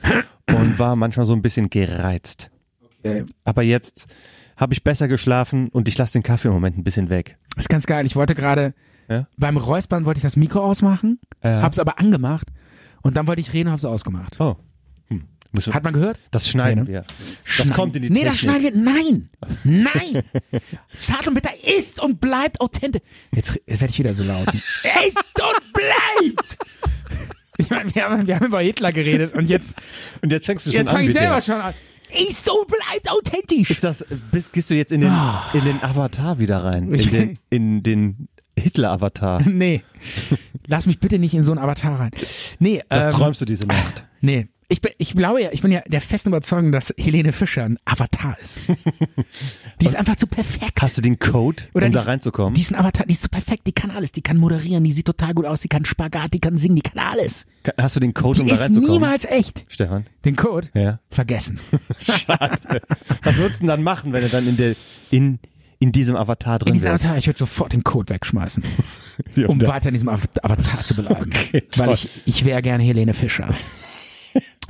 und war manchmal so ein bisschen gereizt. Äh, Aber jetzt habe ich besser geschlafen und ich lasse den Kaffee im Moment ein bisschen weg. Ist ganz geil. Ich wollte gerade Ja? beim Räuspern wollte ich das Mikro ausmachen, hab's aber angemacht und dann wollte ich reden, hab's ausgemacht. Oh. Hm. Müssen wir- Hat man gehört? Das schneiden Nee, wir. Das kommt in die nee, Technik. das schneiden wir. Nein! [LAUGHS] Nein! Zart und bitter ist und bleibt authentisch. Jetzt re- werde ich wieder so [LAUGHS] laut. ist und bleibt! Ich meine, wir haben, wir haben über Hitler geredet und jetzt, Und jetzt fängst du schon jetzt an. fange ich wieder. selber schon an. Ist und bleibt authentisch! Ist das, bist, gehst du jetzt in den, in den Avatar wieder rein? Ah. Ich- In den, in den Hitler-Avatar. Nee. Lass mich bitte nicht in so einen Avatar rein. Nee, Das ähm, träumst du diese Nacht. nee. Ich, bin, ich glaube ja, ich bin ja der festen Überzeugung, dass Helene Fischer ein Avatar ist. [LAUGHS] Die ist einfach zu perfekt. Hast du den Code, um die da ist- reinzukommen? Die ist ein Avatar, die ist zu perfekt, die kann alles. Die kann moderieren, die sieht total gut aus, die kann Spagat, die kann singen, die kann alles. Ka- Hast du den Code, um Die da ist reinzukommen? niemals echt. Stefan? Den Code? Ja. [LAUGHS] Vergessen. Was würdest du denn dann machen, wenn du dann in, der, in, in diesem Avatar In drin diesem wärst? Avatar, ich würde sofort den Code wegschmeißen, Ja, um da- weiter in diesem Av- Avatar zu bleiben. [LAUGHS] toll. Weil ich, ich wäre gerne Helene Fischer. [LAUGHS]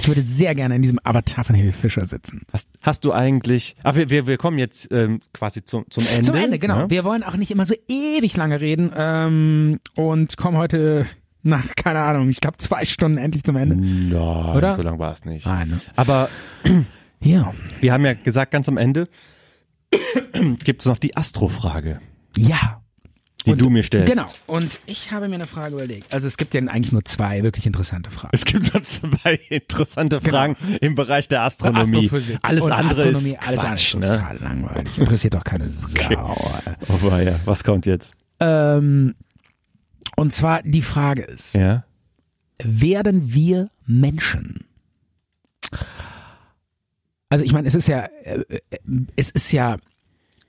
Ich würde sehr gerne in diesem Avatar von Helene Fischer sitzen. hast, hast du eigentlich. Ah, wir, wir, wir kommen jetzt ähm, quasi zum, zum Ende. Zum Ende, genau. ne? Wir wollen auch nicht immer so ewig lange reden ähm, und kommen heute nach, keine Ahnung, ich glaube zwei Stunden endlich zum Ende. Nein, Oder? so lang war es nicht. Nein. ne? Aber Ja. wir haben ja gesagt, ganz am Ende, [COUGHS] gibt es noch die Astro-Frage, Ja. die Und- du mir stellst. Genau. Und ich habe mir eine Frage überlegt. Also es gibt ja eigentlich nur zwei wirklich interessante Fragen. Es gibt da zwei interessante Fragen im Bereich der Astronomie. Genau. Astrophysik Alles und andere Astronomie, ist Quatsch, alles andere ist ne? total langweilig. Interessiert doch [LAUGHS] keine Sau. Oh, ja. Was kommt jetzt? Ähm, und zwar die Frage ist, Ja. werden wir Menschen? Also ich meine, es ist ja, äh, äh, es ist ja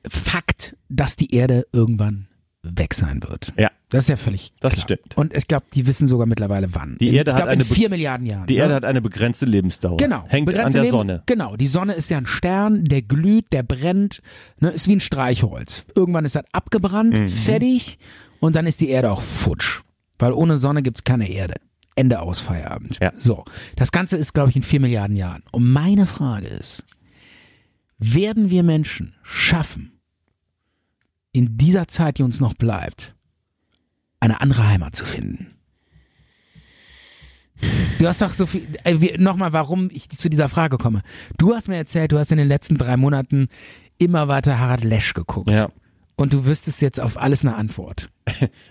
Fakt, dass die Erde irgendwann weg sein wird. Ja. Das ist ja völlig Das klar. stimmt. Und ich glaube, die wissen sogar mittlerweile wann. Die In- Erde ich hat glaube, in eine be- vier Milliarden Jahren. Die ne? Erde hat eine begrenzte Lebensdauer. Genau. Hängt an Begrenzte der Leben- Sonne. Genau. Die Sonne ist ja ein Stern, der glüht, der brennt, ne, ist wie ein Streichholz. Irgendwann ist das abgebrannt, Mhm. fertig und dann ist die Erde auch futsch. Weil ohne Sonne gibt's keine Erde. Ende aus Feierabend. Ja. So. Das Ganze ist, glaube ich, in vier Milliarden Jahren. Und meine Frage ist, werden wir Menschen schaffen, in dieser Zeit, die uns noch bleibt, eine andere Heimat zu finden? Du hast doch so viel. Äh, wir- Nochmal, warum ich zu dieser Frage komme. Du hast mir erzählt, du hast in den letzten drei Monaten immer weiter Harald Lesch geguckt. Ja. Und du wüsstest jetzt auf alles eine Antwort.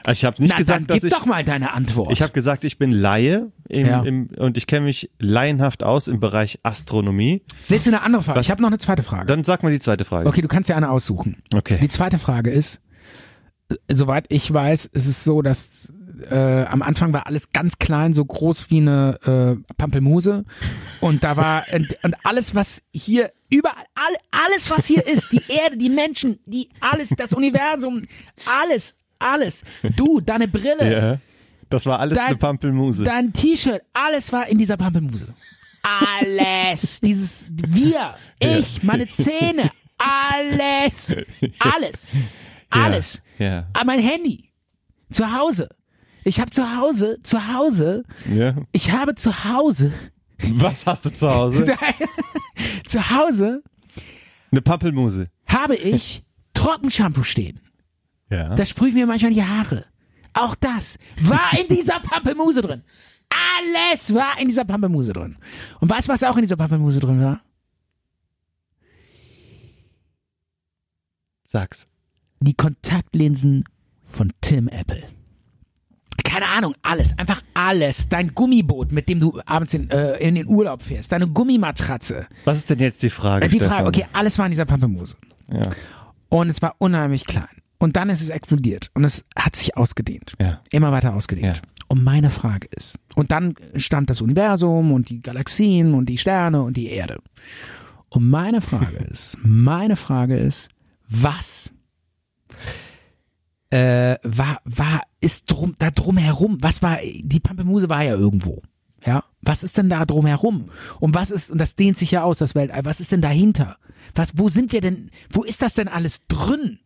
Also ich habe nicht Na, gesagt, dann dass gib ich doch mal deine Antwort. Ich habe gesagt, ich bin Laie im, Ja. im, und ich kenne mich laienhaft aus im Bereich Astronomie. Willst du eine andere Frage? Was? Ich habe noch eine zweite Frage. Dann sag mal die zweite Frage. okay, du kannst ja eine aussuchen. Okay. Die zweite Frage ist, äh, soweit ich weiß, ist es so, dass äh, am Anfang war alles ganz klein, so groß wie eine äh, Pampelmuse. Und da [LAUGHS] war, und, und alles, was hier, überall, all, alles, was hier ist, die Erde, die Menschen, die, alles, das Universum, alles, alles. Du, deine Brille, Ja. Das war alles Dein- eine Pampelmuse. dein T-Shirt, alles war in dieser Pampelmuse. Alles. [LAUGHS] Dieses wir, ich, meine Zähne, alles. Alles. Alles. Ja. Ah, Mein Handy. Zu Hause. Ich habe zu Hause, zu Hause, ja. ich habe zu Hause, [LAUGHS] Was hast du zu Hause? zu Hause Eine Pampelmuse. habe ich Trockenshampoo stehen. Ja. Das sprühe ich mir manchmal in die Haare. Auch das war in dieser Pampelmuse drin. Alles war in dieser Pampelmuse drin. Und weißt du, was auch in dieser Pampelmuse drin war? Sag's. Die Kontaktlinsen von Tim Apple. Keine Ahnung, alles, einfach alles. Dein Gummiboot, mit dem du abends in, äh, in den Urlaub fährst. Deine Gummimatratze. Was ist denn jetzt die Frage? Äh, Die Frage, Stefan? okay, alles war in dieser Pampelmuse. Ja. Und es war unheimlich klein. Und dann ist es explodiert und es hat sich ausgedehnt. Ja. Immer weiter ausgedehnt. Ja. Und meine Frage ist, und dann stand das Universum und die Galaxien und die Sterne und die Erde. Und meine [LAUGHS] Frage ist, meine Frage ist, was äh, war, war, ist drum, da drumherum, was war, die Pampelmuse war ja irgendwo. Ja, was ist denn da drumherum? Und was ist, und das dehnt sich ja aus, das Weltall, was ist denn dahinter? Was, wo sind wir denn, wo ist das denn alles drin?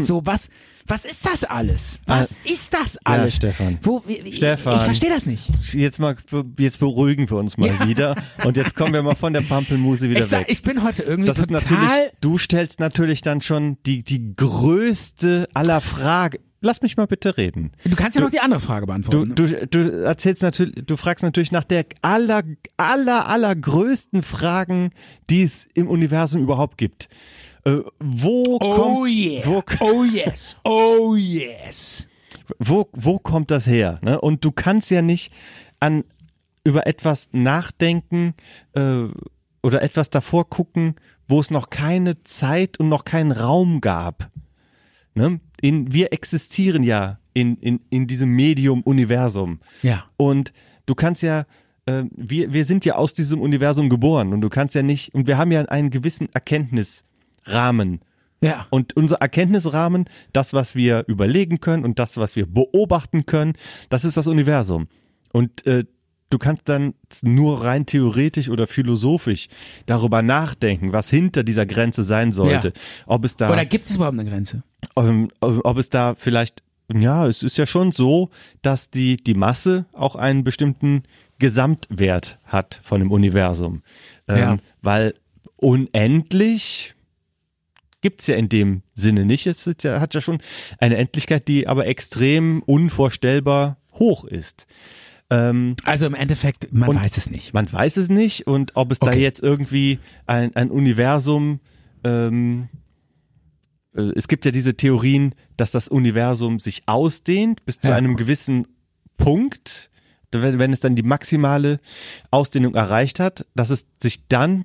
So, was, was ist das alles? Was ist das alles? Äh, Stefan. Wo, ich, Stefan. Ich verstehe das nicht. Jetzt mal, jetzt beruhigen wir uns mal Ja. wieder. Und jetzt kommen wir mal von der Pampelmuse wieder Ich, sag, weg. ich bin heute irgendwie das ist total natürlich, du stellst natürlich dann schon die, die größte aller Fragen. Lass mich mal bitte reden. Du kannst ja noch die andere Frage Du, beantworten. ne? du, du erzählst natürlich, du fragst natürlich nach der aller, aller, allergrößten Fragen, die es im Universum überhaupt gibt. Äh, wo, kommt, wo, Oh yes. Oh yes. wo, wo kommt das her? Ne? Und du kannst ja nicht an, über etwas nachdenken äh, oder etwas davor gucken, wo es noch keine Zeit und noch keinen Raum gab. Ne? In, wir existieren ja in, in, in diesem Medium Universum. Ja. Und du kannst ja, äh, wir, wir sind ja aus diesem Universum geboren und du kannst ja nicht, und wir haben ja einen gewissen Erkenntnisrahmen. Ja. Und unser Erkenntnisrahmen, das, was wir überlegen können und das, was wir beobachten können, das ist das Universum. Und äh, du kannst dann nur rein theoretisch oder philosophisch darüber nachdenken, was hinter dieser Grenze sein sollte. Ja. Ob es da Oder gibt es überhaupt eine Grenze? ähm, ob es da vielleicht, ja, es ist ja schon so, dass die, die Masse auch einen bestimmten Gesamtwert hat von dem Universum. Ähm, Ja. Weil unendlich gibt's ja in dem Sinne nicht. Es ist ja, hat ja schon eine Endlichkeit, die aber extrem unvorstellbar hoch ist. Also im Endeffekt, man Und- weiß es nicht. Man weiß es nicht und ob es da Okay. jetzt irgendwie ein, ein Universum ähm, äh, es gibt ja diese Theorien, dass das Universum sich ausdehnt bis zu Ja. einem gewissen Punkt, wenn, wenn es dann die maximale Ausdehnung erreicht hat, dass es sich dann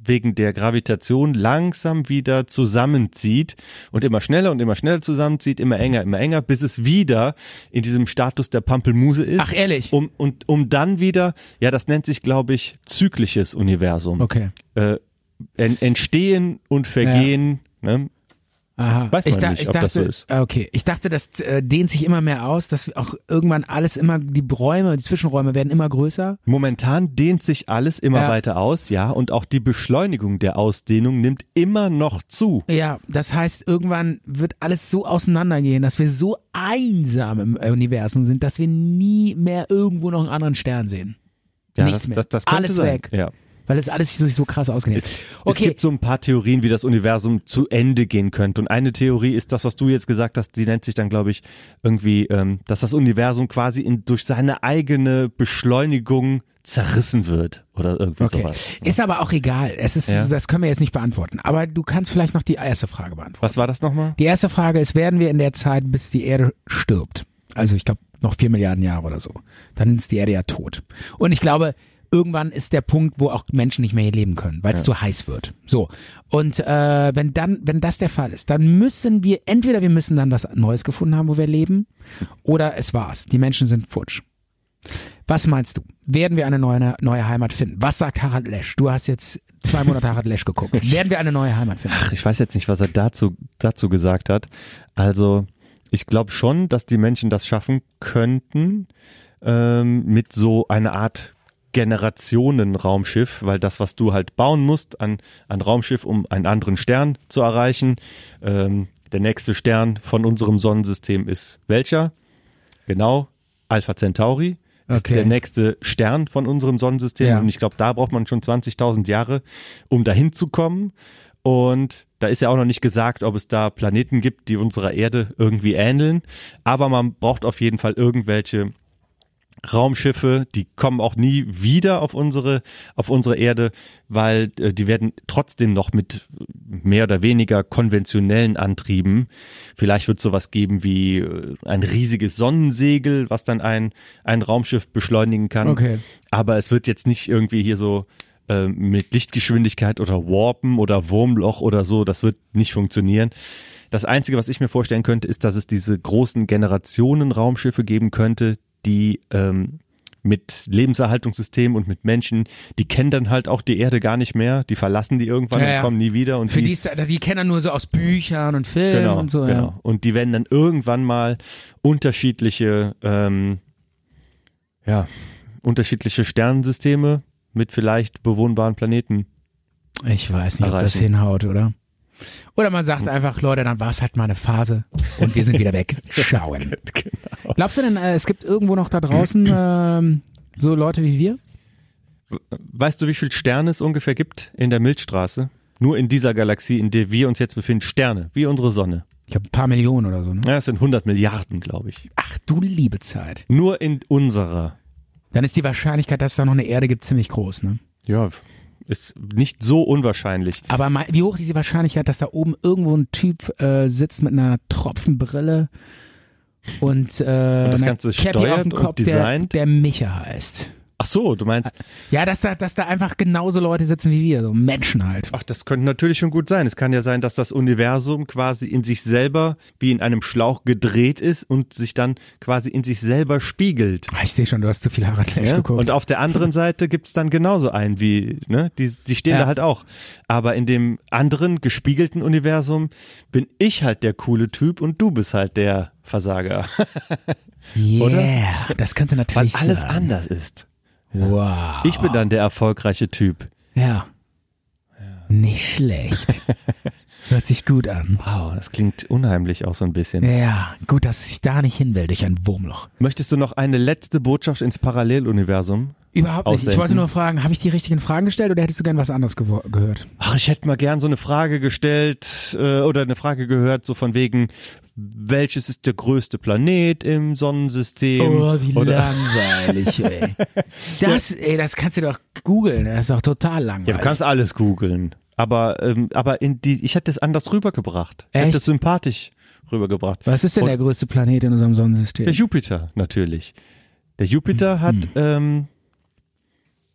wegen der Gravitation langsam wieder zusammenzieht und immer schneller und immer schneller zusammenzieht, immer enger, immer enger, bis es wieder in diesem Status der Pampelmuse ist. Ach, ehrlich? Um, und um dann wieder, ja, das nennt sich, glaube ich, zyklisches Universum. Okay. Äh, en entstehen und vergehen. Ne? Aha. Weiß Ah, ich man da- nicht, ich ob dachte, das so ist. ah, Okay, ich dachte, das äh, dehnt sich immer mehr aus, dass auch irgendwann alles immer, die Räume, die Zwischenräume werden immer größer. Momentan dehnt sich alles immer Ja. weiter aus, ja, und auch die Beschleunigung der Ausdehnung nimmt immer noch zu. Ja, das heißt, irgendwann wird alles so auseinandergehen, dass wir so einsam im Universum sind, dass wir nie mehr irgendwo noch einen anderen Stern sehen. Ja, Nichts das, mehr. Das, das könnte Alles sein. weg. Ja. Weil das alles sich so, so krass ausgenäht. Es, es Okay, gibt so ein paar Theorien, wie das Universum zu Ende gehen könnte. Und eine Theorie ist das, was du jetzt gesagt hast, die nennt sich dann, glaube ich, irgendwie, ähm, dass das Universum quasi in, durch seine eigene Beschleunigung zerrissen wird oder irgendwie okay. sowas. ist aber auch egal. Es ist, Ja. Das können wir jetzt nicht beantworten. Aber du kannst vielleicht noch die erste Frage beantworten. Was war das nochmal? Die erste Frage ist, werden wir in der Zeit, bis die Erde stirbt? Also ich glaube, noch vier Milliarden Jahre oder so. Dann ist die Erde ja tot. Und ich glaube, irgendwann ist der Punkt, wo auch Menschen nicht mehr hier leben können, weil es zu heiß wird. So. Und äh, wenn dann, wenn das der Fall ist, dann müssen wir, entweder wir müssen dann was Neues gefunden haben, wo wir leben, oder es war's. Die Menschen sind futsch. Was meinst du? Werden wir eine neue, neue Heimat finden? Was sagt Harald Lesch? Du hast jetzt zwei Monate Harald Lesch geguckt. Werden wir eine neue Heimat finden? Ach, ich weiß jetzt nicht, was er dazu, dazu gesagt hat. Also, ich glaube schon, dass die Menschen das schaffen könnten ähm, mit so einer Art Generationen-Raumschiff, weil das, was du halt bauen musst an, an Raumschiff, um einen anderen Stern zu erreichen, ähm, der nächste Stern von unserem Sonnensystem ist welcher? Genau, Alpha Centauri ist Okay. der nächste Stern von unserem Sonnensystem. Ja. Und ich glaube, da braucht man schon 20.000 Jahre, um dahin zu kommen. Und da ist ja auch noch nicht gesagt, ob es da Planeten gibt, die unserer Erde irgendwie ähneln. Aber man braucht auf jeden Fall irgendwelche Raumschiffe, die kommen auch nie wieder auf unsere, auf unsere Erde, weil äh, die werden trotzdem noch mit mehr oder weniger konventionellen Antrieben. Vielleicht wird sowas geben wie äh, ein riesiges Sonnensegel, was dann ein, ein Raumschiff beschleunigen kann. Okay. Aber es wird jetzt nicht irgendwie hier so äh, mit Lichtgeschwindigkeit oder Warpen oder Wurmloch oder so, das wird nicht funktionieren. Das Einzige, was ich mir vorstellen könnte, ist, dass es diese großen Generationen-Raumschiffe geben könnte, die ähm, mit Lebenserhaltungssystemen und mit Menschen, die kennen dann halt auch die Erde gar nicht mehr, die verlassen die irgendwann Ja, und ja. kommen nie wieder. Und Für die, ist, die kennen er nur so aus Büchern und Filmen genau, und so. genau. Ja. Und die werden dann irgendwann mal unterschiedliche, ähm, ja, unterschiedliche Sternensysteme mit vielleicht bewohnbaren Planeten. Ich weiß nicht, ob das Erreichen. hinhaut, oder? Oder man sagt einfach, Leute, dann war es halt mal eine Phase und wir sind wieder [LAUGHS] weg. Schauen. Glaubst du denn, äh, es gibt irgendwo noch da draußen [CLEARS THROAT] ähm, so Leute wie wir? Weißt du, wie viele Sterne es ungefähr gibt in der Milchstraße? Nur in dieser Galaxie, in der wir uns jetzt befinden, Sterne, wie unsere Sonne. Ich glaube, ein paar Millionen oder so. Ne? Ja, es sind 100 Milliarden, glaube ich. Ach du liebe Zeit. Nur in unserer. Dann ist die Wahrscheinlichkeit, dass es da noch eine Erde gibt, ziemlich groß. Ne? Ja, ist nicht so unwahrscheinlich. Aber mei- wie hoch ist die Wahrscheinlichkeit, dass da oben irgendwo ein Typ äh, sitzt mit einer Tropfenbrille und, äh, das einer Ganze Cappy auf steuert dem und Kopf, der, designt? der Micha heißt? Ach so, du meinst, Ja, dass da, dass da einfach genauso Leute sitzen wie wir, so Menschen halt. ach, das könnte natürlich schon gut sein. Es kann ja sein, dass das Universum quasi in sich selber wie in einem Schlauch gedreht ist und sich dann quasi in sich selber spiegelt. Ah, Ich sehe schon, du hast zu viel Harald Lesch Ja? geguckt. Und auf der anderen Seite gibt's dann genauso einen wie, ne? Die, die stehen Ja. da halt auch. Aber in dem anderen gespiegelten Universum bin ich halt der coole Typ und du bist halt der [LAUGHS] Versager. yeah, oder? das könnte Weil natürlich alles sein. anders ist. Wow. Ich bin dann der erfolgreiche Typ. ja. Nicht [LAUGHS] schlecht. Hört sich gut an. Wow, das klingt unheimlich auch so ein bisschen. Ja, gut, dass ich da nicht hin will durch ein Wurmloch. Möchtest du noch eine letzte Botschaft ins Paralleluniversum? Überhaupt nicht. Ich Aussenden. wollte nur fragen, habe ich die richtigen Fragen gestellt oder hättest du gern was anderes gewo- gehört? Ach, ich hätte mal gern so eine Frage gestellt äh, oder eine Frage gehört, so von wegen, welches ist der größte Planet im Sonnensystem? Oh, oder, langweilig, [LAUGHS] ey. Das, ey, das kannst du doch googeln. Das ist doch total langweilig. Ja, du kannst alles googeln. Aber, ähm, aber in die, ich hätte es anders rübergebracht. Ich Echt? hätte es sympathisch rübergebracht. Was ist denn Und der größte Planet in unserem Sonnensystem? Der Jupiter, natürlich. Der Jupiter hat, ähm,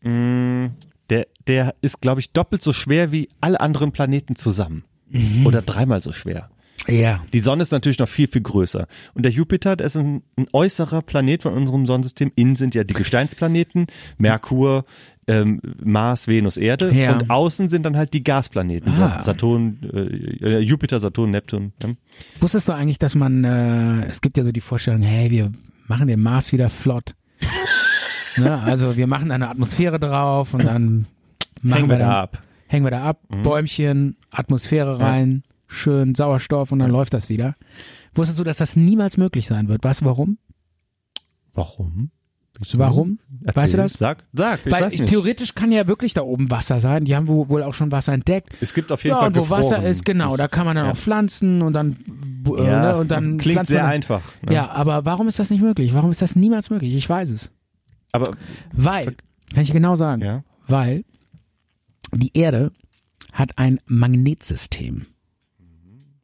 mh, der, der ist, glaube ich, doppelt so schwer wie alle anderen Planeten zusammen. Oder dreimal so schwer. ja. Die Sonne ist natürlich noch viel, viel größer. Und der Jupiter, der ist ein, ein äußerer Planet von unserem Sonnensystem. Innen sind ja [LAUGHS] die Gesteinsplaneten, Merkur, ähm, Mars, Venus, Erde. Ja. Und außen sind dann halt die Gasplaneten. Sa- Ah. Saturn, äh, Jupiter, Saturn, Neptun. Ja. Wusstest du eigentlich, dass man, äh, es gibt ja so die Vorstellung, hey, wir machen den Mars wieder [LAUGHS] flott. ne? Also wir machen eine Atmosphäre drauf und dann machen Hängen wir wir da dann- ab. hängen wir da ab, Mhm. Bäumchen, Atmosphäre rein, schön Sauerstoff und dann läuft das wieder. Wusstest du, dass das niemals möglich sein wird? Weißt du warum? Warum? Warum? Weißt du das? Sag, sag, ich Weil weiß nicht. theoretisch kann ja wirklich da oben Wasser sein. Die haben wo- wohl auch schon Wasser entdeckt. Es gibt auf jeden ja, Fall und wo Wasser gefroren. ist, genau, da kann man dann Ja. auch pflanzen und dann bu- äh, ja, ne, und dann klingt pflanzt sehr man dann, einfach. Ne? Ja, aber warum ist das nicht möglich? Warum ist das niemals möglich? Ich weiß es. Aber Weil, kann ich genau sagen, ja, weil die Erde hat ein Magnetsystem.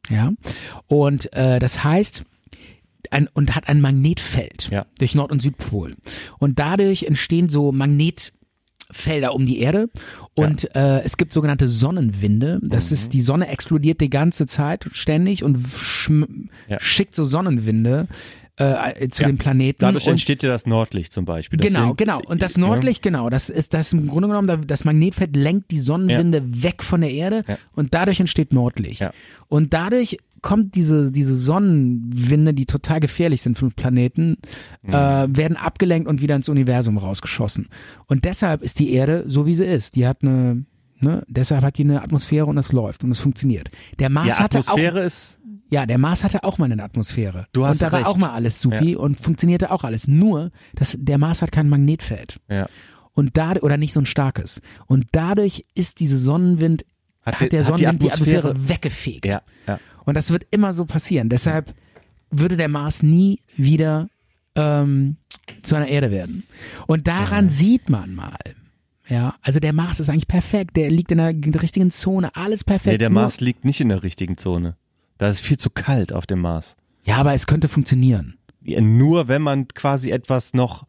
Ja. Und äh, das heißt, ein, und hat ein Magnetfeld Ja. durch Nord- und Südpol. Und dadurch entstehen so Magnetfelder um die Erde und äh, es gibt sogenannte Sonnenwinde. Mhm. Das ist, die Sonne explodiert die ganze Zeit ständig und schm- Ja. schickt so Sonnenwinde äh, zu Ja. den Planeten. dadurch und entsteht ja das Nordlicht zum Beispiel. Das Genau, sind- ne? genau. Und das Ja. Nordlicht, genau, das ist das im Grunde genommen, da- das Magnetfeld lenkt die Sonnenwinde weg von der Erde Ja. und dadurch entsteht Nordlicht. Ja. Und dadurch kommt diese, diese Sonnenwinde, die total gefährlich sind für den Planeten, Mhm. äh, werden abgelenkt und wieder ins Universum rausgeschossen. Und deshalb ist die Erde so, wie sie ist. Die hat eine, ne, deshalb hat die eine Atmosphäre und es läuft und es funktioniert. Der Mars ja, hatte auch Atmosphäre ist ja, der Mars hatte auch mal eine Atmosphäre. Du hast und da recht. war auch mal alles supi und funktionierte auch alles. Nur, dass der Mars hat kein Magnetfeld. ja. Und da, oder nicht so ein starkes. Und dadurch ist diese Sonnenwind, Hat hat, die- der hat die Sonnenwind die Atmosphäre, Atmosphäre- weggefegt. Ja, ja. Und das wird immer so passieren. Deshalb würde der Mars nie wieder ähm, zu einer Erde werden. Und daran sieht man mal. Ja, also der Mars ist eigentlich perfekt. Der liegt in der richtigen Zone. Alles perfekt. Nee, der Nur- Mars liegt nicht in der richtigen Zone. Da ist viel zu kalt auf dem Mars. Ja, aber es könnte funktionieren. Ja, nur wenn man quasi etwas noch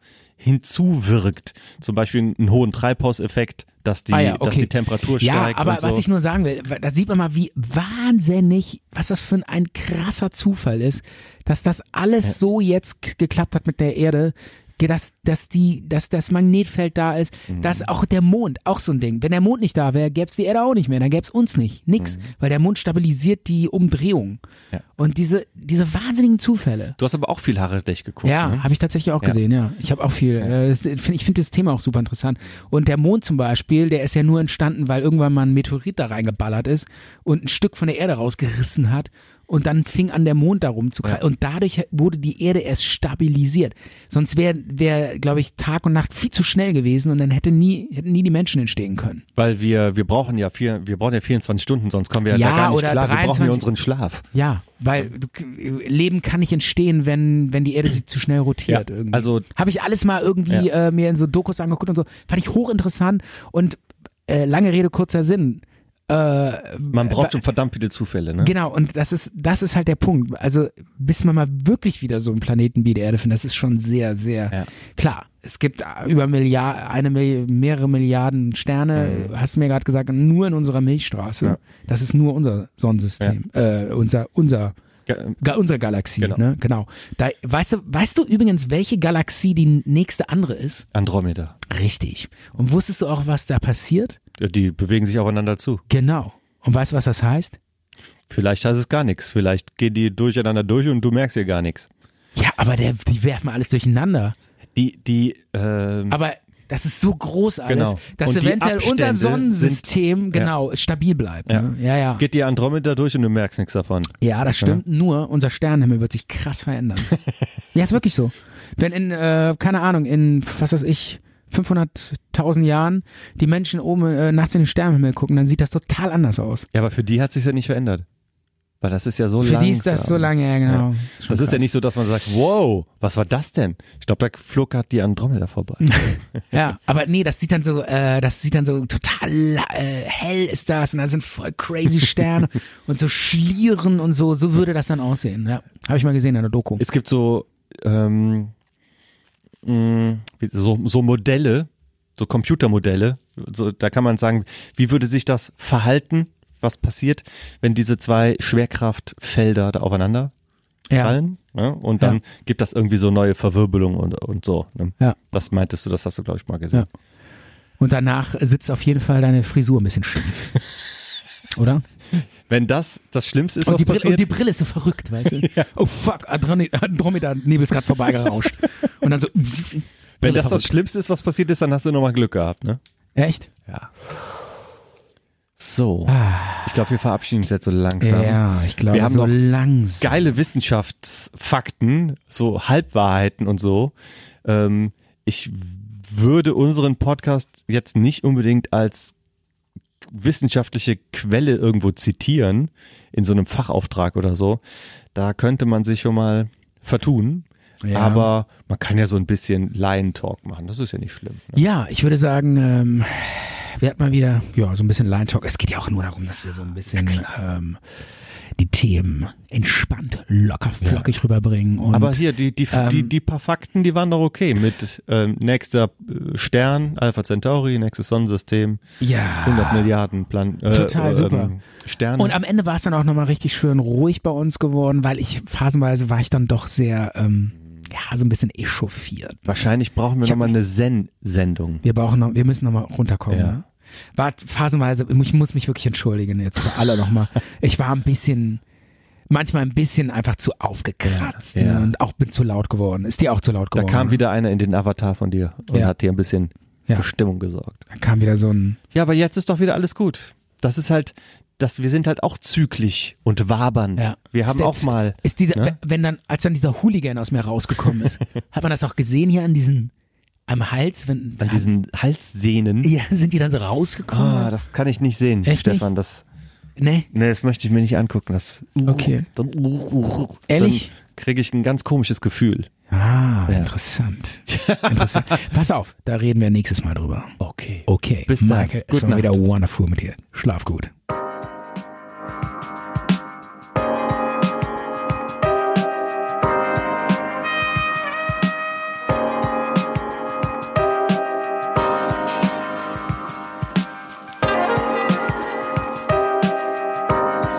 hinzuwirkt, zum Beispiel einen hohen Treibhauseffekt, dass die, Ah ja, okay. dass die Temperatur steigt. Ja, aber und so. was ich nur sagen will, da sieht man mal, wie wahnsinnig, was das für ein, ein krasser Zufall ist, dass das alles so jetzt k- geklappt hat mit der Erde. ge- Dass, dass, die, dass das Magnetfeld da ist, Mhm. dass auch der Mond, auch so ein Ding. Wenn der Mond nicht da wäre, gäb's die Erde auch nicht mehr, dann gäb's uns nicht. Nix. Weil der Mond stabilisiert die Umdrehung. Mhm. Ja. Und diese, diese wahnsinnigen Zufälle. du hast aber auch viel Haraldech geguckt. Ja, ne? habe ich tatsächlich auch Ja. gesehen, ja. Ich habe auch viel. äh, das- Ich finde ich find das Thema auch super interessant. Und der Mond zum Beispiel, der ist ja nur entstanden, weil irgendwann mal ein Meteorit da reingeballert ist und ein Stück von der Erde rausgerissen hat. Und dann fing an, der Mond darum zu kreisen. Und dadurch wurde die Erde erst stabilisiert. Sonst wäre, wär, glaube ich, Tag und Nacht viel zu schnell gewesen und dann hätte nie, hätten nie die Menschen entstehen können. Weil wir, wir brauchen ja vier, wir brauchen ja 24 Stunden, sonst kommen wir ja, Ja, da gar nicht oder klar. Wir brauchen 23 ja unseren Schlaf. Ja, weil du, Leben kann nicht entstehen, wenn, wenn die Erde sich zu schnell rotiert Ja, irgendwie. also- habe ich alles mal irgendwie äh, mir in so Dokus angeguckt und so. Fand ich hochinteressant und äh, lange Rede, kurzer Sinn. Man Äh, braucht schon verdammt viele Zufälle, ne? Genau, und das ist, das ist halt der Punkt. Also, bis man mal wirklich wieder so einen Planeten wie die Erde findet, das ist schon sehr, sehr Ja. klar. Es gibt äh, über Milliard, eine Milli- mehrere Milliarden Sterne, Mhm. hast du mir gerade gesagt, nur in unserer Milchstraße. Das ist nur unser Sonnensystem, äh, unser, unser Ge- äh, Ga unsere Galaxie, Genau. ne? Genau. Da, weißt, du, weißt du übrigens, welche Galaxie die nächste andere ist? Andromeda. Richtig. Und wusstest du auch, was da passiert? Die bewegen sich aufeinander zu. Genau. Und weißt du, was das heißt? Vielleicht heißt es gar nichts. Vielleicht gehen die durcheinander durch und du merkst hier gar nichts. Ja, aber der, die werfen alles durcheinander. Die, die, ähm, Aber das ist so groß alles, Genau. dass Und die eventuell unser Abstände Sonnensystem sind- genau stabil bleibt. Ja, ne? ja. Ja. geht Genau. die Andromeda durch und du merkst nichts davon. ja das stimmt. Nur unser Sternenhimmel wird sich krass [LAUGHS] verändern. ja, ist wirklich so. Wenn in, äh, keine Ahnung, in, was weiß ich, 500.000 Jahren die Menschen oben äh, nachts in den Sternenhimmel gucken, dann sieht das total anders aus. Ja, aber für die hat sich's ja nicht verändert. Weil das ist ja so Für langsam. die ist das so lange, ja, genau. Ja. Ist Das schon ist ja krass. nicht so, dass man sagt, wow, was war das denn? Ich glaube, da fluckert die Andrommel [LAUGHS] da vorbei. Ja, [LAUGHS] aber nee, das sieht dann so, äh, das sieht dann so total la- äh, hell ist das und da sind voll crazy [LAUGHS] Sterne und so schlieren und so, so würde das dann aussehen. Ja, habe ich mal gesehen in der Doku. es gibt so, ähm, mh, wie- so, so Modelle, so Computermodelle, so, da kann man sagen, wie würde sich das verhalten, was passiert, wenn diese zwei Schwerkraftfelder da aufeinander ja, fallen. Ne? Und dann Ja. gibt das irgendwie so neue Verwirbelungen und, und so. Ne? Ja. Das meintest du, das hast du, glaube ich, mal gesehen. und danach sitzt auf jeden Fall deine Frisur ein bisschen schief. [LAUGHS] Oder? Wenn das das Schlimmste ist, Und was die, Brille, passiert, und die Brille ist so verrückt, [LAUGHS] weißt du? Oh fuck, Andromeda, Andromeda Nebel ist gerade vorbeigerauscht. Und dann so. wenn Brille das das verrückt. Schlimmste ist, was passiert ist, dann hast du nochmal Glück gehabt. Ne? Echt? So, ich glaube, wir verabschieden uns jetzt so langsam. Ah. Ja, ich glaube, Wir haben so noch langsam. geile Wissenschaftsfakten, so Halbwahrheiten und so. Ähm, ich würde unseren Podcast jetzt nicht unbedingt als wissenschaftliche Quelle irgendwo zitieren, in so einem Fachauftrag oder so. Da könnte man sich schon mal vertun. Ja. Aber man kann ja so ein bisschen Laientalk machen, das ist ja nicht schlimm. Ne? Ja, ich würde sagen, ähm, wir hatten mal wieder ja, so ein bisschen Line Talk. Es geht ja auch nur darum, dass wir so ein bisschen ähm, die Themen entspannt, locker, flockig rüberbringen. Und Aber hier, die, die, ähm, die, die paar Fakten, die waren doch okay mit ähm, nächster äh, Stern, Alpha Centauri, nächstes Sonnensystem. ja. 100 Milliarden Plan äh, Ah. Total äh, super. ähm, Sterne. Und am Ende war es dann auch nochmal richtig schön ruhig bei uns geworden, weil ich phasenweise war ich dann doch sehr, ähm, ja, so ein bisschen echauffiert. Wahrscheinlich brauchen wir Ich hab nochmal mich- eine Zen-Sendung. Wir brauchen noch, wir müssen nochmal runterkommen. Ja. Ne? War phasenweise, ich muss mich wirklich entschuldigen jetzt für alle [LAUGHS] nochmal. Ich war ein bisschen, manchmal ein bisschen einfach zu aufgekratzt Ja. Ne? und auch bin zu laut geworden. Ist dir auch zu laut Da geworden? kam ne? wieder einer in den Avatar von dir und Ja. hat dir ein bisschen Ja. für Stimmung gesorgt. da kam wieder so ein, Ja, aber jetzt ist doch wieder alles gut. Das ist halt, das, wir sind halt auch zyklisch und wabernd. ja. Wir haben Ist auch jetzt- mal. Ist dieser, ne? wenn dann, als dann dieser Hooligan aus mir rausgekommen [LAUGHS] ist, hat man das auch gesehen hier an diesen, am Hals, wenn, an diesen [LAUGHS] Halssehnen. ja, sind die dann so rausgekommen? Ah, das kann ich nicht sehen, Echt Stefan. Das, ne? nee, das möchte ich mir nicht angucken. Das, Okay. Dann, Ehrlich? Dann kriege ich ein ganz komisches Gefühl. Ah, interessant. [LAUGHS] interessant. Pass auf, da reden wir nächstes Mal drüber. Okay. Okay. Bis dann. Michael, es Gute war Nacht. wieder wonderful mit dir. Schlaf gut.